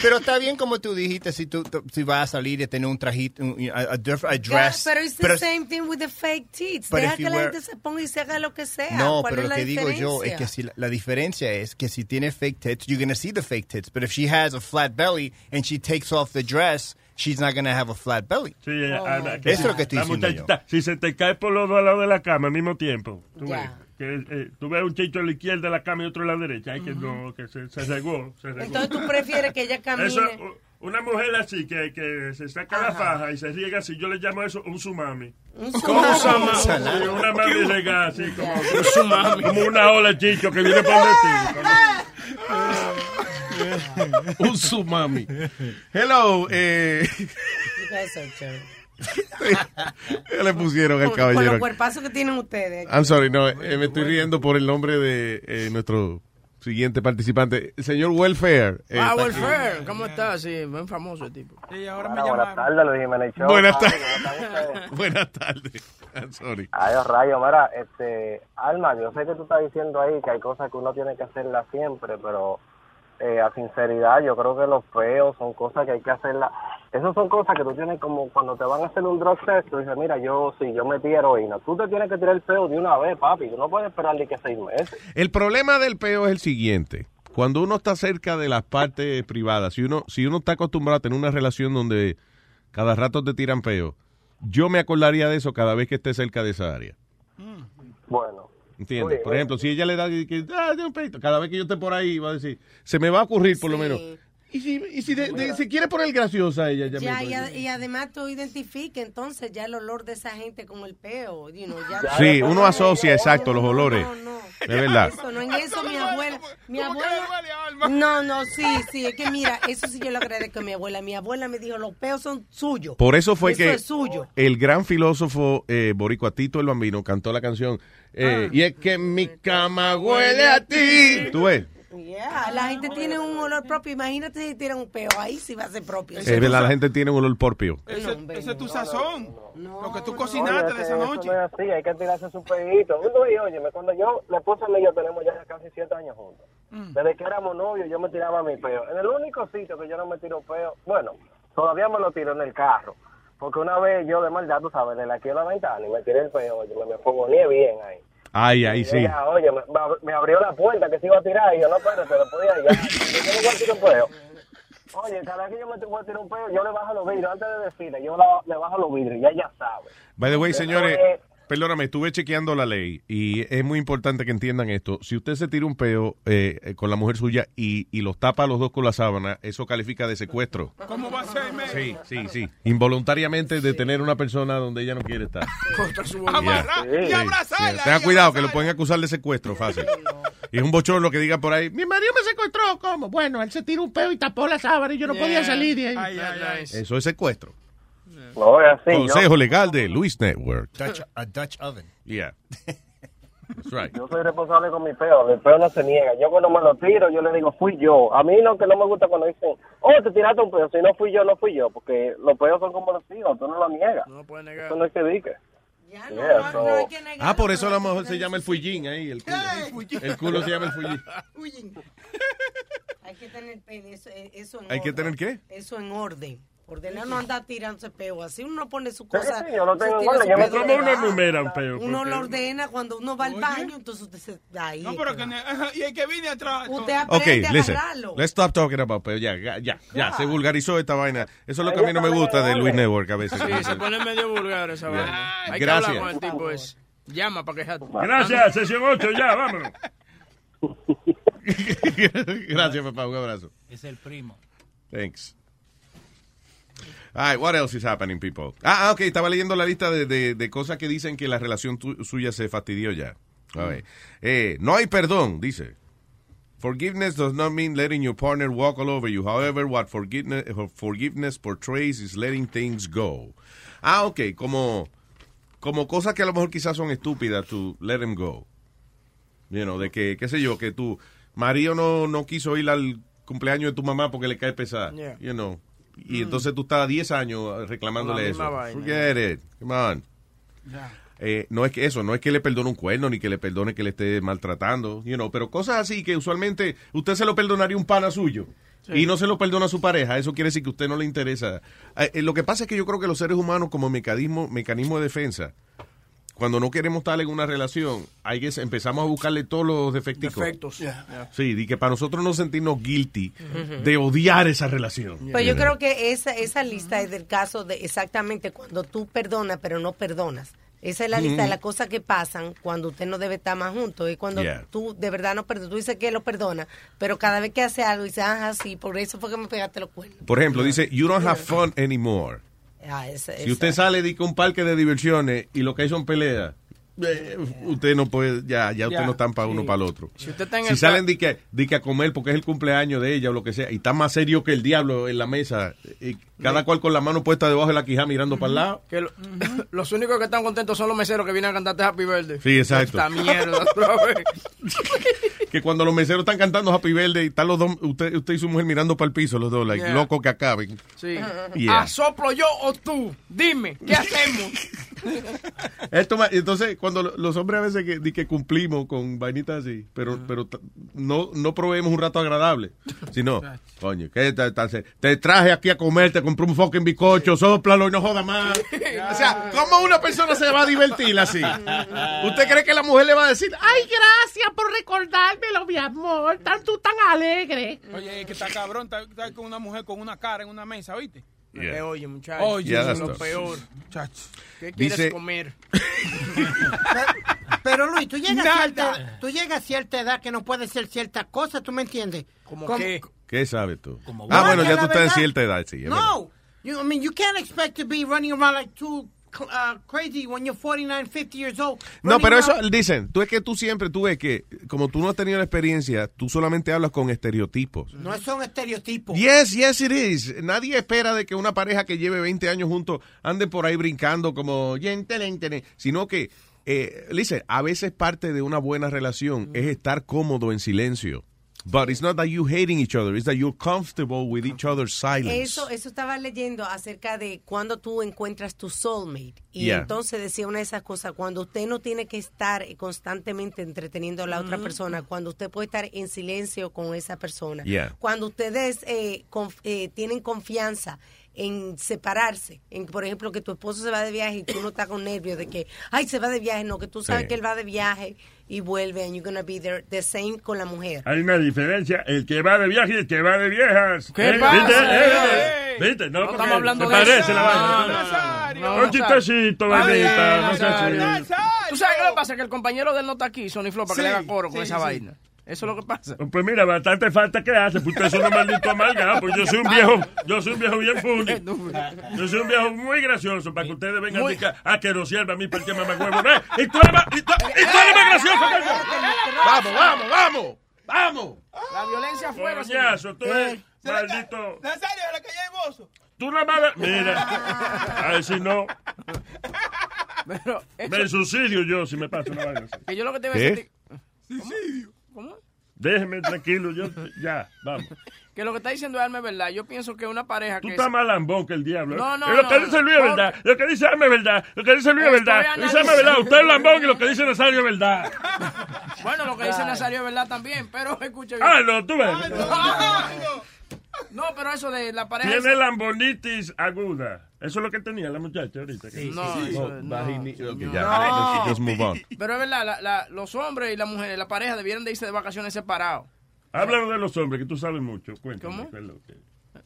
Pero está bien como tú dijiste, si tú tú- si vas a salir y tener un trajito, un- a, a diff- a Yeah, dress. pero it's the pero- same thing with the fake teeth. But Deja if que you la wear- gente se ponga y se haga lo que sea. no, ¿Cuál pero es lo la que digo yo es diferencia? que si la, la diferencia es que si tiene fake tits, you're gonna see the fake tits. But if she has a flat belly and she takes off the dress, she's not gonna have a flat belly. Sí, eh, Oh, Ana, Eso es lo que estoy la diciendo yo. muchachita, Si se te cae por los dos lados de la cama al mismo tiempo, tú, Ya. ves, que, eh, tú ves un chicho a la izquierda de la cama y otro a la derecha, hay que no, que se, se regó, se regó. Entonces tú prefieres que ella camine. Eso, u- una mujer así que, que se saca la faja y se riega así, yo le llamo eso un tsunami. Un ¿Cómo tsunami? tsunami? Sí, una mami regada así como, como una ola chicho que viene por un tsunami. eh, Hello. Eh, You guys are terrible. Le pusieron el Con los caballero. cuerpazos que tienen ustedes. I'm sorry, no, eh, me estoy riendo por el nombre de eh, nuestro siguiente participante. El señor Welfare. eh, está ah, aquí. Welfare, ¿cómo estás? Sí, buen famoso el tipo. Sí, ahora me Buenas tardes, Luis Jiménez Show. Buenas Ay, tardes. ¿cómo están ustedes? Buenas tardes. I'm sorry. Ay, oh, rayo, mira, este, Alma, yo sé que tú estás diciendo ahí que hay cosas que uno tiene que hacerlas siempre, pero eh, a sinceridad, yo creo que los feos son cosas que hay que hacerlas. Esas son cosas que tú tienes como cuando te van a hacer un drug test, tú dices, mira, yo sí, yo me metí heroína. Tú te tienes que tirar el feo de una vez, papi. Tú no puedes esperar ni que seis meses. El problema del peo es el siguiente. Cuando uno está cerca de las partes privadas, si uno, si uno está acostumbrado a tener una relación donde cada rato te tiran peo, yo me acordaría de eso cada vez que esté cerca de esa área. Bueno. ¿Entiendes? Por ejemplo, si ella le da que, "Ah, tiene un peito", cada vez que yo esté por ahí, va a decir, se me va a ocurrir por lo menos. Y si, y si de- de- se quiere poner graciosa ella, ya, Ya, me- y, a- y además tú identificas entonces ya el olor de esa gente con el peo. you know, ya- Ah, Sí, uno asocia exacto los olores. Es verdad. Eso, no en eso mi abuela, mi abuela. No, no, sí, sí, es que mira, eso sí yo lo agradezco a mi abuela. Mi abuela me dijo, los peos son suyos. Por eso fue que es suyo. el gran filósofo eh, boricua Tito el Bambino cantó la canción Ah. eh, y es que mi cama huele a ti. ¿Tú ves? Yeah, la gente tiene un olor propio. Imagínate si tiran un peo, ahí sí va a ser propio. Es verdad, la gente tiene un olor propio. Ese, ese es tu sazón. Lo que Pues tú Oye, cocinaste que de esa eso noche. no es así, hay que tirarse su pedito. No, y óyeme, cuando yo, la esposa mía y yo tenemos ya casi siete años juntos. Mm. Desde que éramos novios yo me tiraba mi peo. En el único sitio que yo no me tiro peo, bueno, todavía me lo tiro en el carro. Porque una vez yo de maldad, tú sabes, de la que la ventana y me tiré el peo, oye, me, me fogoneé bien ahí. Ay, ay, Y sí. ella, oye, me, me ab- me abrió la puerta que se iba a tirar y yo, no, espérate, lo podía ya. Yo no voy a tirar un peo. Oye, cada vez que yo me voy a tirar un peo, yo le bajo los vidrios antes de decirle, yo la- le bajo los vidrios, ya ella sabe. By the way, señores, es- perdóname, estuve chequeando la ley y es muy importante que entiendan esto. Si usted se tira un peo eh, eh, con la mujer suya y, y los tapa a los dos con la sábana, eso califica de secuestro. ¿Cómo va a ser, men? Sí, sí, sí. Involuntariamente detener a una persona donde ella no quiere estar. Contra su Yeah. Amarrar y Sí, abrazarla. yeah. Tenga cuidado que lo pueden acusar de secuestro fácil. Y es un bochorno que diga por ahí, Mi marido me secuestró, ¿cómo? Bueno, él se tiró un peo y tapó la sábana y yo no podía salir de ahí. Eso es secuestro. No, es así, Consejo yo- legal de Luis Network. Dutch, a Dutch oven. Yeah. That's right. Yo soy responsable con mi peo, el peo no se niega. Yo cuando me lo tiro, yo le digo, fui yo. A mí lo que no me gusta cuando dicen, oh, te tiraste un peo, si no fui yo, no fui yo, porque los peos son como los hijos, tú no lo niegas. No puedes negar. Eso no es que diga. Yeah, so- Ah, por eso a lo mejor se llama el fullín ahí. El culo, El culo se llama el fullín. Hay que tener pene, eso, eh, eso en ¿Hay que orden. tener qué? Eso en orden. Ordenado no anda tirándose peo. Así uno pone su cosa. sí, yo lo tengo se en tira orden, su yo me peo. ¿Cómo uno enumera un peo? Uno Porque- lo ordena cuando uno va al baño, entonces usted se da ahí. No, pero que ne- ajá, y el que viene atrás. Usted Ok, aprende a listen. agarrarlo. Let's stop talking about peo. Ya, ya, ya. ya, Se vulgarizó esta vaina. Eso es lo que a mí no me gusta de Luis Network a veces. Sí, pues. se pone medio vulgar esa vaina. Hay Gracias. que hablar con el tipo ese. Llama para quejarte. Gracias, sesión 8, ya, vámonos. Gracias, papá. Un abrazo. Es el primo. Thanks. All right, what else is happening, people? Ah, ah, ok, estaba leyendo la lista de, de- de cosas que dicen que la relación tu- suya se fastidió ya. A ver. Eh, no hay perdón, dice. Forgiveness does not mean letting your partner walk all over you. However, what forgiveness, forgiveness portrays is letting things go. Ah, ok, como, como cosas que a lo mejor quizás son estúpidas, to let them go. You know, de que, qué sé yo, que tu marido no, no quiso ir al cumpleaños de tu mamá porque le cae pesada. Yeah. You know. Y entonces tú estás 10 años reclamándole La eso. misma vaina. Forget it. Come on. Eh, no es que eso, no es que le perdone un cuerno ni que le perdone que le esté maltratando, you know, pero cosas así que usualmente usted se lo perdonaría un pana suyo y no se lo perdona a su pareja, eso quiere decir que a usted no le interesa. Eh, eh, lo que pasa es que yo creo que los seres humanos como mecanismo, mecanismo de defensa, cuando no queremos estar en una relación, hay que empezamos a buscarle todos los defecticos. Perfectos. Sí, y que para nosotros no sentirnos guilty Ujú. de odiar esa relación. Pero Pues yo creo que esa, esa lista es del caso de exactamente cuando tú perdonas, pero no perdonas. Esa es la lista de Mm. las cosas que pasan cuando usted no debe estar más juntos. Es cuando Yeah. tú de verdad no perdonas. Tú dices que lo perdona, pero cada vez que hace algo dices, ajá, sí, por eso fue que me pegaste los cuernos. Por ejemplo, dice, you don't have fun anymore. Ah, esa- Si usted sale de que un parque de diversiones y lo que hay son peleas, eh, usted no puede, ya, ya usted Ya, no están para uno sí. para el otro. Si, usted está en el salen de que, de que a comer porque es el cumpleaños de ella o lo que sea, y está más serio que el diablo en la mesa, y cada cual con la mano puesta debajo de la quijada mirando para el lado. Que lo- los únicos que están contentos son los meseros que vienen a cantarte Happy Birthday. Sí, exacto. Esta mierda, otra vez. Que cuando los meseros están cantando Happy Birthday, están los dos, usted, usted y su mujer mirando para el piso, los dos, like, Yeah. loco que acaben. Sí. Yeah. ¿A soplo yo o tú? Dime, ¿qué hacemos? Esto ma- entonces, cuando lo- los hombres a veces que, di que cumplimos con vainitas así, pero, pero t- no, no proveemos un rato agradable, sino, coño, ¿qué te, te- te traje aquí a comer, te compré un fucking bizcocho, sóplalo y no joda más. O sea, ¿cómo una persona se va a divertir así? ¿Usted cree que la mujer le va a decir, Ay, gracias por recordármelo, mi amor. Tan, tú tan alegre. Oye, es que está cabrón, está, está con una mujer con una cara en una mesa, ¿viste? Yeah. Te Eh, oye, muchacho. Oye, eso Yeah, es that's lo tough. peor. ¿Qué Dice- quieres comer? Pero Luis, tú llegas, a Nada. cierta, tú llegas a cierta edad que no puedes hacer ciertas cosas, ¿tú me entiendes? ¿Cómo qué? ¿Qué sabes tú? bueno. Ah, bueno, No, que ya la tú estás en verdad- cierta edad, sí. es verdad. No, you, I mean, you can't expect to be running around like two uh, crazy when you're 49, 50 years old. No, running pero eso, around- dicen, tú es que tú siempre, tú ves que, como tú no has tenido la experiencia, tú solamente hablas con estereotipos. No son estereotipos. Yes, yes it is. Nadie espera de que una pareja que lleve 20 años juntos ande por ahí brincando como "Yen, telen, telen", sino que eh, listen, a veces parte de una buena relación es estar cómodo en silencio. But it's not that you hating each other, it's that you're comfortable with each other's silence. Eso, eso estaba leyendo acerca de cuando tú encuentras tu soulmate. Y Yeah. entonces decía una de esas cosas, cuando usted no tiene que estar constantemente entreteniendo a la otra Mm. persona, cuando usted puede estar en silencio con esa persona, Yeah. cuando ustedes eh, conf- eh, tienen confianza en separarse, en por ejemplo que tu esposo se va de viaje y tú no estás con nervios de que, ay, se va de viaje, no, que tú sabes Sí. que él va de viaje y vuelve and you're gonna be there, the same con la mujer. Hay una diferencia, el que va de viaje y el que va de viejas. ¿Qué ¿Eh? pasa? ¿Viste? ¿Eh? ¿Viste? No, porque estamos hablando se de parece eso. la No, vaina. no, no, Un no, Nazario. chistecito, Está bien, vainita, no seas Nazario. así. ¿Tú sabes qué le pasa? Que el compañero de él no está aquí, Sony Flow, para Sí, que le haga coro con sí, esa sí. vaina. Eso es lo que pasa. Pues mira, bastante falta que hace, pues usted es un maldito amargado, pues yo soy un viejo, yo soy un viejo bien funny. Yo soy un viejo muy gracioso para que ustedes vengan a decir, ah, que no sirve a mí porque me huevo, ¿no? Y tú eres más, y tú, y tú eres más gracioso que yo. Vamos, vamos, vamos, vamos. La violencia afuera. Coñazo, Eh, tú eres maldito. Tú no vas a- Mira, a ver si no. Me suicidio yo si me pasa una vaina así. Que yo lo que te voy a ¿Qué? decir. Suicidio. ¿Cómo? Déjeme tranquilo, yo ya, vamos. Que lo que está diciendo Alma es verdad. Yo pienso que una pareja Tú que. estás más lambón que el diablo. ¿eh? No, no, Y lo que no, dice Luis es verdad. Lo que dice Alma es verdad. Lo que dice Luis es Estoy verdad. Lo que dice Alma es analizando. verdad. Usted es lambón y lo que dice Nazario es verdad. Bueno, lo que dice Nazario es verdad también, pero escuche bien. Ah, no, tú ves. No, pero eso de la pareja. Tiene lambonitis aguda. Eso es lo que tenía la muchacha ahorita. Sí, no, Oh, eso no. vagini- ok, ya. No. Let's- let's move on. Pero es verdad, la- la- los hombres y las mujeres, la pareja debieron de irse de vacaciones separados. Háblanos de los hombres, que tú sabes mucho. Cuéntame. ¿Cómo? qué es lo que-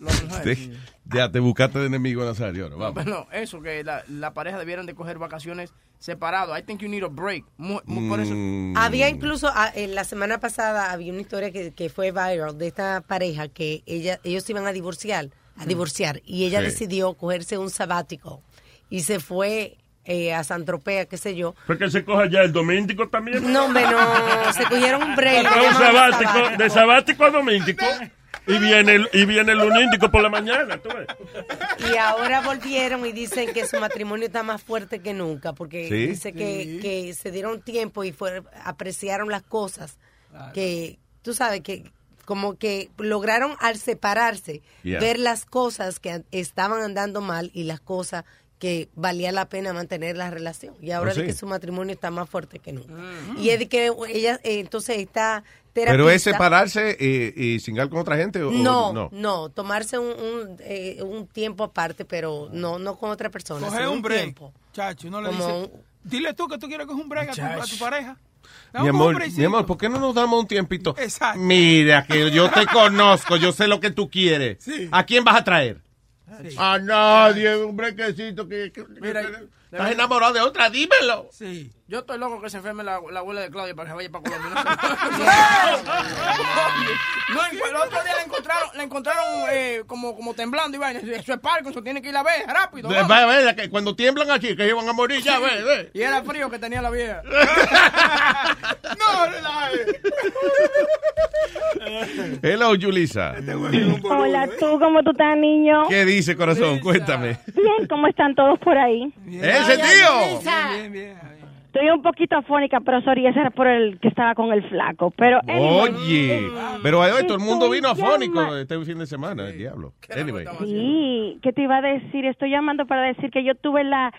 Las mujeres. Te- ya te buscaste de enemigo, Nazario. Ahora, vamos. Bueno, eso, que la, la pareja debieron de coger vacaciones separados. I think you need a break. Mu- mu- por eso- Mm. Había incluso, ah, en la semana pasada había una historia que, que fue viral de esta pareja que ella, ellos se iban a divorciar, a divorciar, y ella Sí. decidió cogerse un sabático y se fue eh, a Santropea, qué sé yo. Fue que se coja ya el doméntico también. No, hombre, no, se cogieron un break. Fue le un llamaban sabático, de sabático a domíntico. Y viene el, y viene el luníntico por la mañana. tú ves. Y ahora volvieron y dicen que su matrimonio está más fuerte que nunca, porque Sí. dice que, Sí. que se dieron tiempo y fue, apreciaron las cosas. Que tú sabes que como que lograron al separarse Yeah. ver las cosas que an- estaban andando mal y las cosas que valía la pena mantener la relación. Y ahora Oh, sí. es que su matrimonio está más fuerte que nunca. Y es de que ella, eh, entonces, está Pero es separarse eh, y cingar con otra gente. o- o no, no. no, tomarse un, un, eh, un tiempo aparte, pero no no con otra persona. Coger sino un break. tiempo. Chacho, no le Como dice. Dile tú que tú quieres coger un break a tu, a tu pareja. Mi Dame un amor, breakcito. mi amor, ¿por qué no nos damos un tiempito? Exacto. Mira, que yo te conozco, yo sé lo que tú quieres. Sí. ¿A quién vas a traer? A nadie, un brequecito que... que- ¿Estás enamorado de otra? Dímelo. Sí. Yo estoy loco que se enferme la, la abuela de Claudia para que vaya para Colombia. No, encu- el otro día la encontraron, la encontraron eh, como, como temblando y vaina. Eso es Parkinson, tiene que ir a ver rápido. Ve, vamos. ve, la que cuando tiemblan así, que iban a morir, ya, ve, ve. Y era frío que tenía la vieja. No, relaje. Hello, Yulisa. Hola, tú, ¿cómo tú estás, niño? ¿Qué dice, corazón? Cuéntame. Bien, ¿cómo están todos por ahí? ¡Ese tío! Estoy un poquito afónica, pero sorry, ese era por el que estaba con el flaco. Pero, anyway, Oye, pero hoy todo el mundo Estoy vino afónico llama- este fin de semana, el diablo. Anyway. Sí, ¿qué te iba a decir? Estoy llamando para decir que yo tuve la,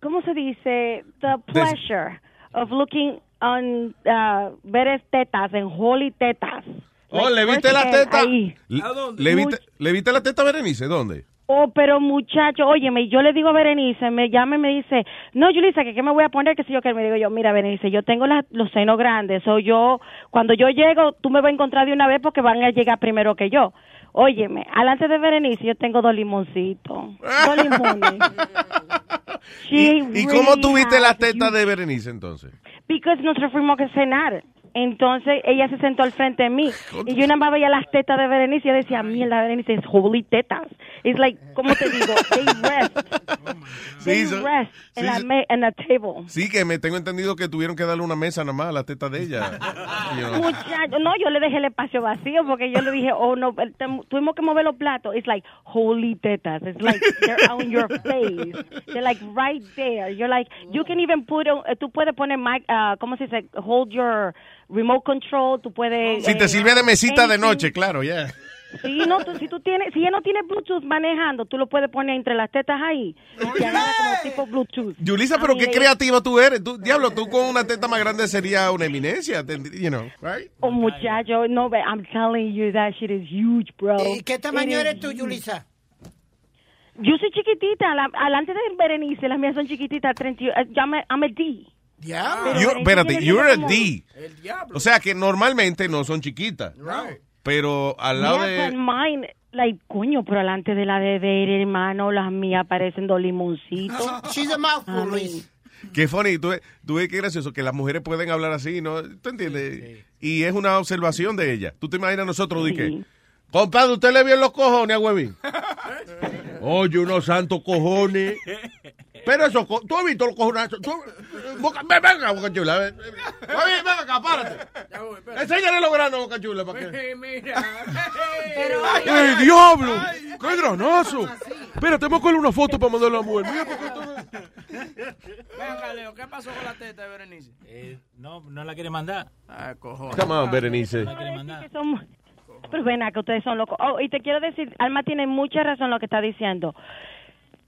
¿cómo se dice? The pleasure of looking on, uh, ver es tetas, en holy tetas. Oh, Like ¿le viste la firsthand teta? Pues ahí. Le, le viste, ¿Le viste la teta a Berenice? ¿Dónde? Oh, pero muchacho, óyeme, yo le digo a Berenice, me llama y me dice, no, Julisa, que qué me voy a poner, que si yo que me digo yo, mira, Berenice, yo tengo las- los senos grandes, o yo, cuando yo llego, tú me vas a encontrar de una vez porque van a llegar primero que yo. Óyeme, alante de Berenice yo tengo dos limoncitos, dos limones. She ¿Y cómo really tuviste has la teta de Berenice entonces? Because nosotros fuimos a cenar. Entonces ella se sentó al frente de mí y yo nada más veía las tetas de Berenice y yo decía, mierda, Berenice, es holy tetas. It's like, ¿cómo te digo? They rest. They Sí, so- rest sí, in, a so- ma- in a table. Sí, que me tengo entendido que tuvieron que darle una mesa nada más a la teta de ella. You know. Muchacho, no, yo le dejé el espacio vacío porque yo le dije, oh no, tem- tuvimos que mover los platos. It's like, holy tetas. It's like, they're on your face. They're like right there. You're like, you can even put, a- tú puedes poner, mic, ah, ¿cómo se dice? Hold your remote control. Tú puedes. Si te eh, sirve de mesita de anything. noche, claro, ya. Sí, no, tú- si tú tienes, si ella no tiene Bluetooth manejando, tú lo puedes poner entre las tetas ahí. Y agarra como tipo Bluetooth. Yulisa, pero Ah, qué mira, creativa tú eres. Tú, diablo, tú con una teta más grande sería una eminencia, tend- you know, right? Oh, muchacho, no, but I'm telling you, that shit is huge, bro. ¿Y qué tamaño It is eres tú, huge. Yulisa? Yo soy chiquitita, la, alante de Berenice, las mías son chiquititas, 30, eh, yo me- I'm a D. Pero You- Berenice espérate, tiene you're a como- D. O sea que normalmente no son chiquitas. Pero al lado Yeah, but de. mine, like, coño, pero alante de la de Bere, hermano, las mías parecen dos limoncitos. She's a mouthful, Amén. Luis. Qué funny, tú, ves- tú ves qué gracioso que las mujeres pueden hablar así, ¿no? ¿Tú entiendes? Y es una observación de ella. Tú te imaginas nosotros, de que. Compadre, usted le vio en los cojones a Huevín. Oye, unos santos cojones. Pero eso, tú has visto los cojonazos. ¿Tú- Boca- ven, venga, Boca Chula. ven, ven. Huevín, ven acá, párate. Enséñale los granos, Boca Chula. para que- ¡Ay, diablo! ¡Qué granazo! Espérate, me coger una foto para mandarle a la mujer. Mira, porque esto- Venga, Leo, ¿qué pasó con la teta de Berenice? Eh, No, no la quiere mandar. Ah, cojones. Come on, Berenice. que son- Pero ven acá, ustedes son locos. Oh, y te quiero decir, Alma tiene mucha razón lo que está diciendo.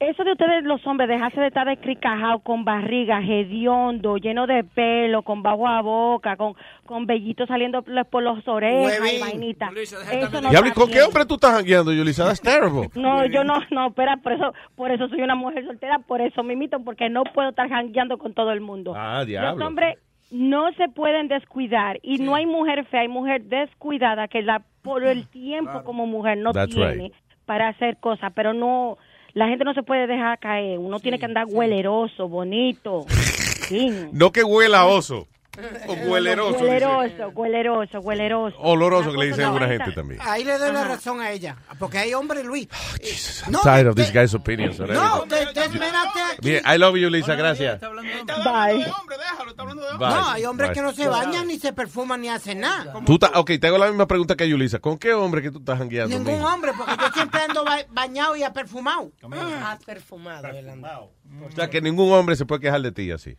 Eso de ustedes, los hombres, dejarse de estar descricajado con barriga, hediondo, lleno de pelo, con bajo a boca, con, con vellitos saliendo por los orejas y Huevín. vainita. Eso no Diablo, ¿y está ¿con qué bien. hombre tú estás jangueando, Yulisa? That's terrible. No, yo no, no, espera, por eso, por eso soy una mujer soltera, por eso mimito, porque no puedo estar jangueando con todo el mundo. Ah, Los diablo. hombres no se pueden descuidar y no hay mujer fea, hay mujer descuidada que la por el tiempo como mujer no That's tiene right. para hacer cosas, pero no, la gente no se puede dejar caer, uno tiene que andar hueleroso, bonito. sí. No que huela a oso. O hueleroso. dice. Hueleroso, hueleroso, hueleroso. Pues Oloroso que Oh, le dicen Una cosa alguna bonita. gente también. Ahí le doy la Ajá. razón a ella. Porque hay hombre, Luis. I'm tired of these guys' opinions already. este No, te, te esmeraste aquí. Bien, I love you, Lisa, gracias. Bye. No, hay hombres Bye. que no se bañan, ni se perfuman, ni hacen nada. Tú ta- ok, te hago la misma pregunta que Yulisa. ¿Con qué hombre que tú estás jangueando? Ningún mija? hombre, porque yo siempre ando ba- bañado y perfumado. Ah, perfumado. perfumado. O sea, que ningún hombre se puede quejar de ti así.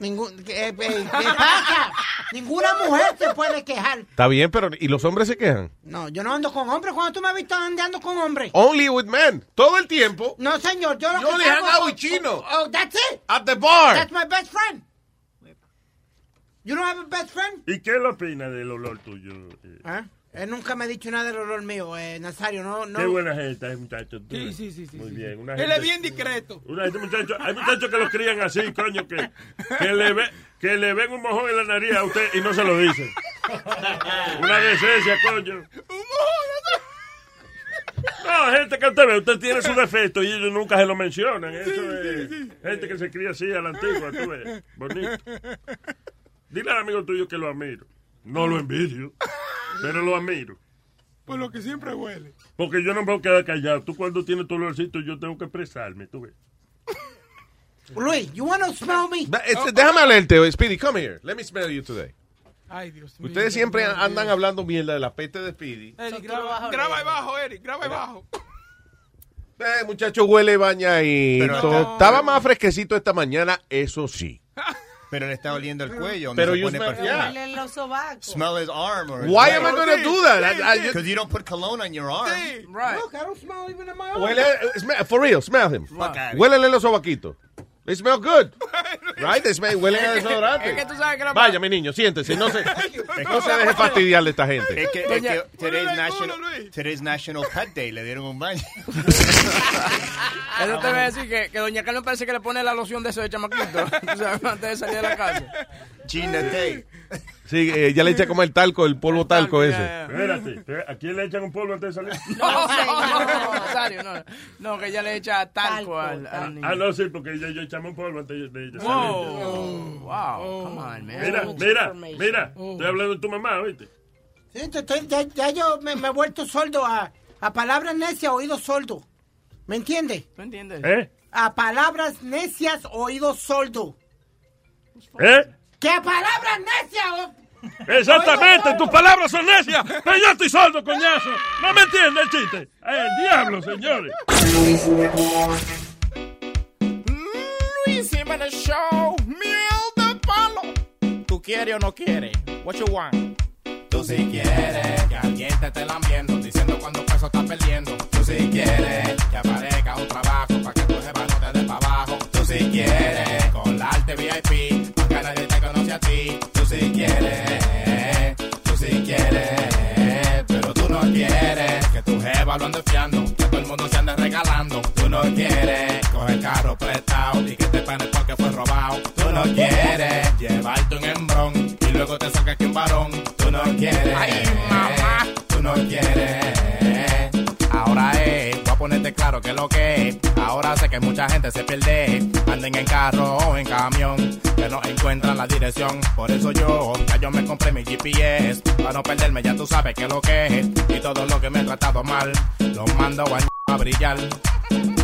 Ningún, ¿qué, eh, qué pasa? Ninguna mujer se puede quejar. Está bien, pero ¿y los hombres se quejan? No, yo no ando con hombres. Cuando tú me has visto andando con hombres. Only with men. Oh, Todo el tiempo. No, señor, yo lo You que only salgo hang out con- with Chino. Oh, that's it. At the bar. That's my best friend. You don't have a best friend? ¿Y qué le opina del olor tuyo? eh? ¿Eh? Él nunca me ha dicho nada del olor mío, eh, Nazario. No, no. Qué buena gente hay, muchachos. tú. Sí, sí, sí, sí, Muy sí, bien. sí. Una Él es gente- bien discreto. Una gente, muchacho- hay muchachos que los crían así, coño, que, que, le ve- que le ven un mojón en la nariz a usted y no se lo dicen. Una decencia, coño. Un mojón. No, la gente que usted ve, usted tiene su defecto y ellos nunca se lo mencionan. Eso es gente que se cría así a la antigua, tú ves. Bonito. Dile al amigo tuyo que lo admiro. No lo envidio, pero lo admiro. Pues lo que siempre huele. Porque yo no me voy a quedar callado. Tú cuando tienes tu olorcito, yo tengo que expresarme, tú ves. Luis, you want to smell me? Este, Déjame leerte, Speedy, come here. Let me smell you today. Ay, Dios mío. Ustedes siempre andan hablando mierda de la peste de Speedy. Eric, graba, graba ahí abajo, Eric, graba ahí abajo. Eh, muchacho, huele, baña y Pero todo. no. Estaba más fresquecito esta mañana, eso sí. Pero le está oliendo el cuello. Pero Pero you you pone smell- perfume. Yeah. Huele los sobacos. Smell his arm. Or Why am I gonna do that? I- I just- Because you don't put cologne on your arm. Right. Look, I don't smell even in my own. Huele, eh, smell- for real, smell him. Fuck outta here. Huélele los sobaquitos. They smell good. right? They smell, huelen a desodorante. Es que tú sabes que la- Vaya, mi niño, siéntese. No se, no se deje fastidiar de esta gente. Es que, es que today's, national, today's National Pet Day. Le dieron un baño. Ah, Ah, Eso te voy a decir que, que Doña Carmen parece que le pone la loción de eso de chamaquito. tú sabes, antes de salir de la casa. Gina Day. Sí, eh, ya le echa como el talco, el polvo talco ese. Espérate, ¿a quién le echan un polvo antes de salir? No, no, no, Rosario, no. No, que ella le echa talco, al, al niño. Ah, no, sí, porque yo, yo echamos un polvo antes de, de salir. Wow. Wow. Come on, man. Oh. Mira, mira, mira, estoy hablando de tu mamá, ¿oíste? Sí, te estoy- ya, ya yo me, me he vuelto sordo a, a palabras necias, oído sordo. ¿Me entiendes? ¿Me entiendes? ¿Eh? A palabras necias, oído sordo. ¿Eh? ¿Qué palabras necias? o- Exactamente, tus palabras son necias, pero yo estoy sordo, coñazo. No me entiendes el chiste. El diablo, señores. Luis Jiménez Show, miel de palo. ¿Tú quieres o no quieres? What you want? Tú si quieres que alguien te esté lambiendo, diciendo cuánto peso estás perdiendo. Tú si quieres que aparezca un trabajo para que tu jeva no te dé para abajo. Tú si quieres colarte VIP para que nadie te conoce a ti. Tú si quieres, tú si quieres, pero tú no quieres que tu jeva lo ande fiando, que todo el mundo se ande regalando. Tú no quieres coger carro prestado y que te panes porque fue robado. Tú no quieres llevarte un embrón y luego te sacas que un varón. Tú no quieres. Ay, mamá. Tú no quieres. Ahora es, voy a ponerte claro que lo que es. Ahora sé que mucha gente se pierde. Anden en carro o en camión, que no encuentran la dirección. Por eso yo, ya yo me compré mi GPS. Para no perderme, ya tú sabes que lo que es. Y todo lo que me he tratado mal, lo mando a, a brillar.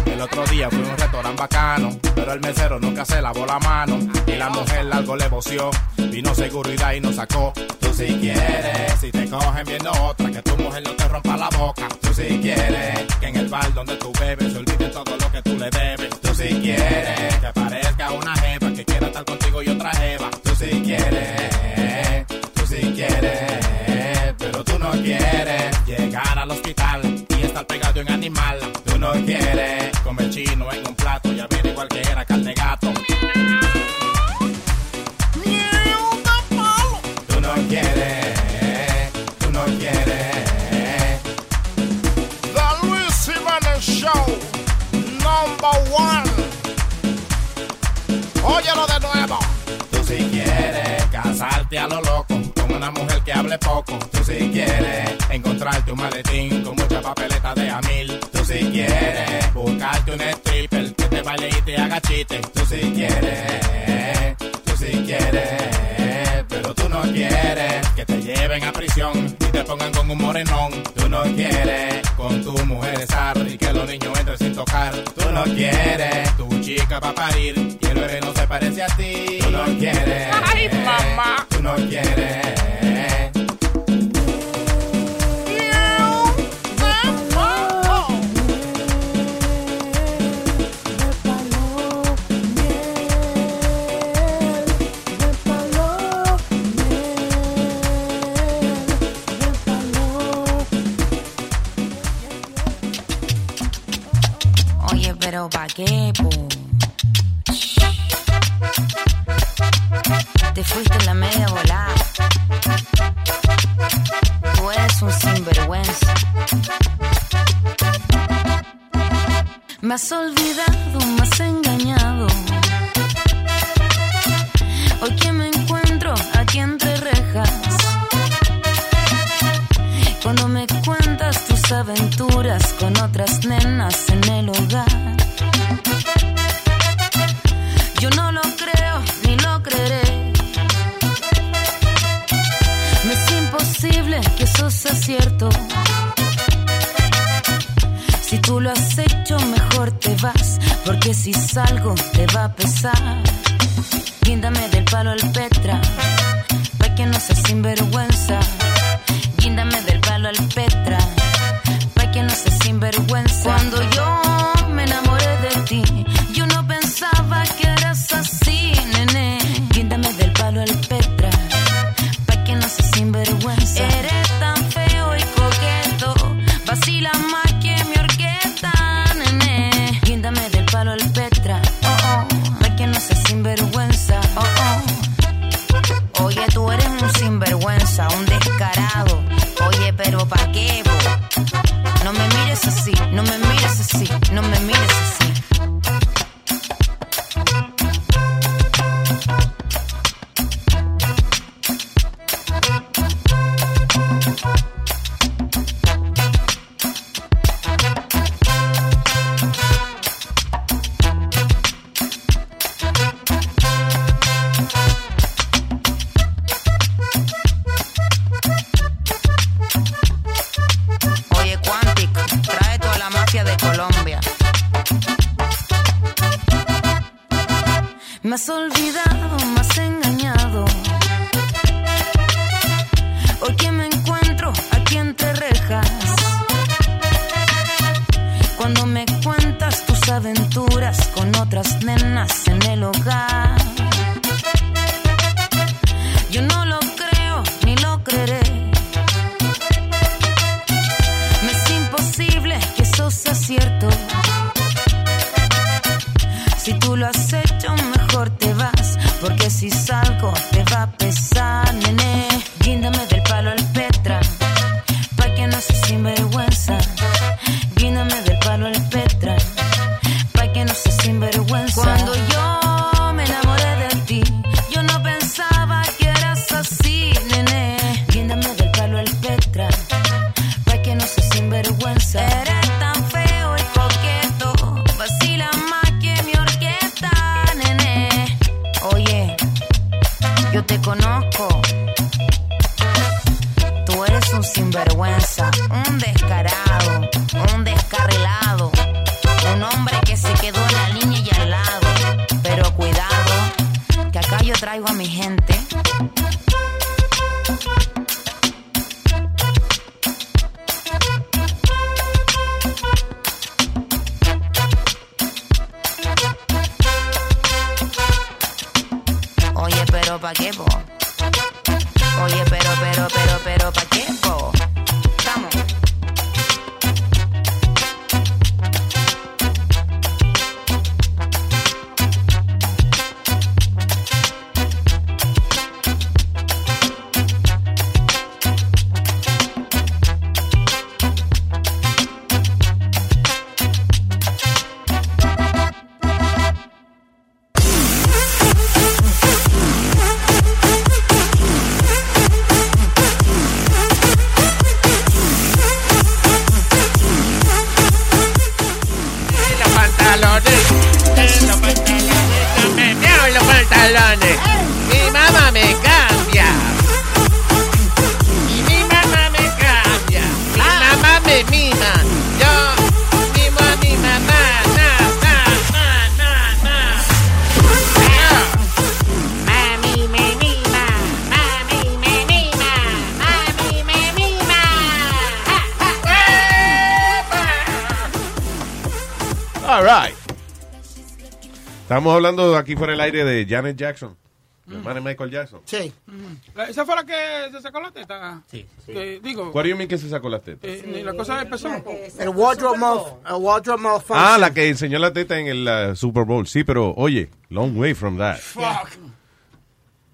El otro día fui a un restaurante bacano, pero el mesero nunca se lavó la mano. Y la mujer algo le voció, vino seguridad y nos sacó. Tú si quieres, si te cogen viendo otra, que tu mujer no te rompa la boca. Tú si quieres, que en el bar donde tú bebes se olvide todo lo que tú le debes. Tú si quieres, que parezca una jeva que quiera estar contigo y otra jeva. Tú si quieres, tú si quieres, pero tú no quieres llegar al hospital y estar pegado en animal. Tú no quieres comer chino en un plato y averiguar que era carne de gato. Tú no quieres, tú no quieres. The Luis Jiménez Show, number one. Óyelo de nuevo. Tú si quieres casarte a lo loco con una mujer que hable poco. Tú si quieres encontrarte un maletín con muchas papeletas de a mil. Tú si quieres buscarte un stripper que te baile y te haga chiste. Tú si quieres, tú si quieres, pero tú no quieres que te lleven a prisión y te pongan con un morenón. Tú no quieres con tu mujer estar y que los niños entren sin tocar. Tú no quieres tu chica para parir y el bebé no se parece a ti. Tú no quieres. Ay, mamá. Tú no quieres. Oye, pero ¿pa' qué, po? Te fuiste en la media volada. Tú eres un sinvergüenza. Me has olvidado, me has engañado. Hoy que me encuentro aquí entre rejas. Cuando me cuentas tus aventuras. aventuras con otras nenas en el hogar. Yo no lo creo ni lo creeré. Me es imposible que eso sea cierto. Si tú lo has hecho, mejor te vas, porque si salgo te va a pesar. Guíndame del palo al Petra, pa' que no seas sinvergüenza. Guíndame del palo al Petra, pa' que no seas sinvergüenza. Cuando yo me enamoré de ti, yo no pensaba que eras así, nene. Guíndame del palo al Petra, pa' que no seas sinvergüenza. Eres tan feo y coqueto, vacila más que mi orquesta, nene. Guíndame del palo al Petra, oh oh, pa' que no seas sinvergüenza, oh oh. Oye, tú eres un sinvergüenza, un descarado. Oye, pero ¿pa' qué, bo? No me mires así, no me mires así, no me mires así. Oye, Quantic, trae toda la mafia de Colombia. Me has olvidado, me has engañado. Hoy que me encuentro aquí entre rejas. Cuando me cuentas tus aventuras con otras nenas en el hogar. Yo no lo creo ni lo creeré. Me es imposible que eso sea cierto. Si tú lo has hecho, mejor te vas. Porque si salgo, te va a pesar, nene. Guíndame del palo al Petra, pa' que no seas sinvergüenza. Guíndame del palo al Petra, pa' que no seas sinvergüenza. Cuando yo me enamoré de ti, yo no pensaba que eras así, nene. Guíndame del palo al Petra, pa' que no seas sinvergüenza. Eres tan feo y coqueto, vacila más que mi orquesta, nene. Oye, yo te conozco. Tú eres un sinvergüenza, un descarado, un descarrilado, un hombre que se quedó en la línea y al lado. Pero cuidado, que acá yo traigo a mi gente. Oye, pero pa' qué, po? Oye, pero, pero, pero, pero, ¿pa' qué, po? Vamos. En los pantalones, en los pantalones, yo me meo en los pantalones. Mi mamá me cambia. Y mi mamá me cambia. Mi mamá me mima. Yo mimo a mi mamá. Na, na, na, na, na. Mami me mima. Mami me mima. Mami me mima. Ja, ja. All right. Estamos hablando aquí fuera el aire de Janet Jackson. Mm. La hermana de Michael Jackson. Sí. La- ¿Esa fue la que se sacó la teta? Sí. Que, digo, ¿Cuál es que se sacó las tetas? eh, ni la cosa del pezón. El wardrobe, mal, el wardrobe malfunction. Ah, la que enseñó la teta en el uh, Super Bowl. Sí, pero oye, long way from that. Fuck. O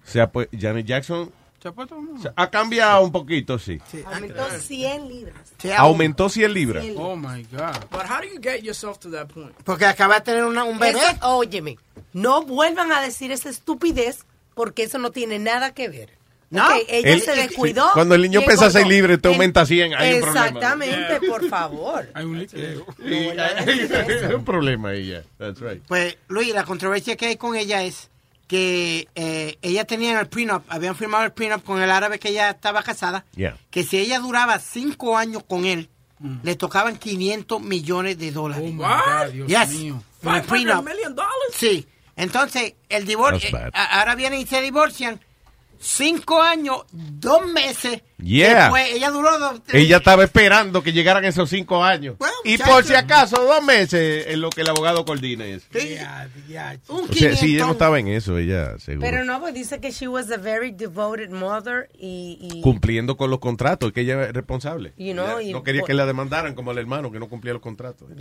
sea, pues, Janet Jackson ¿Se ha puesto uno? o sea, ha cambiado un poquito, sí. Aumentó 100 libras. Aumentó 100 libras. Oh my God. But how do you get yourself to that point? Porque acaba de tener una- un bebé. Eso- óyeme, no vuelvan a decir esa estupidez porque eso no tiene nada que ver. No, ella El- se descuidó. Cuando el niño y pesa engordó. 6 libras, te aumenta 100. Hay un problema. Exactamente, por favor. Hay un líquido. Hay un problema ahí ya. That's right. Pues, Luis, la controversia que hay con ella es que eh, ella tenía en el prenup, habían firmado el prenup con el árabe que ella estaba casada, Yeah. que si ella duraba cinco años con él, le tocaban 500 millones de dólares. Oh, God, Dios mío. $500 million dollars? Sí. Entonces, el divorcio, That's bad. a- ahora vienen y se divorcian. Cinco años, dos meses. Yeah. Después, ella duró dos, Ella estaba esperando que llegaran esos 5 años. y por si acaso, dos meses en lo que el abogado coordina eso. Un O sea, sí, ella no quinientón. estaba en eso, ella seguro. Pero no, pues dice que she was a very devoted mother y, y- Cumpliendo con los contratos, que ella es responsable. You know, Ella y- no quería que la demandaran como el hermano que no cumplía los contratos.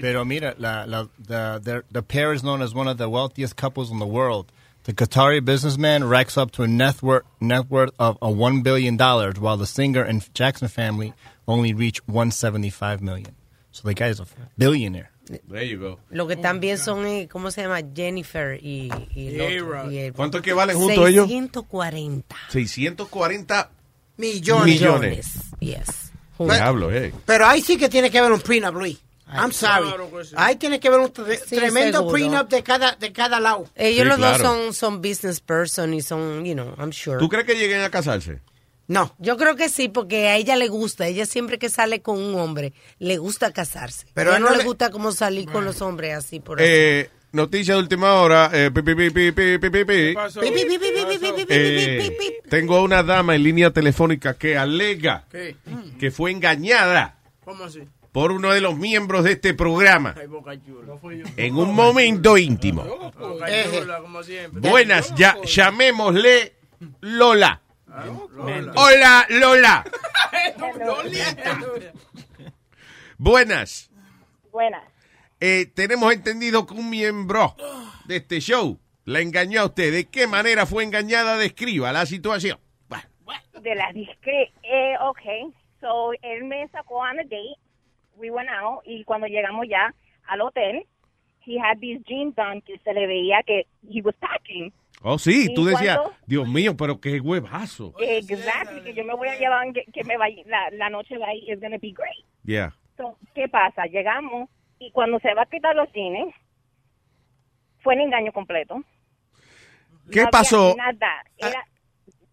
Pero mira, la, la, the, the, the pair is known as one of the wealthiest couples in the world. The Qatari businessman racks up to a net worth, net worth of a $1 billion, while the singer and Jackson family only reach $175 million. So the guy is a billionaire. There you go. lo que también son, eh, ¿cómo se llama? Jennifer y, y el otro, y el- ¿Cuánto es que valen juntos ellos? 640 640 millones. millones. Yes. Diablo, eh. Pero ahí sí que tiene que haber un prenup, Luis. I'm sorry. Ahí tiene que haber un tre- Sí, tremendo seguro. prenup de cada, de cada lado. Ellos Sí, los claro. dos son, son business person y son, you know, I'm sure. ¿Tú crees que lleguen a casarse? No. Yo creo que sí, porque a ella le gusta. Ella siempre que sale con un hombre, le gusta casarse. Pero Pero él no, no le le- gusta como salir con los hombres así por ahí. Eh, noticia de última hora. eh, pi, pi, pi, pi, pi, pi, pi, pi. Pi, pi, pi, pi, pi, pi, pi, pi, pi, Eh, tengo a una dama en línea telefónica que alega ¿Qué? que fue engañada ¿Cómo así? por uno de los miembros de este programa Ay, Boca Chula. No fue yo. en un momento íntimo. Boca Chula, como siempre. Buenas, ya, llamémosle Lola. Ah, Lola. Hola, Lola. Lolita. Buenas. Buenas. Eh, tenemos entendido que un miembro de este show la engañó a usted. ¿De qué manera fue engañada? Describa la situación. Bueno, De la discre... Eh, ok. So, él me sacó on a date. We went out. Y cuando llegamos ya al hotel, he had these jeans on que se le veía que he was packing. Oh, sí, ¿Y tú decías, cuándo? Eh, Dios mío, pero qué huevazo. Exacto. Que yo me voy a llevar, que, que me va, la, la noche va y is gonna be great. Yeah. So, ¿Qué pasa? Llegamos y cuando se va a quitar los jeans, fue el engaño completo. ¿Qué No había pasó? Nada. Era,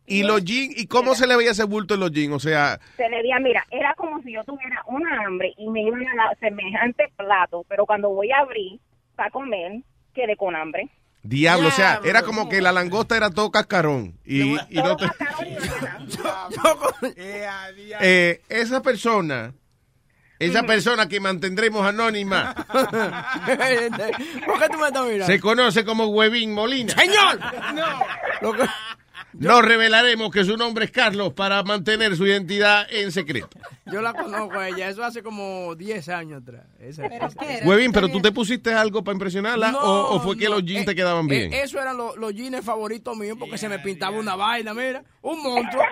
¿Y los jeans? ¿Y cómo se le veía ese bulto en los jeans? O sea, se Este, le veía, mira, era como si yo tuviera una hambre y me iban a dar semejante plato, pero cuando voy a abrir para comer, quedé con hambre. diablo, o sea, era como que la langosta era todo cascarón. Y, y no te- Eh, esa persona, esa persona que mantendremos anónima, ¿Por qué tú me estás mirando? se conoce como Huevín Molina. ¡Señor! No revelaremos que su nombre es Carlos para mantener su identidad en secreto. Yo la conozco a ella, eso hace como 10 años atrás. Esa- esa- Huevín, pero tú te pusiste algo para impresionarla o, o fue que los jeans te quedaban bien. Eh, eso eran lo- los jeans favoritos míos porque se me pintaba una vaina, mira, un monstruo,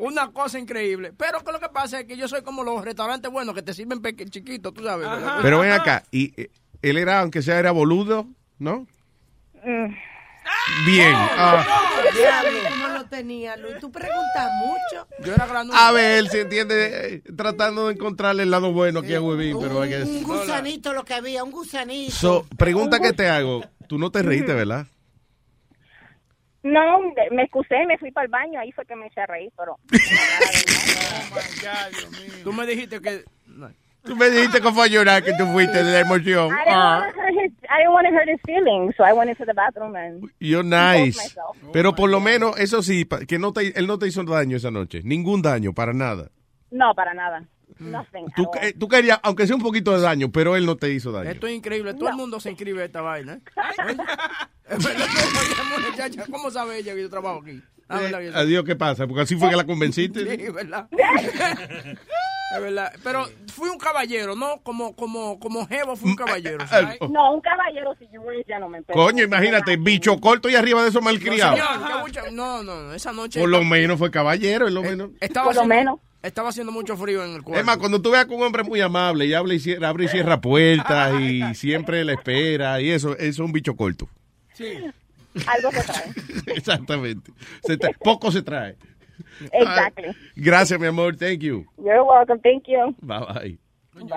una cosa increíble. Pero que lo que pasa es que yo soy como los restaurantes buenos que te sirven peque- chiquitos, tú sabes. Pero ven acá, y eh, él era, aunque sea, era boludo, ¿no? Bien. Ah. ¿Cómo lo tenía, Luis? Tú preguntas mucho. Yo era granulado. A ver, él se entiende eh, tratando de encontrarle el lado bueno aquí a Huevín, pero hay Un que... gusanito lo que había, un gusanito. So, pregunta que te hago. Tú no te reíste, ¿verdad? No, me excusé, me fui para el baño, ahí fue que me eché a reír, pero... Tú me dijiste que... Tú me dijiste que fue a llorar que tú fuiste de la emoción. I didn't Ah, wanna hurt his- I didn't want to hurt his feelings, so I went into the bathroom and... you're nice. Oh Pero por lo menos, eso sí, pa- que no te, él no te hizo daño esa noche. Ningún daño, para nada. No, para nada. Nothing. Tú, eh, tú querías, aunque sea un poquito de daño, pero él no te hizo daño. Esto es increíble, todo el mundo se inscribe a esta vaina. ¿eh? Muchacha, ¿Cómo sabe ella que yo trabajo aquí? Ah, ¿verdad que yo- Adiós, ¿qué pasa? Porque así fue que la convenciste. Sí, ¿verdad? Es verdad. Pero fui un caballero, ¿no? Como, como, como Jevo Mm, fui un caballero. ¿sabes? No, un caballero, si yo were a gentleman. pero- Coño, imagínate, bicho corto y arriba de esos malcriados. No, señor, qué mucha- no, no, no, esa noche. eh, Por lo menos fue caballero, es lo menos. Estaba Por lo haciendo- menos. Estaba haciendo mucho frío en el cuerpo. Es más, cuando tú veas que un hombre es muy amable y habla y cierra, abre y cierra puertas y siempre le espera y eso, eso es un bicho corto. Algo se trae. Exactamente. Se tra- poco se trae. Exactly. Gracias, mi amor. Thank you. You're welcome. Thank you. Bye bye.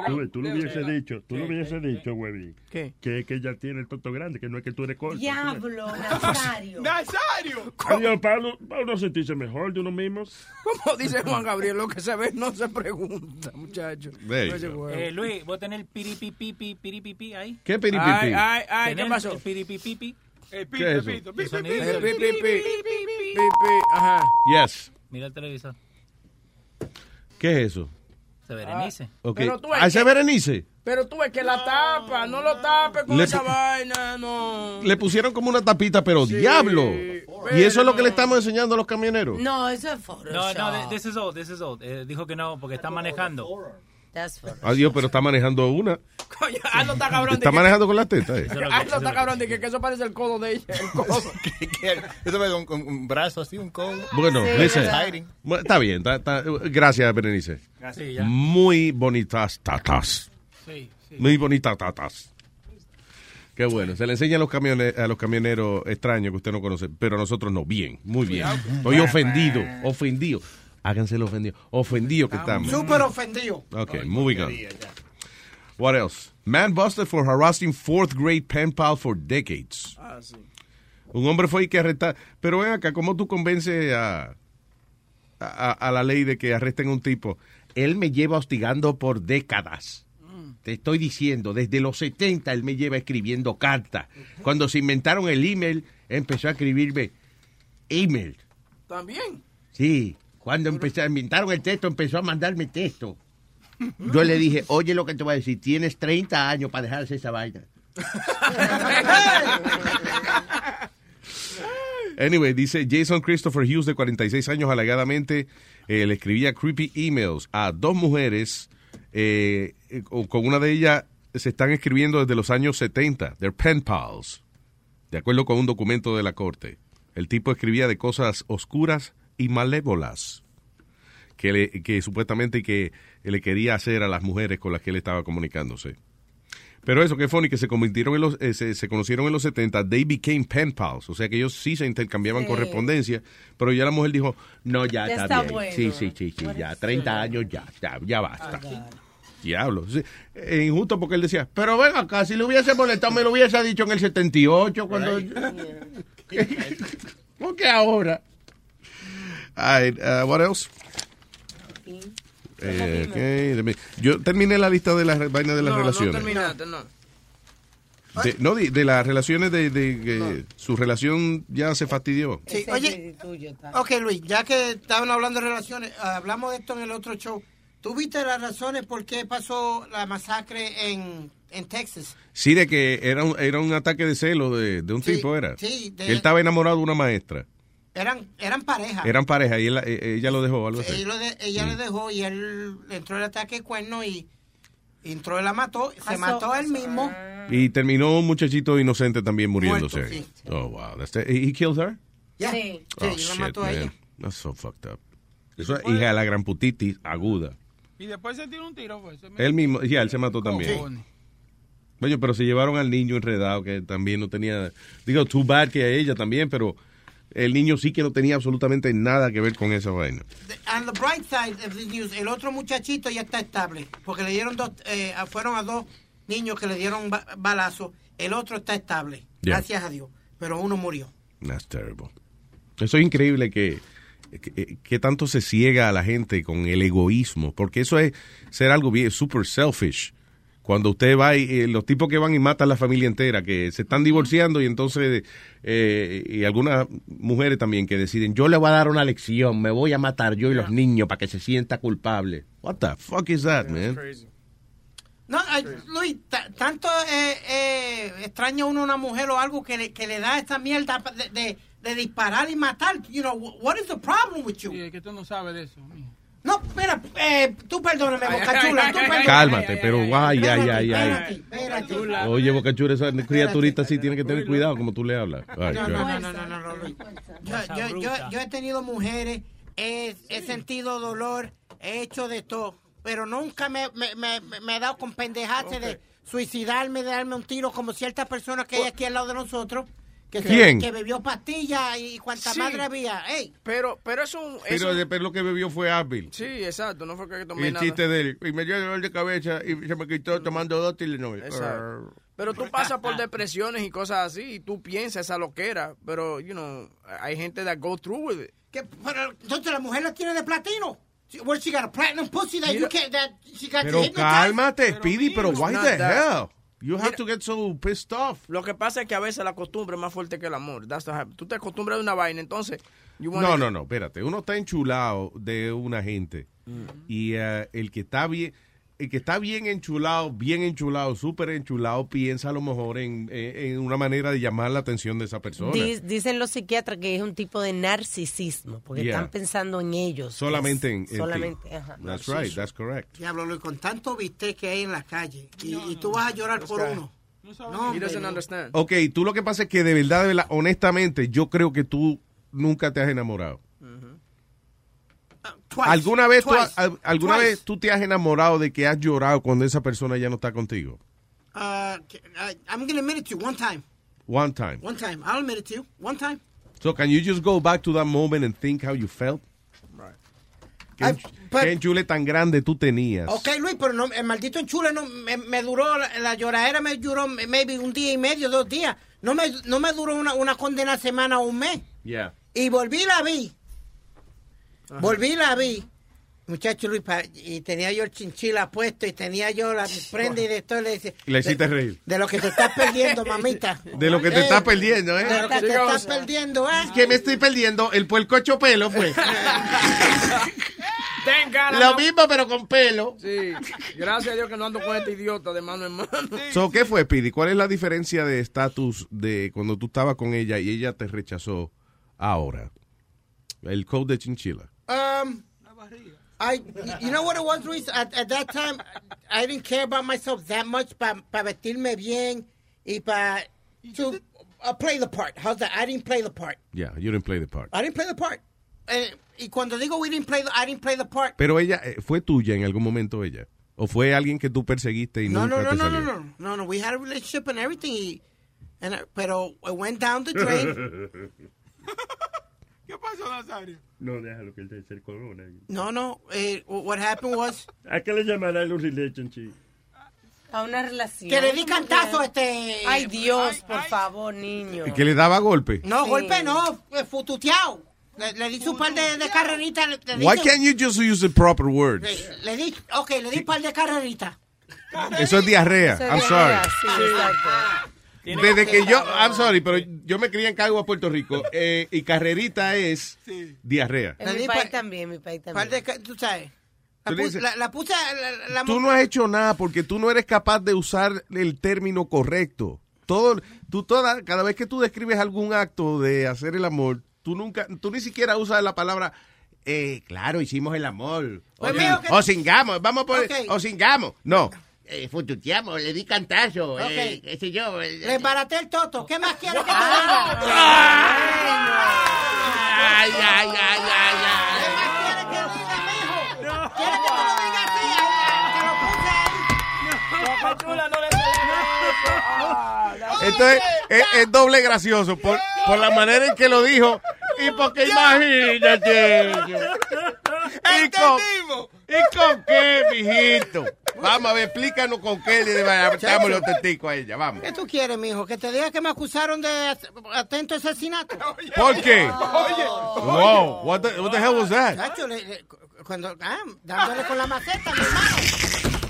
Tú, tú lo hubiese dicho, tú lo hubiese dicho, huevín. ¿Qué? Que es que ella tiene el toto grande, que no es que tú eres corto. Diablo, Nazario. Nazario. Adiós, Pablo. Pablo, sentirse mejor de uno mismo. Como dice Juan Gabriel, lo que se ve no se pregunta, muchacho. There you No se go. juega. Eh, Luis, ¿vos tenés el piripipipi, piripipi ahí? ¿Qué piripipi? Ay, ay, ay, ¿qué ¿Tenés pasó? El piripipipi. El pito, ¿Qué es eso? pito, pito, sonidito. pito, pito, pito, ajá. Yes. Mira el televisor. ¿Qué es eso? Se Berenice. Ok. Pero tú ves ¿Ah, ese que- Berenice? Pero tú ves que la tapa, no lo tapes con Le esa pu- vaina, no. Le pusieron como una tapita, pero diablo. Y eso es lo que le estamos enseñando a los camioneros. No, eso es Photoshop. No, no, th- this is old, this is old. Eh, dijo que no, porque está manejando. That's Photoshop. Adiós, pero está manejando una. Coño, Aldo está cabrón. Está de que- manejando con las tetas. eh. Aldo está cabrón, de que, que eso parece el codo de ella, el codo. Eso es un, un- un brazo así, un codo. Bueno, Sí, listen. ¿verdad? Exciting. Bueno, está bien. está- está- gracias, Berenice. Gracias, ya. Muy bonitas tatas. Sí, Muy bonitas tatas. Qué bueno. Se le enseña a los, camiones, a los camioneros extraños que usted no conoce, pero a nosotros no. Bien, muy bien. Estoy ofendido, ofendido. Háganse los ofendidos. Ofendido que estamos. Súper ofendido. Ok, moving on. What else? Man busted for harassing fourth grade pen pal for decades. Ah, sí. Un hombre fue y que arresta. Pero ven acá, ¿cómo tú convences a, a, a la ley de que arresten a un tipo? Él me lleva hostigando por décadas. Te estoy diciendo, desde los 70 él me lleva escribiendo cartas. Cuando se inventaron el email, empezó a escribirme email. También. Sí, cuando empezó, inventaron el texto, empezó a mandarme texto. Yo le dije, oye lo que te voy a decir, tienes 30 años para dejarse esa vaina. Anyway, dice Jason Christopher Hughes, de 46 años, alegadamente eh, le escribía creepy emails a dos mujeres. eh, eh, con con una de ellas se están escribiendo desde los años 70. They're pen pals. De acuerdo con un documento de la corte. El tipo escribía de cosas oscuras y malévolas que, le- que supuestamente que le quería hacer a las mujeres con las que él estaba comunicándose. Pero eso, que funny, que se convirtieron en los, eh, se, se conocieron en los 70, they became pen pals. O sea que ellos sí se intercambiaban Sí. correspondencia, pero ya la mujer dijo, no, ya, Ya está, está bien. bueno. Sí, sí, sí, sí, ya, 30 años, ya, ya, ya basta. Diablo. Sí, eh, injusto porque él decía, pero ven acá, si le hubiese molestado, me lo hubiese dicho en el 78, cuando... ¿Por qué ahora? All right, uh, what else? Eh, ok, let me- Yo terminé la lista de las re- vainas de las no, relaciones. No terminaste, no. De, no, de, de las relaciones de, de que su relación ya se fastidió. Sí, oye, ok Luis, ya que estaban hablando de relaciones, ah, hablamos de esto en el otro show. ¿Tuviste las razones por qué pasó la masacre en, en Texas? Sí, de que era un, era un ataque de celo de, de un Sí, tipo, era. sí, de- Que Él estaba enamorado de una maestra. Eran, eran pareja. Eran Mm. pareja y él la- e- ella lo dejó, algo así. Él lo de- ella le dejó y él entró el ataque de cuerno y entró y la mató. Se Pasó, mató él Ah. mismo. Y terminó un muchachito inocente también muriéndose. Muerto, sí. Oh, wow. That's the- he killed her? Ya. Oh, Sí, la shit, mató a man. ella. That's so fucked up. Eso es hija de la gran putitis aguda. Y después se tiró un tiro, pues. se me- Él mismo, ya, él se mató también. Cojones. Oye, pero se llevaron al niño enredado, que también no tenía, digo, too bad que a ella también, pero el niño sí que no tenía absolutamente nada que ver con esa vaina. The- On the bright side of the news, el otro muchachito ya está estable, porque le dieron dos, eh, fueron a dos niños que le dieron ba- balazos. El otro está estable, Yeah. gracias a Dios, pero uno murió. That's terrible. Eso es increíble que, que, eh, que tanto se ciega a la gente con el egoísmo, porque eso es ser algo bien, super selfish. Cuando usted va y eh, los tipos que van y matan a la familia entera, que se están divorciando y entonces, eh, y algunas mujeres también que deciden, yo le voy a dar una lección, me voy a matar yo y los niños para que se sienta culpable. What the fuck is that, man? No, ay, Luis, ta- tanto eh, eh, extraña uno a una mujer o algo que le, que le da esta mierda pa- de, de- de disparar y matar. You know, wh- what is the problem with you? Que tú no sabes de eso. mijo. No, espera, eh, tú perdóname, Ay, Boca Chula, tú perdóname. Cálmate, pero guay, ay, ay, Espérate, ay. espérate. Oye, Bocachura, esa criaturita sí tiene que tener cuidado como tú le hablas. Ay, No, yo- no, no, no, no, no, no, Luis. Yo, yo- yo- yo he tenido mujeres, he, he sentido dolor, he hecho de todo, pero nunca me, me, me- me he dado con pendejadas de suicidarme, de darme un tiro como ciertas personas que hay aquí al lado de nosotros, Que se- ¿Quién? que bebió pastillas y cuanta Sí. madre había. ¡Ey! Pero, pero es un. es Pero un- después lo que bebió fue Advil. Sí, exacto, no fue que Y tomé el nada. Mm. chiste de él. Y me dio dolor de cabeza y se me quitó tomando dos Tylenol. Exacto. Pero tú pasas por depresiones y cosas así y tú piensas esa loquera, pero, you know, hay gente that go through with it. Que, pero entonces la mujer la tiene de platino. She- Where she got a platinum pussy that you can't, that she got Pero hypnotized? cálmate, Speedy, pero why not the that. hell? You have to get so pissed off. Lo que pasa es que a veces la costumbre es más fuerte que el amor. That's the hap- tú te acostumbras de una vaina, entonces... you wanna- No, no, no, espérate. Uno está enchulado de una gente. Y eh, el que está bien. El que está bien enchulado, bien enchulado, súper enchulado, piensa a lo mejor en, en- en una manera de llamar la atención de esa persona. Di- dicen los psiquiatras que es un tipo de narcisismo, porque Yeah. están pensando en ellos. Solamente en- en ti. Solamente, ajá. That's right, that's correct. Diablo, Luis, con tanto viste que hay en la calle. Y, y tú vas a llorar por uno. No, He hombre, doesn't no. understand. Ok, tú lo que pasa es que de verdad, de verdad, honestamente, yo creo que tú nunca te has enamorado. Twice, ¿Alguna vez, tú, twice, has- al- alguna twice. vez tú te has enamorado de que has llorado cuando esa persona ya no está contigo? Uh, que- I- I'm going to admit it to you one time. One time. One time. I'll admit it to you. One time. So can you just go back to that moment and think how you felt? ¿Qué, ench- qué enchule tan grande tú tenías? Ok, Luis, pero no, el maldito enchule no, me, me duró, la, la lloradera me duró maybe un día y medio, dos días. No me, no me duró una, una condena semana o un mes. Yeah. Y volví y la vi. Volví y la vi. Muchacho Luis, pa- y tenía yo el chinchila puesto y tenía yo la prenda y de todo. Le dice, Le hiciste reír. de lo que te estás perdiendo, mamita. De lo que te Eh, estás perdiendo, ¿eh? De lo que te estás perdiendo, ¿eh? ¿Qué me estoy perdiendo? El puerco chopelo fue. Tenga la- Lo mismo, pero con pelo. Sí. Gracias a Dios que no ando con este idiota de mano en mano. So, ¿Qué fue, Pidi? ¿Cuál es la diferencia de estatus de cuando tú estabas con ella y ella te rechazó ahora? El code de chinchila. Um, I, you know what it was, Luis? At, at that time, I didn't care about myself that much para pa vestirme bien y para to uh, play the part. How's that? I didn't play the part. Yeah, you didn't play the part. I didn't play the part. Eh, y cuando digo we didn't play, the, I didn't play the part. Pero ella, eh, ¿fue tuya en algún momento ella? ¿O fue alguien que tú perseguiste y No, no, nunca no, te no, no, salió? no, no, no. We had a relationship and everything. Y, and I, pero it went down the drain. ¿Qué pasó, Nazario? No, déjalo que él te el corona. No, no. eh, what happened was ¿A qué le llamará el relationship? A una relación. que le di cantazo este. Ay, Dios, por favor, niño. ¿Que le daba golpe? No, Sí. golpe no, eh, fututeado. Le, le di su par de, de carreritas. Le, le di Why su- can't you just use the proper word? Le, le di, ok, le di un par de carreritas. Eso es diarrea. I'm sorry. Desde que yo, I'm sorry, pero yo me crié en Cagua, Puerto Rico, eh, y carrerita es diarrea. En mi país también, mi país también. tú sabes. La, Tú le pus- dices- la, la puse, la, la- Tú no has hecho nada porque tú no eres capaz de usar el término correcto. Todo, tú toda, cada vez que tú describes algún acto de hacer el amor, tú nunca, tú ni siquiera usas la palabra. Eh, claro, hicimos el amor. Pues o, veo que- o singamos, vamos por, Ok. o singamos. No, Eh, fututeamos, le di cantazo. eh, qué sé yo. Le embaraté el toto. ¿Qué más quieres que te diga? Ay, ay, ay, ay, ay. Entonces, es, es doble gracioso por, por la manera en que lo dijo y porque imagínate. ¿Y con, ¿Y con qué, mijito? Vamos a ver, explícanos con qué le damos los testigos a ella, vamos. ¿Qué tú quieres, mijo? ¿Que te diga que me acusaron de as- atento asesinato? ¿Por qué? Oye. Wow, what the, what the hell was that? Chacho, le- le- cu- cuando, ah, dándole con la maceta, mi hermano.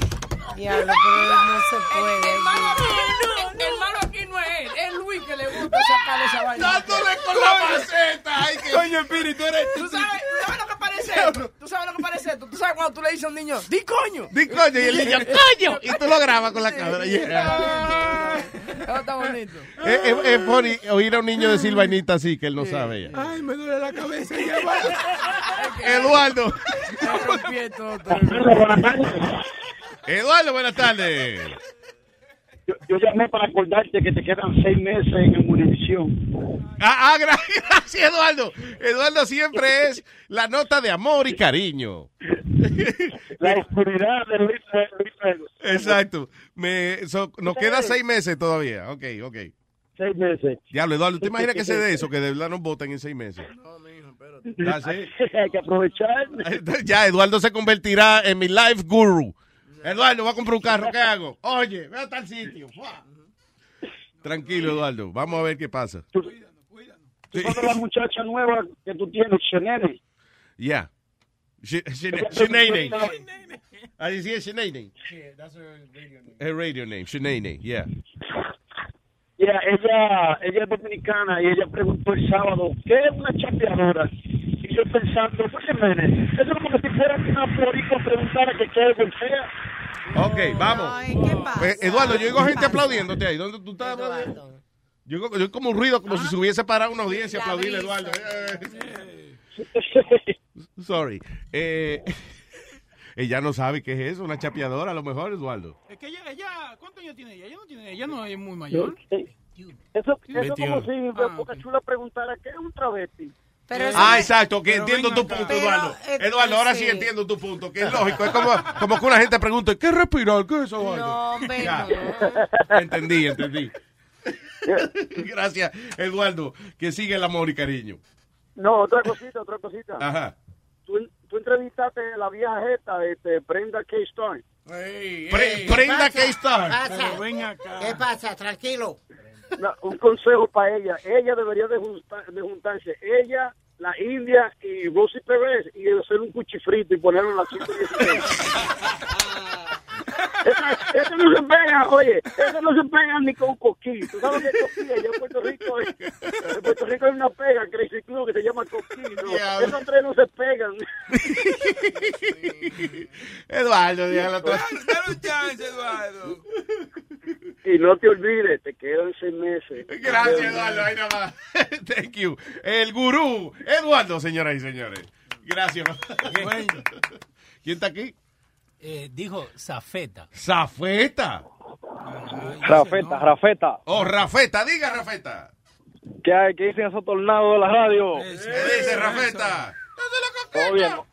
Diablo, pero no se puede. El malo aquí no es él, es Luis que le gusta sacarle esa vaina. Dándole con la maceta, ay, que- Coño, Piri, tú eres. ¿Tú sabes, tú sabes lo que parece esto? ¿Tú sabes lo que parece esto? ¿Tú sabes cuando tú le dices a un niño, di coño? Di coño, y el niño, coño. Y tú lo grabas con la cámara. Ah, Eso está bonito. Es, es, es funny oír a un niño decir vainita así que él no sabe ya. Ay, me duele la cabeza. ya va. Eduardo. Eduardo, buenas tardes. Yo, yo llamé para acordarte que te quedan seis meses en Univisión. Ah, ah, gra- gracias, Eduardo. Eduardo siempre es la nota de amor y cariño. La oscuridad de Luis, Luis Ferguson. Exacto. Me, so- nos queda seis meses todavía. Ok, ok. seis meses. Diablo, Eduardo, ¿te imaginas que se dé eso? Que de verdad nos voten en seis meses. Hay que aprovechar. Ya, Eduardo se convertirá en mi life guru. Eduardo, voy a comprar un carro, ¿qué hago? Oye, ve a tal sitio. ¡fua! Tranquilo, Eduardo, vamos a ver qué pasa. Tú sabes la muchacha nueva que tú tienes, Shenene. Yeah. She- she- Shenanigans. Así sí es Shenanigans. Her radio name, Shenanigans, yeah. Mira, ella, ella es dominicana y ella preguntó el sábado, ¿qué es una chapeadora? Y yo pensando, oye, Jiménez, eso es como que si fuera que una florico preguntara que qué es golfea. Ok, vamos. Eh, Eduardo, yo oigo gente aplaudiéndote ahí. ¿Dónde tú estás aplaudiendo? Yo oigo- yo oigo como un ruido, como si se hubiese parado una audiencia a aplaudirle, Eduardo. Sorry. Eh, ella no sabe qué es eso, una chapeadora a lo mejor, Eduardo. Es que ella, ella, ¿cuántos años tiene ella? Ella no, tiene, ella no es muy mayor. Ah, Eso, eso 21. como si Boca Chula preguntara, ¿qué es un travesti? ah, exacto, que entiendo tu punto, Pero, Eduardo. eh, Eduardo, ahora sí sí. entiendo tu punto, que es lógico. Es como, como que una gente pregunta, ¿qué es respirar? ¿Qué es eso, Eduardo? hombre, Ya. Entendí, entendí. Gracias, Eduardo. Que sigue el amor y cariño. No, otra cosita, otra cosita. Ajá. Tú, tú entrevistaste a la vieja jeta, este, Brenda K. Stone. Prenda que Pero ven acá. ¿Qué Eh, pasa? Tranquilo. No, un consejo para ella. Ella debería de, junta- de juntarse. Ella, la India y Rosy Pérez y hacer un cuchifrito y ponerlo en las 116. Esa- Eso no se pega, oye, eso no se pega ni con coquí. ¿Tú sabes qué es coquí? Allá en Puerto Rico, hay- en Puerto Rico hay una pega, Crazy Club, que se llama coquí. ¿no? Esos tres no se pegan. Eduardo, déjala Y no te olvides, te quedan seis meses. Gracias, Eduardo. Ahí nada más. Thank you. El gurú, Eduardo, señoras y señores. Gracias. ¿Quién está aquí? Eh, dijo Zafeta. Zafeta. Rafeta, Rafeta. Oh, Rafeta, diga Rafeta. ¿Qué, hay, ¿Qué dicen esos tornados de la radio? ¿Qué dice Rafeta? Todo bien. No,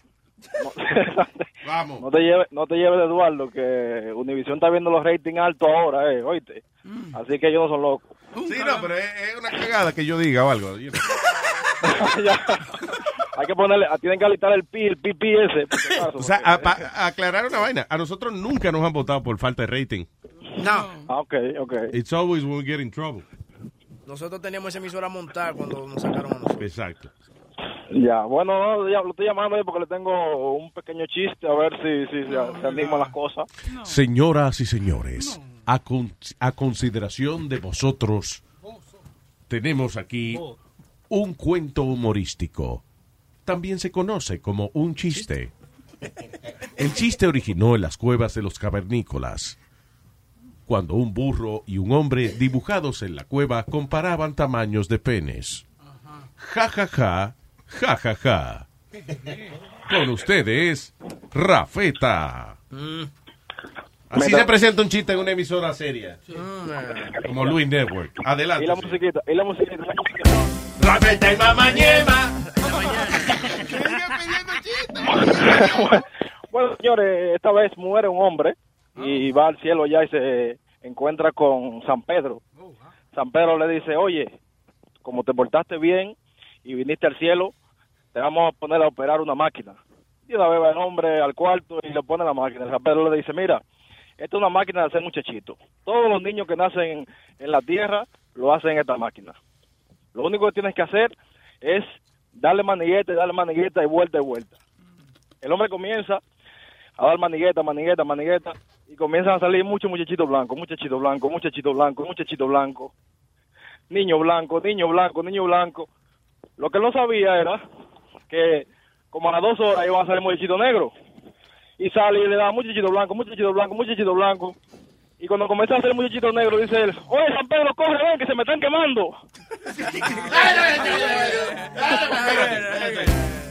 Vamos. No te lleves, no te lleves de Eduardo, que Univision está viendo los ratings altos ahora, eh, oíste. Así que ellos no son locos. Sí, no, pero es, es una cagada que yo diga o algo. you know. Ya. Hay que ponerle, ah, tienen que alistar el PI, el PPS. por si acaso. O sea, a- pa- a aclarar una vaina. A nosotros nunca nos han votado por falta de rating. No. Ah, ok, ok. It's always when we get in trouble. Nosotros teníamos esa emisora montada cuando nos sacaron a nosotros. Exacto. Ya, bueno, no, ya, lo estoy llamando eh, porque le tengo un pequeño chiste, a ver si, si se- se animan las cosas. Señoras y señores, a, con- a consideración de vosotros, tenemos aquí un cuento humorístico. También se conoce como un chiste. El chiste originó en las cuevas de los cavernícolas, cuando un burro y un hombre dibujados en la cueva comparaban tamaños de penes. Ja, ja, ja, ja, ja, ja. Con ustedes, Rafeta. Así se presenta un chiste en una emisora seria. Como Luis Network. Adelante. Y la musiquita, y la musiquita. Rafeta y mamá ñema. bueno, señores, esta vez muere un hombre y va al cielo ya y se encuentra con San Pedro. San Pedro le dice, oye, como te portaste bien y viniste al cielo, te vamos a poner a operar una máquina. Y una vez va el hombre al cuarto y le pone la máquina. San Pedro le dice, mira, esta es una máquina de hacer muchachitos. Todos los niños que nacen en la tierra lo hacen en esta máquina. Lo único que tienes que hacer es darle manigueta y darle manigueta y vuelta y vuelta. El hombre comienza a dar manigueta, manigueta, manigueta y comienzan a salir muchos muchachitos blancos, muchachitos blancos, muchachitos blancos, muchachitos blancos. Niño blanco, niño blanco, niño blanco. Lo que él no sabía era que como a las dos horas iba a salir muchachito negro. Y sale y le da muchachito blanco, muchachito blanco, muchachito blanco. Y cuando comienza a hacer muchachito negro, dice él, oye, San Pedro, corre, ven, que se me están quemando.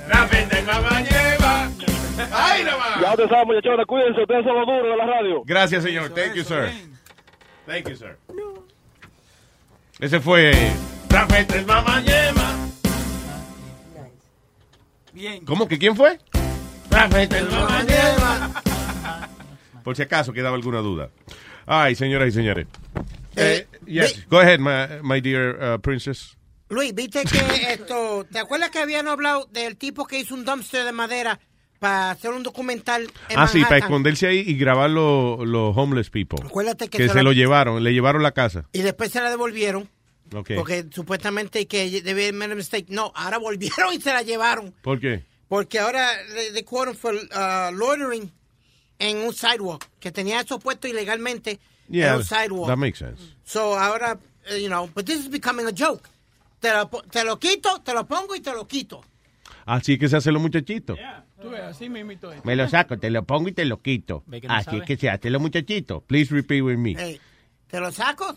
Rafeta y mamá ñema. Ay, no más. Ya te sabes, muchachones, cuídense, ustedes son los duros de la radio. Gracias, señor. Thank you, sir. Thank you, sir. Ese fue Rafeta y mamá ñema. Bien. ¿Cómo que quién fue? Rafeta y mamá Mamá lleva. Por si acaso quedaba alguna duda. Ay, señoras y señores. Eh, Yes. Go ahead, my, my dear uh, princess. Luis, viste que esto, ¿te acuerdas que habían hablado del tipo que hizo un dumpster de madera para hacer un documental? En ah, sí, para Manhattan? esconderse ahí y grabar lo- los homeless people. Acuérdate que que se se la- lo llevaron, le llevaron la casa. Y después se la devolvieron. Ok. Porque supuestamente que debía haber made a mistake. No, ahora volvieron y se la llevaron. ¿Por qué? Porque ahora le decoraron por ah, loitering en un sidewalk. Que tenía eso puesto ilegalmente en Yeah, un sidewalk. that makes sense. So ahora, eh, you know, but this is becoming a joke. Te lo, po- te lo quito, te lo pongo y te lo quito. Así que se hacen los muchachitos. Tú ves, así me imito esto. Me lo saco, te lo pongo y te lo quito. Ve que no Así sabe. que se hace los muchachitos. Please repeat with me. Hey, ¿Te lo saco?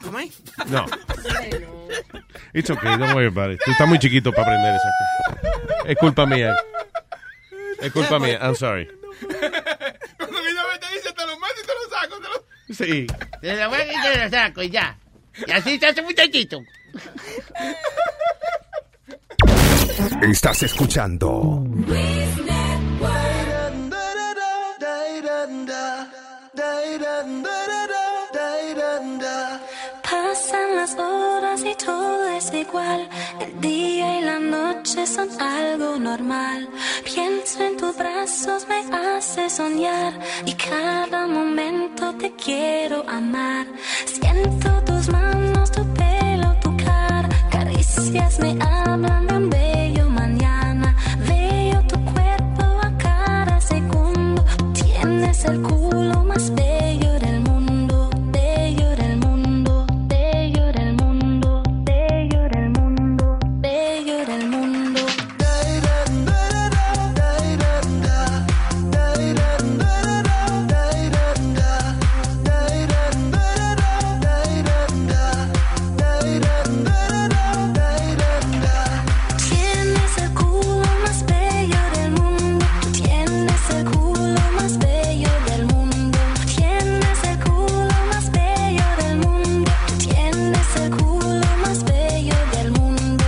¿Cómo es? No. It's okay, don't worry about it. Tú estás muy chiquito para aprender esa cosa. Es culpa mía. Es culpa mía, I'm sorry. Cuando mi novia te dice, te lo mato y te lo saco, te lo... Sí. Te lo mato y te lo saco, y ya. Y así se hace muchachito. Estás escuchando Pasan las horas y todo es igual. El día y la noche son algo normal. Pienso en tus brazos, me hace soñar. Y cada momento te quiero amar. Siento tus manos, tu pelo, tu cara. Caricias me hablan de un bello mañana. Veo tu cuerpo a cada segundo. Tienes el culo más bello del mundo. Bello del mundo. Bello del mundo. Bello del mundo. Bello del mundo. Tienes el culo más bello del mundo. Tienes el culo más bello del mundo. Tienes el culo más bello del mundo. Tienes el culo más bello del mundo.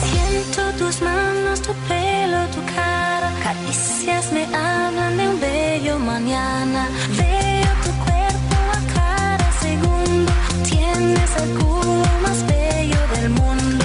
Siento tus manos, tu pelo, tu cara. Caricias me hablan de un bello mañana. Veo tu cuerpo a cada segundo. Tienes el culo más bello del mundo.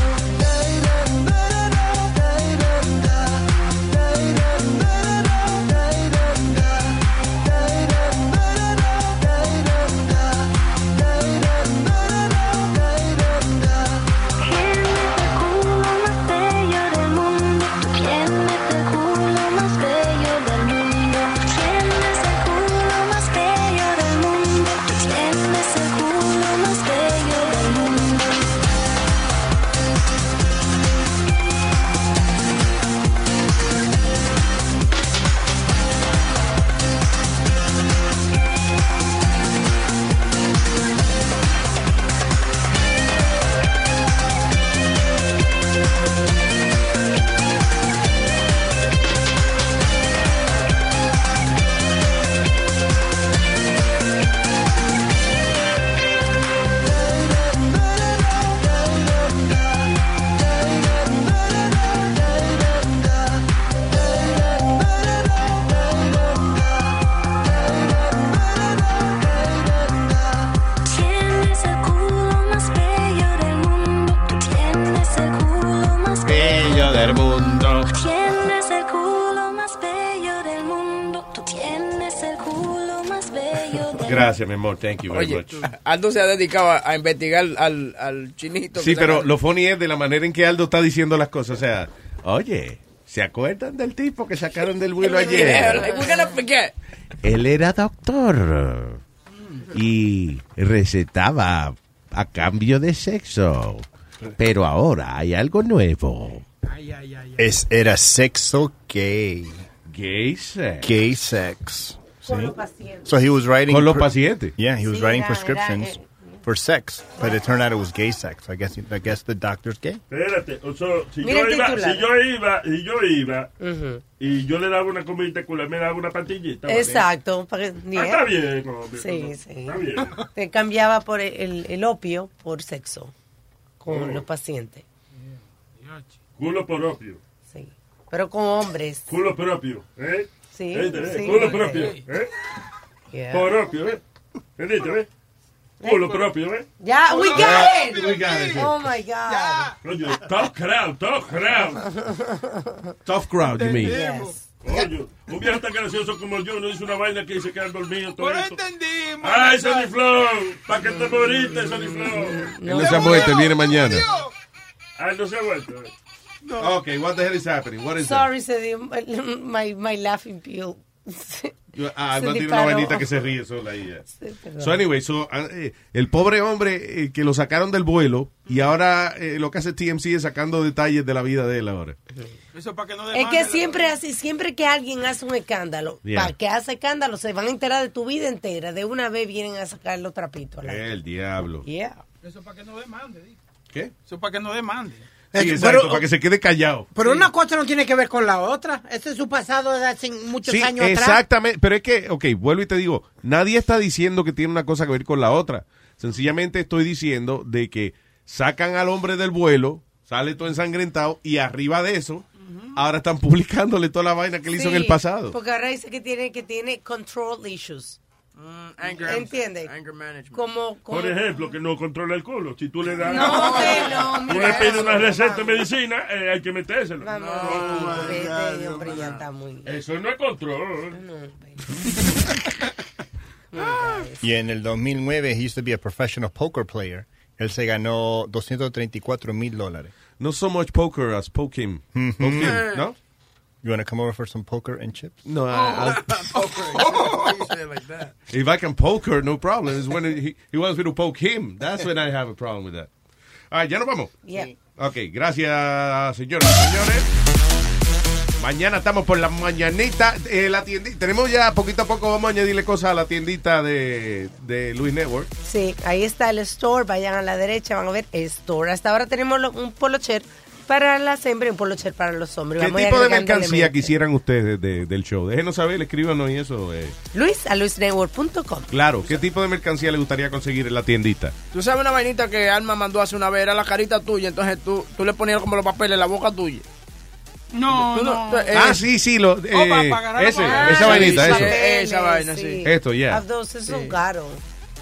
bello del mundo. Tú tienes el culo más bello del mundo. Tienes el culo más bello del mundo. Tú tienes el culo más bello del mundo. Tienes el culo más bello del mundo. Tú tienes el culo más Bello del mundo. Tú tienes el culo más bello del mundo. Tú tienes el culo más bello del mundo. Gracias, mi amor. Thank you very Oye, much. Aldo se ha dedicado a, a investigar al, al chinito. que Sí, se pero llama- lo funny es de la manera en que Aldo está diciendo las cosas. O sea, oye, ¿se acuerdan del tipo que sacaron del vuelo ayer? We're gonna forget. Él era doctor y recetaba a cambio de sexo. Pero ahora hay algo nuevo. Es, era sexo gay. Gay sex. Gay sex. Con Sí. los pacientes. So he was writing Con los pre- pacientes. Yeah, he was Sí, writing era- era, prescriptions. eh, for sex, but it turned out it was gay sex. I guess I guess the doctor's gay. Espérate, o sea, si, Mira yo el iba, titular. si yo iba, si yo iba, y yo le daba una comidita culé, me daba una pastillita. ¿vale? Exacto. para que- Ah, está bien, hombre. Sí, Está sí. bien. Te cambiaba por el, el opio por sexo con Oh. los pacientes. Culo propio. Sí. Pero con hombres. Culo propio, ¿eh? Sí, ¿Viste, eh? sí. Culo propio, ¿eh? Yeah. Propio, ¿eh? ¿Entendiste, eh? Culo propio, ¿eh? Ya, we got Yeah, it. we got it. Oh my God. Coño, tough crowd, tough crowd. Tough crowd, you mean. Entendimos. Coño, un viejo tan gracioso como yo no hizo una vaina que se quedan dormidos todo Pero esto. ¡Ay, Sonny Flow! ¿Para que te moriste, Sonny Flow? Él no se ha muerto, él viene mañana. Ay, no se ha vuelto. Oh, Ok, what the hell is happening? What is Sorry, se dio my, my laughing pill. Se- that? Ah, se no tiene una disparó. vainita que se ríe sola ahí. ya. Sí, perdón. So anyway, so, ah, eh, el pobre hombre eh, que lo sacaron del vuelo y ahora eh, lo que hace TMC es sacando detalles de la vida de él ahora. Eso para que no Es que siempre así, siempre que alguien hace un escándalo, Yeah. para que hace escándalo, se van a enterar de tu vida entera. De una vez vienen a sacar los trapitos. a la- El diablo. Yeah. Eso para que no demande. di. ¿Qué? Eso para que no demande. Sí, Eh, exacto, pero- para que se quede callado. Pero una cosa no tiene que ver con la otra. Ese es su pasado de hace muchos Sí, años atrás. exactamente. Pero es que, ok, vuelvo y te digo, nadie está diciendo que tiene una cosa que ver con la otra. Sencillamente estoy diciendo de que sacan al hombre del vuelo, sale todo ensangrentado y arriba de eso, ahora están publicándole toda la vaina que le hizo en Sí, el pasado. Porque ahora dice que tiene, que tiene control issues. Mm, anger- ¿Entiende? Como, como- Por ejemplo, que no controla el culo. Si tú le das. No, hombre, no, Tú mira le pides eso, una receta de medicina, eh, hay que metérselo. Vamos, No, vete, no, vete, no, hombre, no. ya está muy- Eso no es control. Y en el 2009, he used to be a professional poker player. Él se ganó 234 mil dólares. Mm-hmm. No so much poker as poking. Poking, Mm-hmm. ¿no? You want to come over for some poker and chips? No, Oh, I- I'll- If I can poke her, no problem. It's when he, he wants me to poke him. That's when I have a problem with that. Ah, ya nos vamos. Yeah. Ok, gracias, señoras y señores. Mañana estamos por la mañanita. eh, la tiendita. Tenemos ya poquito a poco, vamos a añadirle cosas a la tiendita de, de Luis Network. Sí, ahí está el store. Vayan a la derecha, van a ver el store. Hasta ahora tenemos lo- un polocher para las hembras y un polocher para los hombres. ¿Qué Vamos a ir tipo de agregando mercancía elementos. quisieran ustedes de- del show? Déjenos saber, escríbanos y eso. eh. Luis a luisnetwork.com. Claro, ¿qué tipo de mercancía les gustaría conseguir en la tiendita? Tú sabes una vainita que Alma mandó hace una vez, era la carita tuya, entonces tú, tú le ponías como los papeles en la boca tuya. No, Tú no. tú- eh, ah, sí, sí, lo, eh, pa- pa' agarrar ese, los papeles. esa vainita, Sí, eso. eh, Esa vaina, sí. Esto, ya. A dos, eso es caro.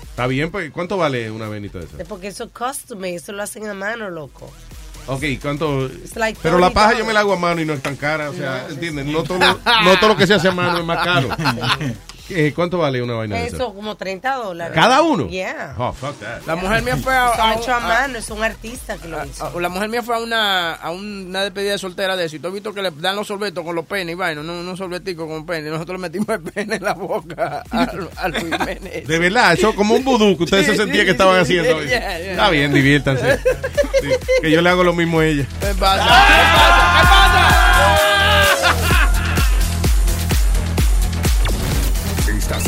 Está bien, pues, ¿cuánto vale una vainita de esa? eh, Porque eso es custom, eso lo hacen a mano, loco. Ok, ¿cuánto? like Pero la paja $30. yo me la hago a mano y no es tan cara, o sea, ¿entienden? No todo, no todo lo que se hace a mano es más caro. Eh, ¿Cuánto vale una vaina de esa? Eso como 30 dólares. ¿Cada uno? Yeah. Oh, fuck that. La mujer mía fue a, Eso a- lo hecho a a- mano, es un artista que lo hizo. a- Ah, la mujer mía fue a una, a una despedida de soltera de eso. Y tú has visto que le dan los sorbetos con los penes y vaina, no, unos sorbeticos con penes. Nosotros le metimos el pene en la boca al, al Luis Menes. De verdad, eso es como un vudú que ustedes se Sí, sentían sí, que estaban sí, haciendo. sí, yeah, yeah. Está bien, diviértanse. Sí, que yo le hago lo Ah. mismo a ella. ¿Qué pasa? ¿Qué pasa? ¿Qué pasa? Estás